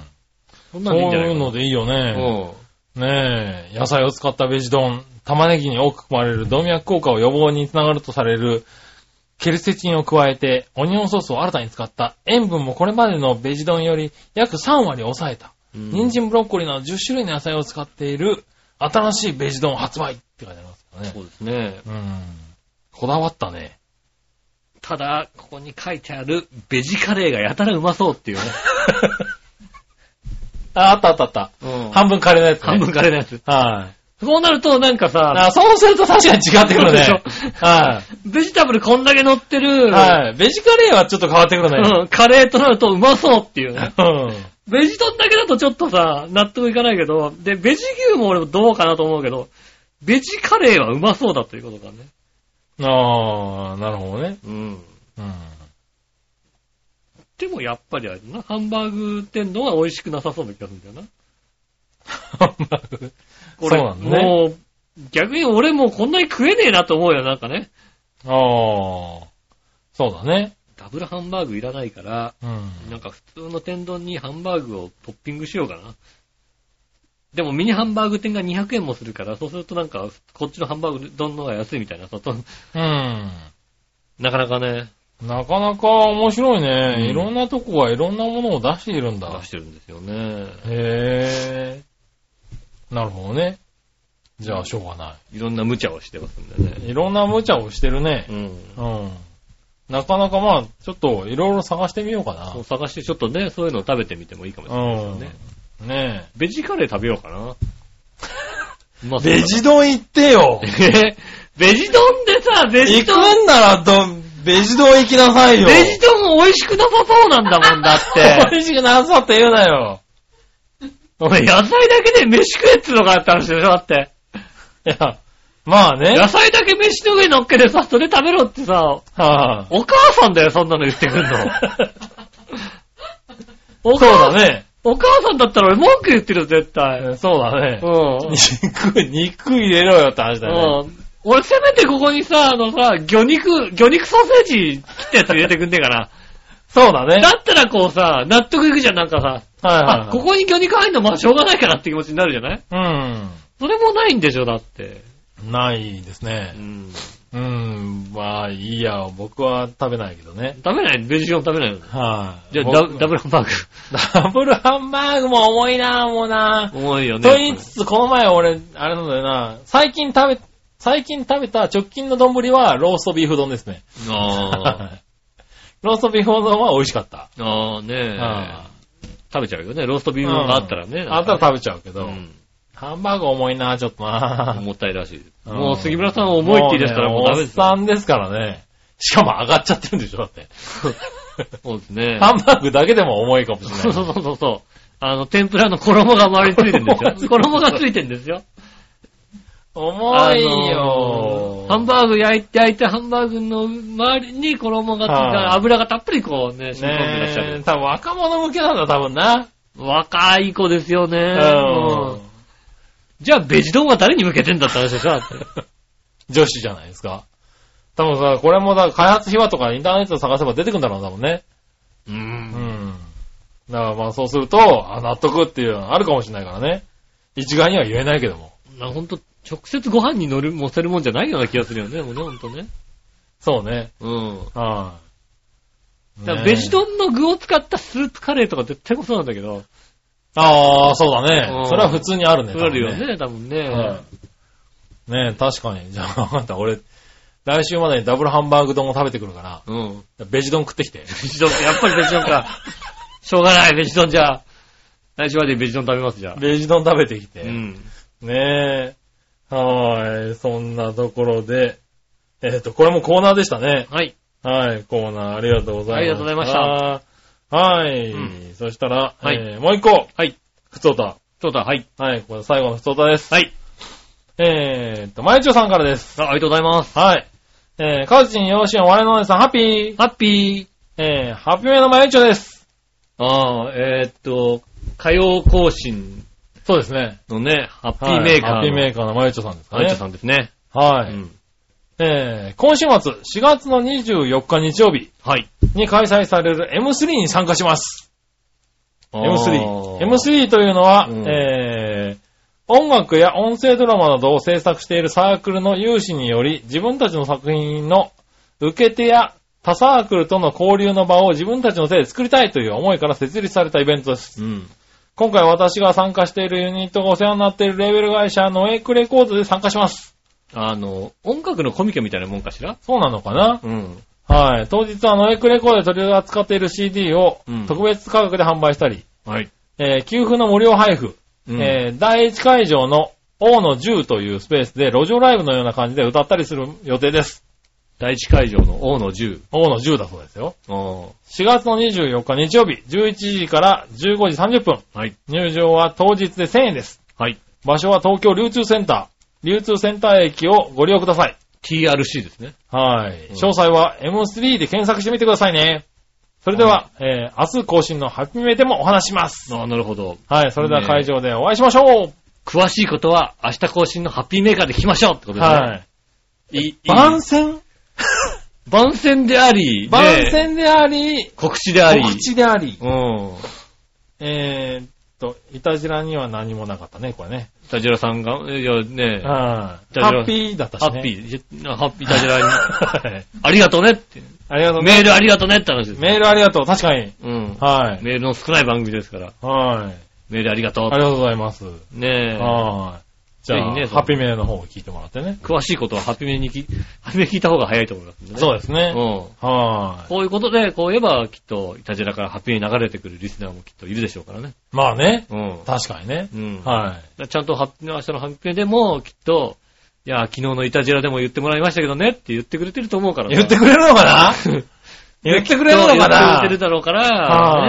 [SPEAKER 2] そんな
[SPEAKER 3] そ
[SPEAKER 2] んで
[SPEAKER 3] う
[SPEAKER 2] いいんじゃないいうか
[SPEAKER 3] の
[SPEAKER 2] な
[SPEAKER 3] でいいよね。
[SPEAKER 2] うん。
[SPEAKER 3] ねえ、野菜を使ったベジ丼、玉ねぎに多く含まれる動脈硬化を予防につながるとされるケルセチンを加えて、オニオンソースを新たに使った塩分もこれまでのベジ丼より約3割抑えた。
[SPEAKER 2] うん
[SPEAKER 3] 人参、ブロッコリーなど10種類の野菜を使っている新しいベジ丼発売って書いてありますよね。
[SPEAKER 2] そうですね。
[SPEAKER 3] うん。こだわっ たね。
[SPEAKER 2] ただ、ここに書いてある、ベジカレーがやたらうまそうっていう ね。
[SPEAKER 3] あ、あったあったあった。
[SPEAKER 2] うん
[SPEAKER 3] 半分カレーのやつね。
[SPEAKER 2] 半分カレーのやつ。
[SPEAKER 3] はい。
[SPEAKER 2] そうなると、なんかさ、
[SPEAKER 3] あ、そうすると確かに違ってくるね
[SPEAKER 2] そうでしょ。
[SPEAKER 3] は
[SPEAKER 2] ベジタブルこんだけ乗って
[SPEAKER 3] い。
[SPEAKER 2] る、
[SPEAKER 3] はい。ベジカレーはちょっと変わってくるね。
[SPEAKER 2] うん、カレーとなるとうまそうっていうね。
[SPEAKER 3] うん。
[SPEAKER 2] ベジ丼だけだとちょっとさ、納得いかないけど、で、ベジ牛も俺もどうかなと思うけど、ベジカレーはうまそうだということかね。
[SPEAKER 3] ああ、なるほどね。
[SPEAKER 2] うん。
[SPEAKER 3] うん。
[SPEAKER 2] でもやっぱりあれだな、ハンバーグ店の方が美味しくなさそうな気がするんだよな。 これ
[SPEAKER 3] そうなんだね
[SPEAKER 2] もう、逆に俺もうこんなに食えねえなと思うよ、なんかね。
[SPEAKER 3] ああ、そうだね。
[SPEAKER 2] ダブルハンバーグいらないから、
[SPEAKER 3] うん。
[SPEAKER 2] なんか普通の天丼にハンバーグをトッピングしようかな。でもミニハンバーグ店が200円もするから、そうするとなんか、こっちのハンバーグ丼の方が安いみたいなさ、と
[SPEAKER 3] うん。
[SPEAKER 2] なかなかね、
[SPEAKER 3] なかなか面白いね。
[SPEAKER 2] うん
[SPEAKER 3] いろんなとこがいろんなものを出しているんだ。
[SPEAKER 2] 出してるんですよね。
[SPEAKER 3] へえ。なるほどね。じゃあ、しょうがない
[SPEAKER 2] ろんな無茶をしてますんでね。
[SPEAKER 3] い。いろんな無茶をしてるね
[SPEAKER 2] う。ん。
[SPEAKER 3] うん。なかなかまあ、ちょっといろいろ探してみようか
[SPEAKER 2] そう探してちょっとね、そういうのを食べてみてもいいかもしれ
[SPEAKER 3] な。
[SPEAKER 2] ないうです
[SPEAKER 3] ん
[SPEAKER 2] よね。。
[SPEAKER 3] ね
[SPEAKER 2] ベジカレー食べようか な。まあ
[SPEAKER 3] え。ベジ丼行ってよ
[SPEAKER 2] えへベジ丼でさ、ベジ
[SPEAKER 3] 行
[SPEAKER 2] 丼、
[SPEAKER 3] くんならど、ベジ丼行きなさいよ。
[SPEAKER 2] ベジ丼美味しくなさそうなんだもんだって。
[SPEAKER 3] 美味しくなさって言うなよ。
[SPEAKER 2] お前野菜だけで飯食えっつうのかって話でしょだって。
[SPEAKER 3] いや、まあね。
[SPEAKER 2] 野菜だけ飯の上に乗っけてさ、それ食べろってさ、
[SPEAKER 3] はあ、
[SPEAKER 2] お母さんだよ、そんなの言ってくんの。
[SPEAKER 3] そうだね。
[SPEAKER 2] お母さんだったら俺文句言ってるよ、絶対。
[SPEAKER 3] そうだね
[SPEAKER 2] う。ん。
[SPEAKER 3] 肉、肉入れろよって話だね。
[SPEAKER 2] うん。俺せめてここにさ、あのさ、魚肉、魚肉ソーセージ切ったやつ入れてくんねえか な。
[SPEAKER 3] そうだね。
[SPEAKER 2] だったらこうさ、納得いくじゃん、なんかさ。
[SPEAKER 3] はいはい、
[SPEAKER 2] あ、ここに魚肉入んの、まあしょうがないかなって気持ちになるじゃないそれもないんでしょ、だって。
[SPEAKER 3] うん。ないです
[SPEAKER 2] う
[SPEAKER 3] ね。
[SPEAKER 2] ん。
[SPEAKER 3] うん。まあいいや、僕は食べないけどね。
[SPEAKER 2] 食べないベジジョン食べないの
[SPEAKER 3] はい、
[SPEAKER 2] じゃあ
[SPEAKER 3] 僕
[SPEAKER 2] ダブ、ダブルハン バーグ。
[SPEAKER 3] ダブルハンバーグも重いな、もうな。
[SPEAKER 2] 重いよね。
[SPEAKER 3] と言いつつ、この前俺、あれなんだよな、最近食べ、最近食べた直近の丼はローストビーフ丼ですね。
[SPEAKER 2] あ
[SPEAKER 3] ローストビーフ丼は美味しかった。
[SPEAKER 2] ーあーね
[SPEAKER 3] あ
[SPEAKER 2] え。食べちゃうよね。ローストビーフ丼があったらね。
[SPEAKER 3] あったら食べちゃうけ
[SPEAKER 2] う
[SPEAKER 3] ど、
[SPEAKER 2] ん
[SPEAKER 3] ハンバーグ重いな、ちょっとな。
[SPEAKER 2] もったいらしい。
[SPEAKER 3] うん
[SPEAKER 2] もう杉村さん重いって言い出したらもうダメです
[SPEAKER 3] もうね
[SPEAKER 2] よ。
[SPEAKER 3] おっさんですからね。しかも上がっちゃってるんでしょ、だって。
[SPEAKER 2] そうですね。
[SPEAKER 3] ハンバーグだけでも重いかもしれ
[SPEAKER 2] そう
[SPEAKER 3] な
[SPEAKER 2] そう
[SPEAKER 3] い。
[SPEAKER 2] そうそうそう。あの、天ぷらの衣が周りについてんですよ。 衣
[SPEAKER 3] 衣
[SPEAKER 2] が
[SPEAKER 3] が
[SPEAKER 2] ついてんですよ。
[SPEAKER 3] 重い
[SPEAKER 2] あの
[SPEAKER 3] よ。
[SPEAKER 2] ハンバーグ焼いて、焼いてハンバーグの周りに衣がつい
[SPEAKER 3] はい
[SPEAKER 2] た油がたっぷりこうね、
[SPEAKER 3] ー
[SPEAKER 2] 染み込んでらっしゃ
[SPEAKER 3] ねえ
[SPEAKER 2] る。
[SPEAKER 3] 多分若者向けなんだ、多分な。
[SPEAKER 2] 若い子ですよね。
[SPEAKER 3] うん
[SPEAKER 2] うんじゃあ、ベジ丼は誰に向けてんだって話でしょだって
[SPEAKER 3] 女子じゃないですか。多分さ、これもだから開発秘話とかインターネットで探せば出てくんだろうな、多分ね。
[SPEAKER 2] う。
[SPEAKER 3] うんん。だからまあそうすると、あ、納得っていうのあるかもしれないからね。一概には言えないけども。
[SPEAKER 2] まあほんと、直接ご飯に乗る、乗せるもんじゃないような気がするよね、もうね、ほんとね。
[SPEAKER 3] そうね。
[SPEAKER 2] うん。
[SPEAKER 3] は
[SPEAKER 2] だからベジトンの具を使ったスープカレーとか絶対こそなんだけど、
[SPEAKER 3] ああ、そうだ
[SPEAKER 2] うん
[SPEAKER 3] ね。それは普通にあるね。
[SPEAKER 2] あるよね、多分ね。
[SPEAKER 3] 多分ね。はいねえ、確かに。じゃあ、あんた俺、来週までにダブルハンバーグ丼を食べてくるから、
[SPEAKER 2] うん。
[SPEAKER 3] ベジ丼食ってきて。
[SPEAKER 2] ベジトン、やっぱりベジトンか。 しょうがない、ベジトンじゃあ。来週までベジトン食べます、じゃあ。
[SPEAKER 3] ベジ丼食べてきて。
[SPEAKER 2] うん。
[SPEAKER 3] ねえ。はーい。そんなところで、えっ、と、これもコーナーでしたね。
[SPEAKER 2] はい。
[SPEAKER 3] はい。コーナーありがとうございました。。
[SPEAKER 2] ありがとうございました
[SPEAKER 3] はい。
[SPEAKER 2] うん
[SPEAKER 3] そしたら、
[SPEAKER 2] はい
[SPEAKER 3] えーもう一個。
[SPEAKER 2] はい。
[SPEAKER 3] ふつおた。
[SPEAKER 2] そうだ、はい。
[SPEAKER 3] はい。これ最後のふつおたです。
[SPEAKER 2] はい。
[SPEAKER 3] えーっと、まゆちょさんからです。
[SPEAKER 2] あありがとうございます。
[SPEAKER 3] はい。えー、かずちん、よーしん、我のお姉さん、ハッピー。
[SPEAKER 2] ハッピー。
[SPEAKER 3] えー、ハッピーめのまゆちょです。
[SPEAKER 2] ああ、えーっと、火曜更新
[SPEAKER 3] そうですね。
[SPEAKER 2] のね、ハッピーメーカーの。
[SPEAKER 3] ハッピーメー
[SPEAKER 2] カ
[SPEAKER 3] カーのまゆちょさんですかね。
[SPEAKER 2] さんですね。
[SPEAKER 3] は
[SPEAKER 2] う
[SPEAKER 3] い。
[SPEAKER 2] ん
[SPEAKER 3] えー、今週末、4月の24日日曜日
[SPEAKER 2] はい。
[SPEAKER 3] に開催される M3 に参加します。M3。
[SPEAKER 2] M3。
[SPEAKER 3] M3 というのは、
[SPEAKER 2] うん
[SPEAKER 3] えー、音楽や音声ドラマなどを制作しているサークルの有志により、自分たちの作品の受け手や他サークルとの交流の場を自分たちの手で作りたいという思いから設立されたイベントです。
[SPEAKER 2] うん。
[SPEAKER 3] 今回私が参加しているユニットがお世話になっているレーベル会社のエイクレコードで参加します。
[SPEAKER 2] あの、音楽のコミケみたいなもんかしら
[SPEAKER 3] そうなのかな
[SPEAKER 2] うん。
[SPEAKER 3] はい。当日はノエクレコードで取り扱っている CD を
[SPEAKER 2] うん
[SPEAKER 3] 特別価格で販売したり、
[SPEAKER 2] はい。
[SPEAKER 3] えー給付の無料配布、
[SPEAKER 2] うん
[SPEAKER 3] えー第1会場の王の10というスペースで路上ライブのような感じで歌ったりする予定です。
[SPEAKER 2] 第一会場の王の10。
[SPEAKER 3] 王の10だそうですよ。
[SPEAKER 2] おー
[SPEAKER 3] 4月の24日日曜日、11時から15時30分。
[SPEAKER 2] はい。
[SPEAKER 3] 入場は当日で1000円です。
[SPEAKER 2] はい。
[SPEAKER 3] 場所は東京流通センター、流通センター駅をご利用ください。
[SPEAKER 2] TRC ですね。
[SPEAKER 3] はい。
[SPEAKER 2] うん
[SPEAKER 3] 詳細は M3 で検索してみてくださいね。それでは、えー明日更新のハッピーメイでもお話します。
[SPEAKER 2] ああ、なるほど。
[SPEAKER 3] はい、それでは会場でお会いしましょう。
[SPEAKER 2] 詳しいことは明日更新のハッピーメーカーで聞きましょうってことですね。。
[SPEAKER 3] はい
[SPEAKER 2] いい
[SPEAKER 3] い。番宣
[SPEAKER 2] 番宣であり、ね
[SPEAKER 3] 番宣であり、
[SPEAKER 2] 告知であり。
[SPEAKER 3] 告知であり。
[SPEAKER 2] うん。
[SPEAKER 3] えーっと、いたじらには何もなかったね、これね。
[SPEAKER 2] 田ジラさんが、いやね、
[SPEAKER 3] は
[SPEAKER 2] いた
[SPEAKER 3] い。
[SPEAKER 2] じら
[SPEAKER 3] ハッピーだったし
[SPEAKER 2] ハ
[SPEAKER 3] ね。
[SPEAKER 2] ッピー、じゃハッピー 田ジラに、
[SPEAKER 3] はい
[SPEAKER 2] ありがとうねって。
[SPEAKER 3] ありがとうね
[SPEAKER 2] メールありがとうねって話です。
[SPEAKER 3] メールありがとう。確かに。
[SPEAKER 2] うん。
[SPEAKER 3] はい。
[SPEAKER 2] メールの少ない番組ですから、
[SPEAKER 3] はい。
[SPEAKER 2] メールありがと
[SPEAKER 3] ありがとうございます。
[SPEAKER 2] う。ねえ。
[SPEAKER 3] はい。じゃ
[SPEAKER 2] ぜ
[SPEAKER 3] あ、
[SPEAKER 2] ひね
[SPEAKER 3] ハッピーメールの方を聞いてもらってね。
[SPEAKER 2] 詳しい ことはハッピーメールに聞き、ハッピーメール聞いた方が早いと思いますんでね。
[SPEAKER 3] そうですね。
[SPEAKER 2] うん。
[SPEAKER 3] は
[SPEAKER 2] こういうことで、こう言えば、きっと、いたじらからハッピーに流れてくるリスナーもきっといるでしょうからね。
[SPEAKER 3] い。まあね。
[SPEAKER 2] うん。
[SPEAKER 3] 確かにね。
[SPEAKER 2] うん。
[SPEAKER 3] は
[SPEAKER 2] ちゃんとハッピー、明日のハッピーでも、きっと、いや、昨日のいたじらでも言ってもらいましたけどねって言ってくれてると思うから
[SPEAKER 3] い。
[SPEAKER 2] ね
[SPEAKER 3] 言ってくれるの かな言ってくれるのか
[SPEAKER 2] 言って
[SPEAKER 3] な
[SPEAKER 2] くれてるだろうか
[SPEAKER 3] は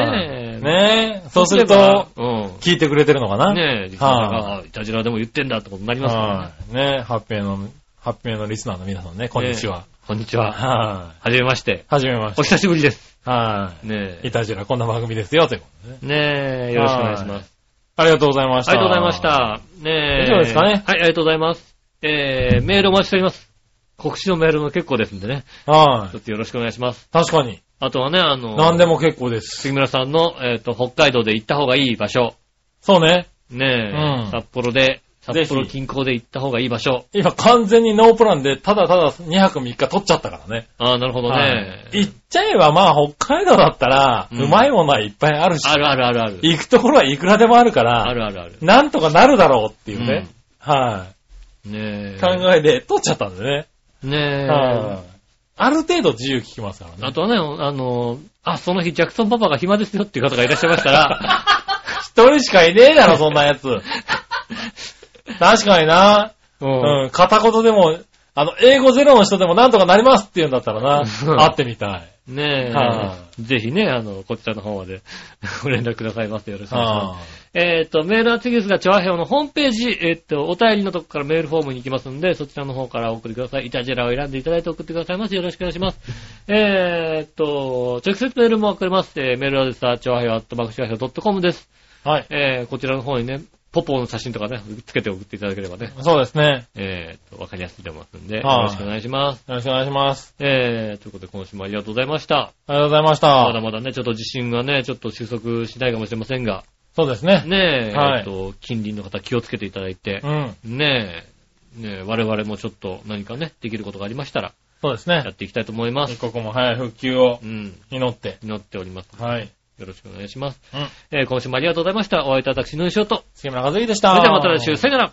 [SPEAKER 3] い
[SPEAKER 2] ら、ね
[SPEAKER 3] ねえ。
[SPEAKER 2] え
[SPEAKER 3] そうすると、、
[SPEAKER 2] う。
[SPEAKER 3] 聞いてくれてるのかなん
[SPEAKER 2] ねえ、リスナーが、いたじらでも言ってんだってことになりますからね
[SPEAKER 3] は。い。ねえ、ハッピーの、ハッピーのリスナーの皆さんね、こんにちは
[SPEAKER 2] ね。え。こんにちは。
[SPEAKER 3] はい。
[SPEAKER 2] はじめまして。
[SPEAKER 3] はじめまし
[SPEAKER 2] お久しぶりです。
[SPEAKER 3] て。はい。
[SPEAKER 2] ね
[SPEAKER 3] いたじら、こんな番組ですよ、ということでね。
[SPEAKER 2] え。ねえ、よろしくお願いします。
[SPEAKER 3] ありがとうございました。
[SPEAKER 2] ありがとうございまし。た。ねえ。
[SPEAKER 3] 以上ですかね
[SPEAKER 2] はい、ありがとうございます。えー、メールお待ちしております。告知のメールも結構ですんでね。
[SPEAKER 3] は
[SPEAKER 2] ちょ
[SPEAKER 3] い。
[SPEAKER 2] っとよろしくお願いします。
[SPEAKER 3] 確かに。
[SPEAKER 2] あとはね、あの、
[SPEAKER 3] 何でも結構です。
[SPEAKER 2] 杉村さんの、えっ、と、北海道で行った方がいい場所。
[SPEAKER 3] そうね。
[SPEAKER 2] ねえ、
[SPEAKER 3] うん
[SPEAKER 2] 札幌で、札幌
[SPEAKER 3] ぜひ
[SPEAKER 2] 近郊で行った方がいい場所。
[SPEAKER 3] 今完全にノープランで、ただただ2泊3日取っちゃったからね。
[SPEAKER 2] ああ、なるほどね。
[SPEAKER 3] はい行っちゃえば、まあ、北海道だったら、
[SPEAKER 2] うん
[SPEAKER 3] うまいものはいっぱいあるし、
[SPEAKER 2] あるあるあるある。
[SPEAKER 3] 行くところはいくらでもあるか
[SPEAKER 2] あ
[SPEAKER 3] ら、
[SPEAKER 2] るあるある。
[SPEAKER 3] なんとかなるだろうっていうね、は
[SPEAKER 2] ね
[SPEAKER 3] い、
[SPEAKER 2] え。
[SPEAKER 3] 考えで取っちゃったんでね、
[SPEAKER 2] ねえ。
[SPEAKER 3] はいある程度自由聞きますから
[SPEAKER 2] あ
[SPEAKER 3] ね。
[SPEAKER 2] とはね、あの、あ、その日ジャクソンパパが暇ですよっていう方がいらっしゃいましたら、
[SPEAKER 3] 一人しかいねえだろ、そんなや つ。確かにな、
[SPEAKER 2] う
[SPEAKER 3] うん、片言でも、あの、英語ゼロの人でもなんとかなりますっていうんだったらな、
[SPEAKER 2] うん
[SPEAKER 3] 会ってみたい。
[SPEAKER 2] ん。ねえ、
[SPEAKER 3] は
[SPEAKER 2] ぜひね、あの、こちらの方まで ご連絡くださいませ。よろしくお願いします。
[SPEAKER 3] は
[SPEAKER 2] えっ、と、メールは次ですが、チョアヘオのホームページ、えっ、と、お便りのとこからメールフォームに行きますので、そちらの方からお送りください。イタジェラを選んでいただいて送ってくださいませ。よろしくお願いします。えっ、と、直接メールも送れます。えーメールアドレスは、チョアヘオアットマクシュアヘオドットコムです。
[SPEAKER 3] いはい。
[SPEAKER 2] えーこちらの方にね、ポポの写真とかね、つけて送っていただければね、
[SPEAKER 3] そうですね。
[SPEAKER 2] えーと、わかりやすいと思いますんで、よ
[SPEAKER 3] はい
[SPEAKER 2] ろしくお願いします。
[SPEAKER 3] よろしくお願いします。
[SPEAKER 2] えー、ということで今週もありがとうございました。
[SPEAKER 3] ありがとうございまし
[SPEAKER 2] まだ
[SPEAKER 3] た。
[SPEAKER 2] まだね、ちょっと地震がね、ちょっと収束しないかもしれませんが、
[SPEAKER 3] そうですね。
[SPEAKER 2] ねえ、
[SPEAKER 3] はい
[SPEAKER 2] えっと、近隣の方気をつけていただいて
[SPEAKER 3] う、ん。
[SPEAKER 2] ねえ、ねえ、我々もちょっと何かね、できることがありましたら、
[SPEAKER 3] そうです
[SPEAKER 2] やっ
[SPEAKER 3] ね。
[SPEAKER 2] ていきたいと思います
[SPEAKER 3] 一。刻も早い復旧を
[SPEAKER 2] うん。
[SPEAKER 3] 祈って。
[SPEAKER 2] 祈っております。
[SPEAKER 3] はい。
[SPEAKER 2] よろしくお願いします。
[SPEAKER 3] うん。
[SPEAKER 2] えー今週もありがとうございました。お会いいたい私、のりしおと。
[SPEAKER 3] 杉村和之でした。
[SPEAKER 2] それではまた来週、さよなら。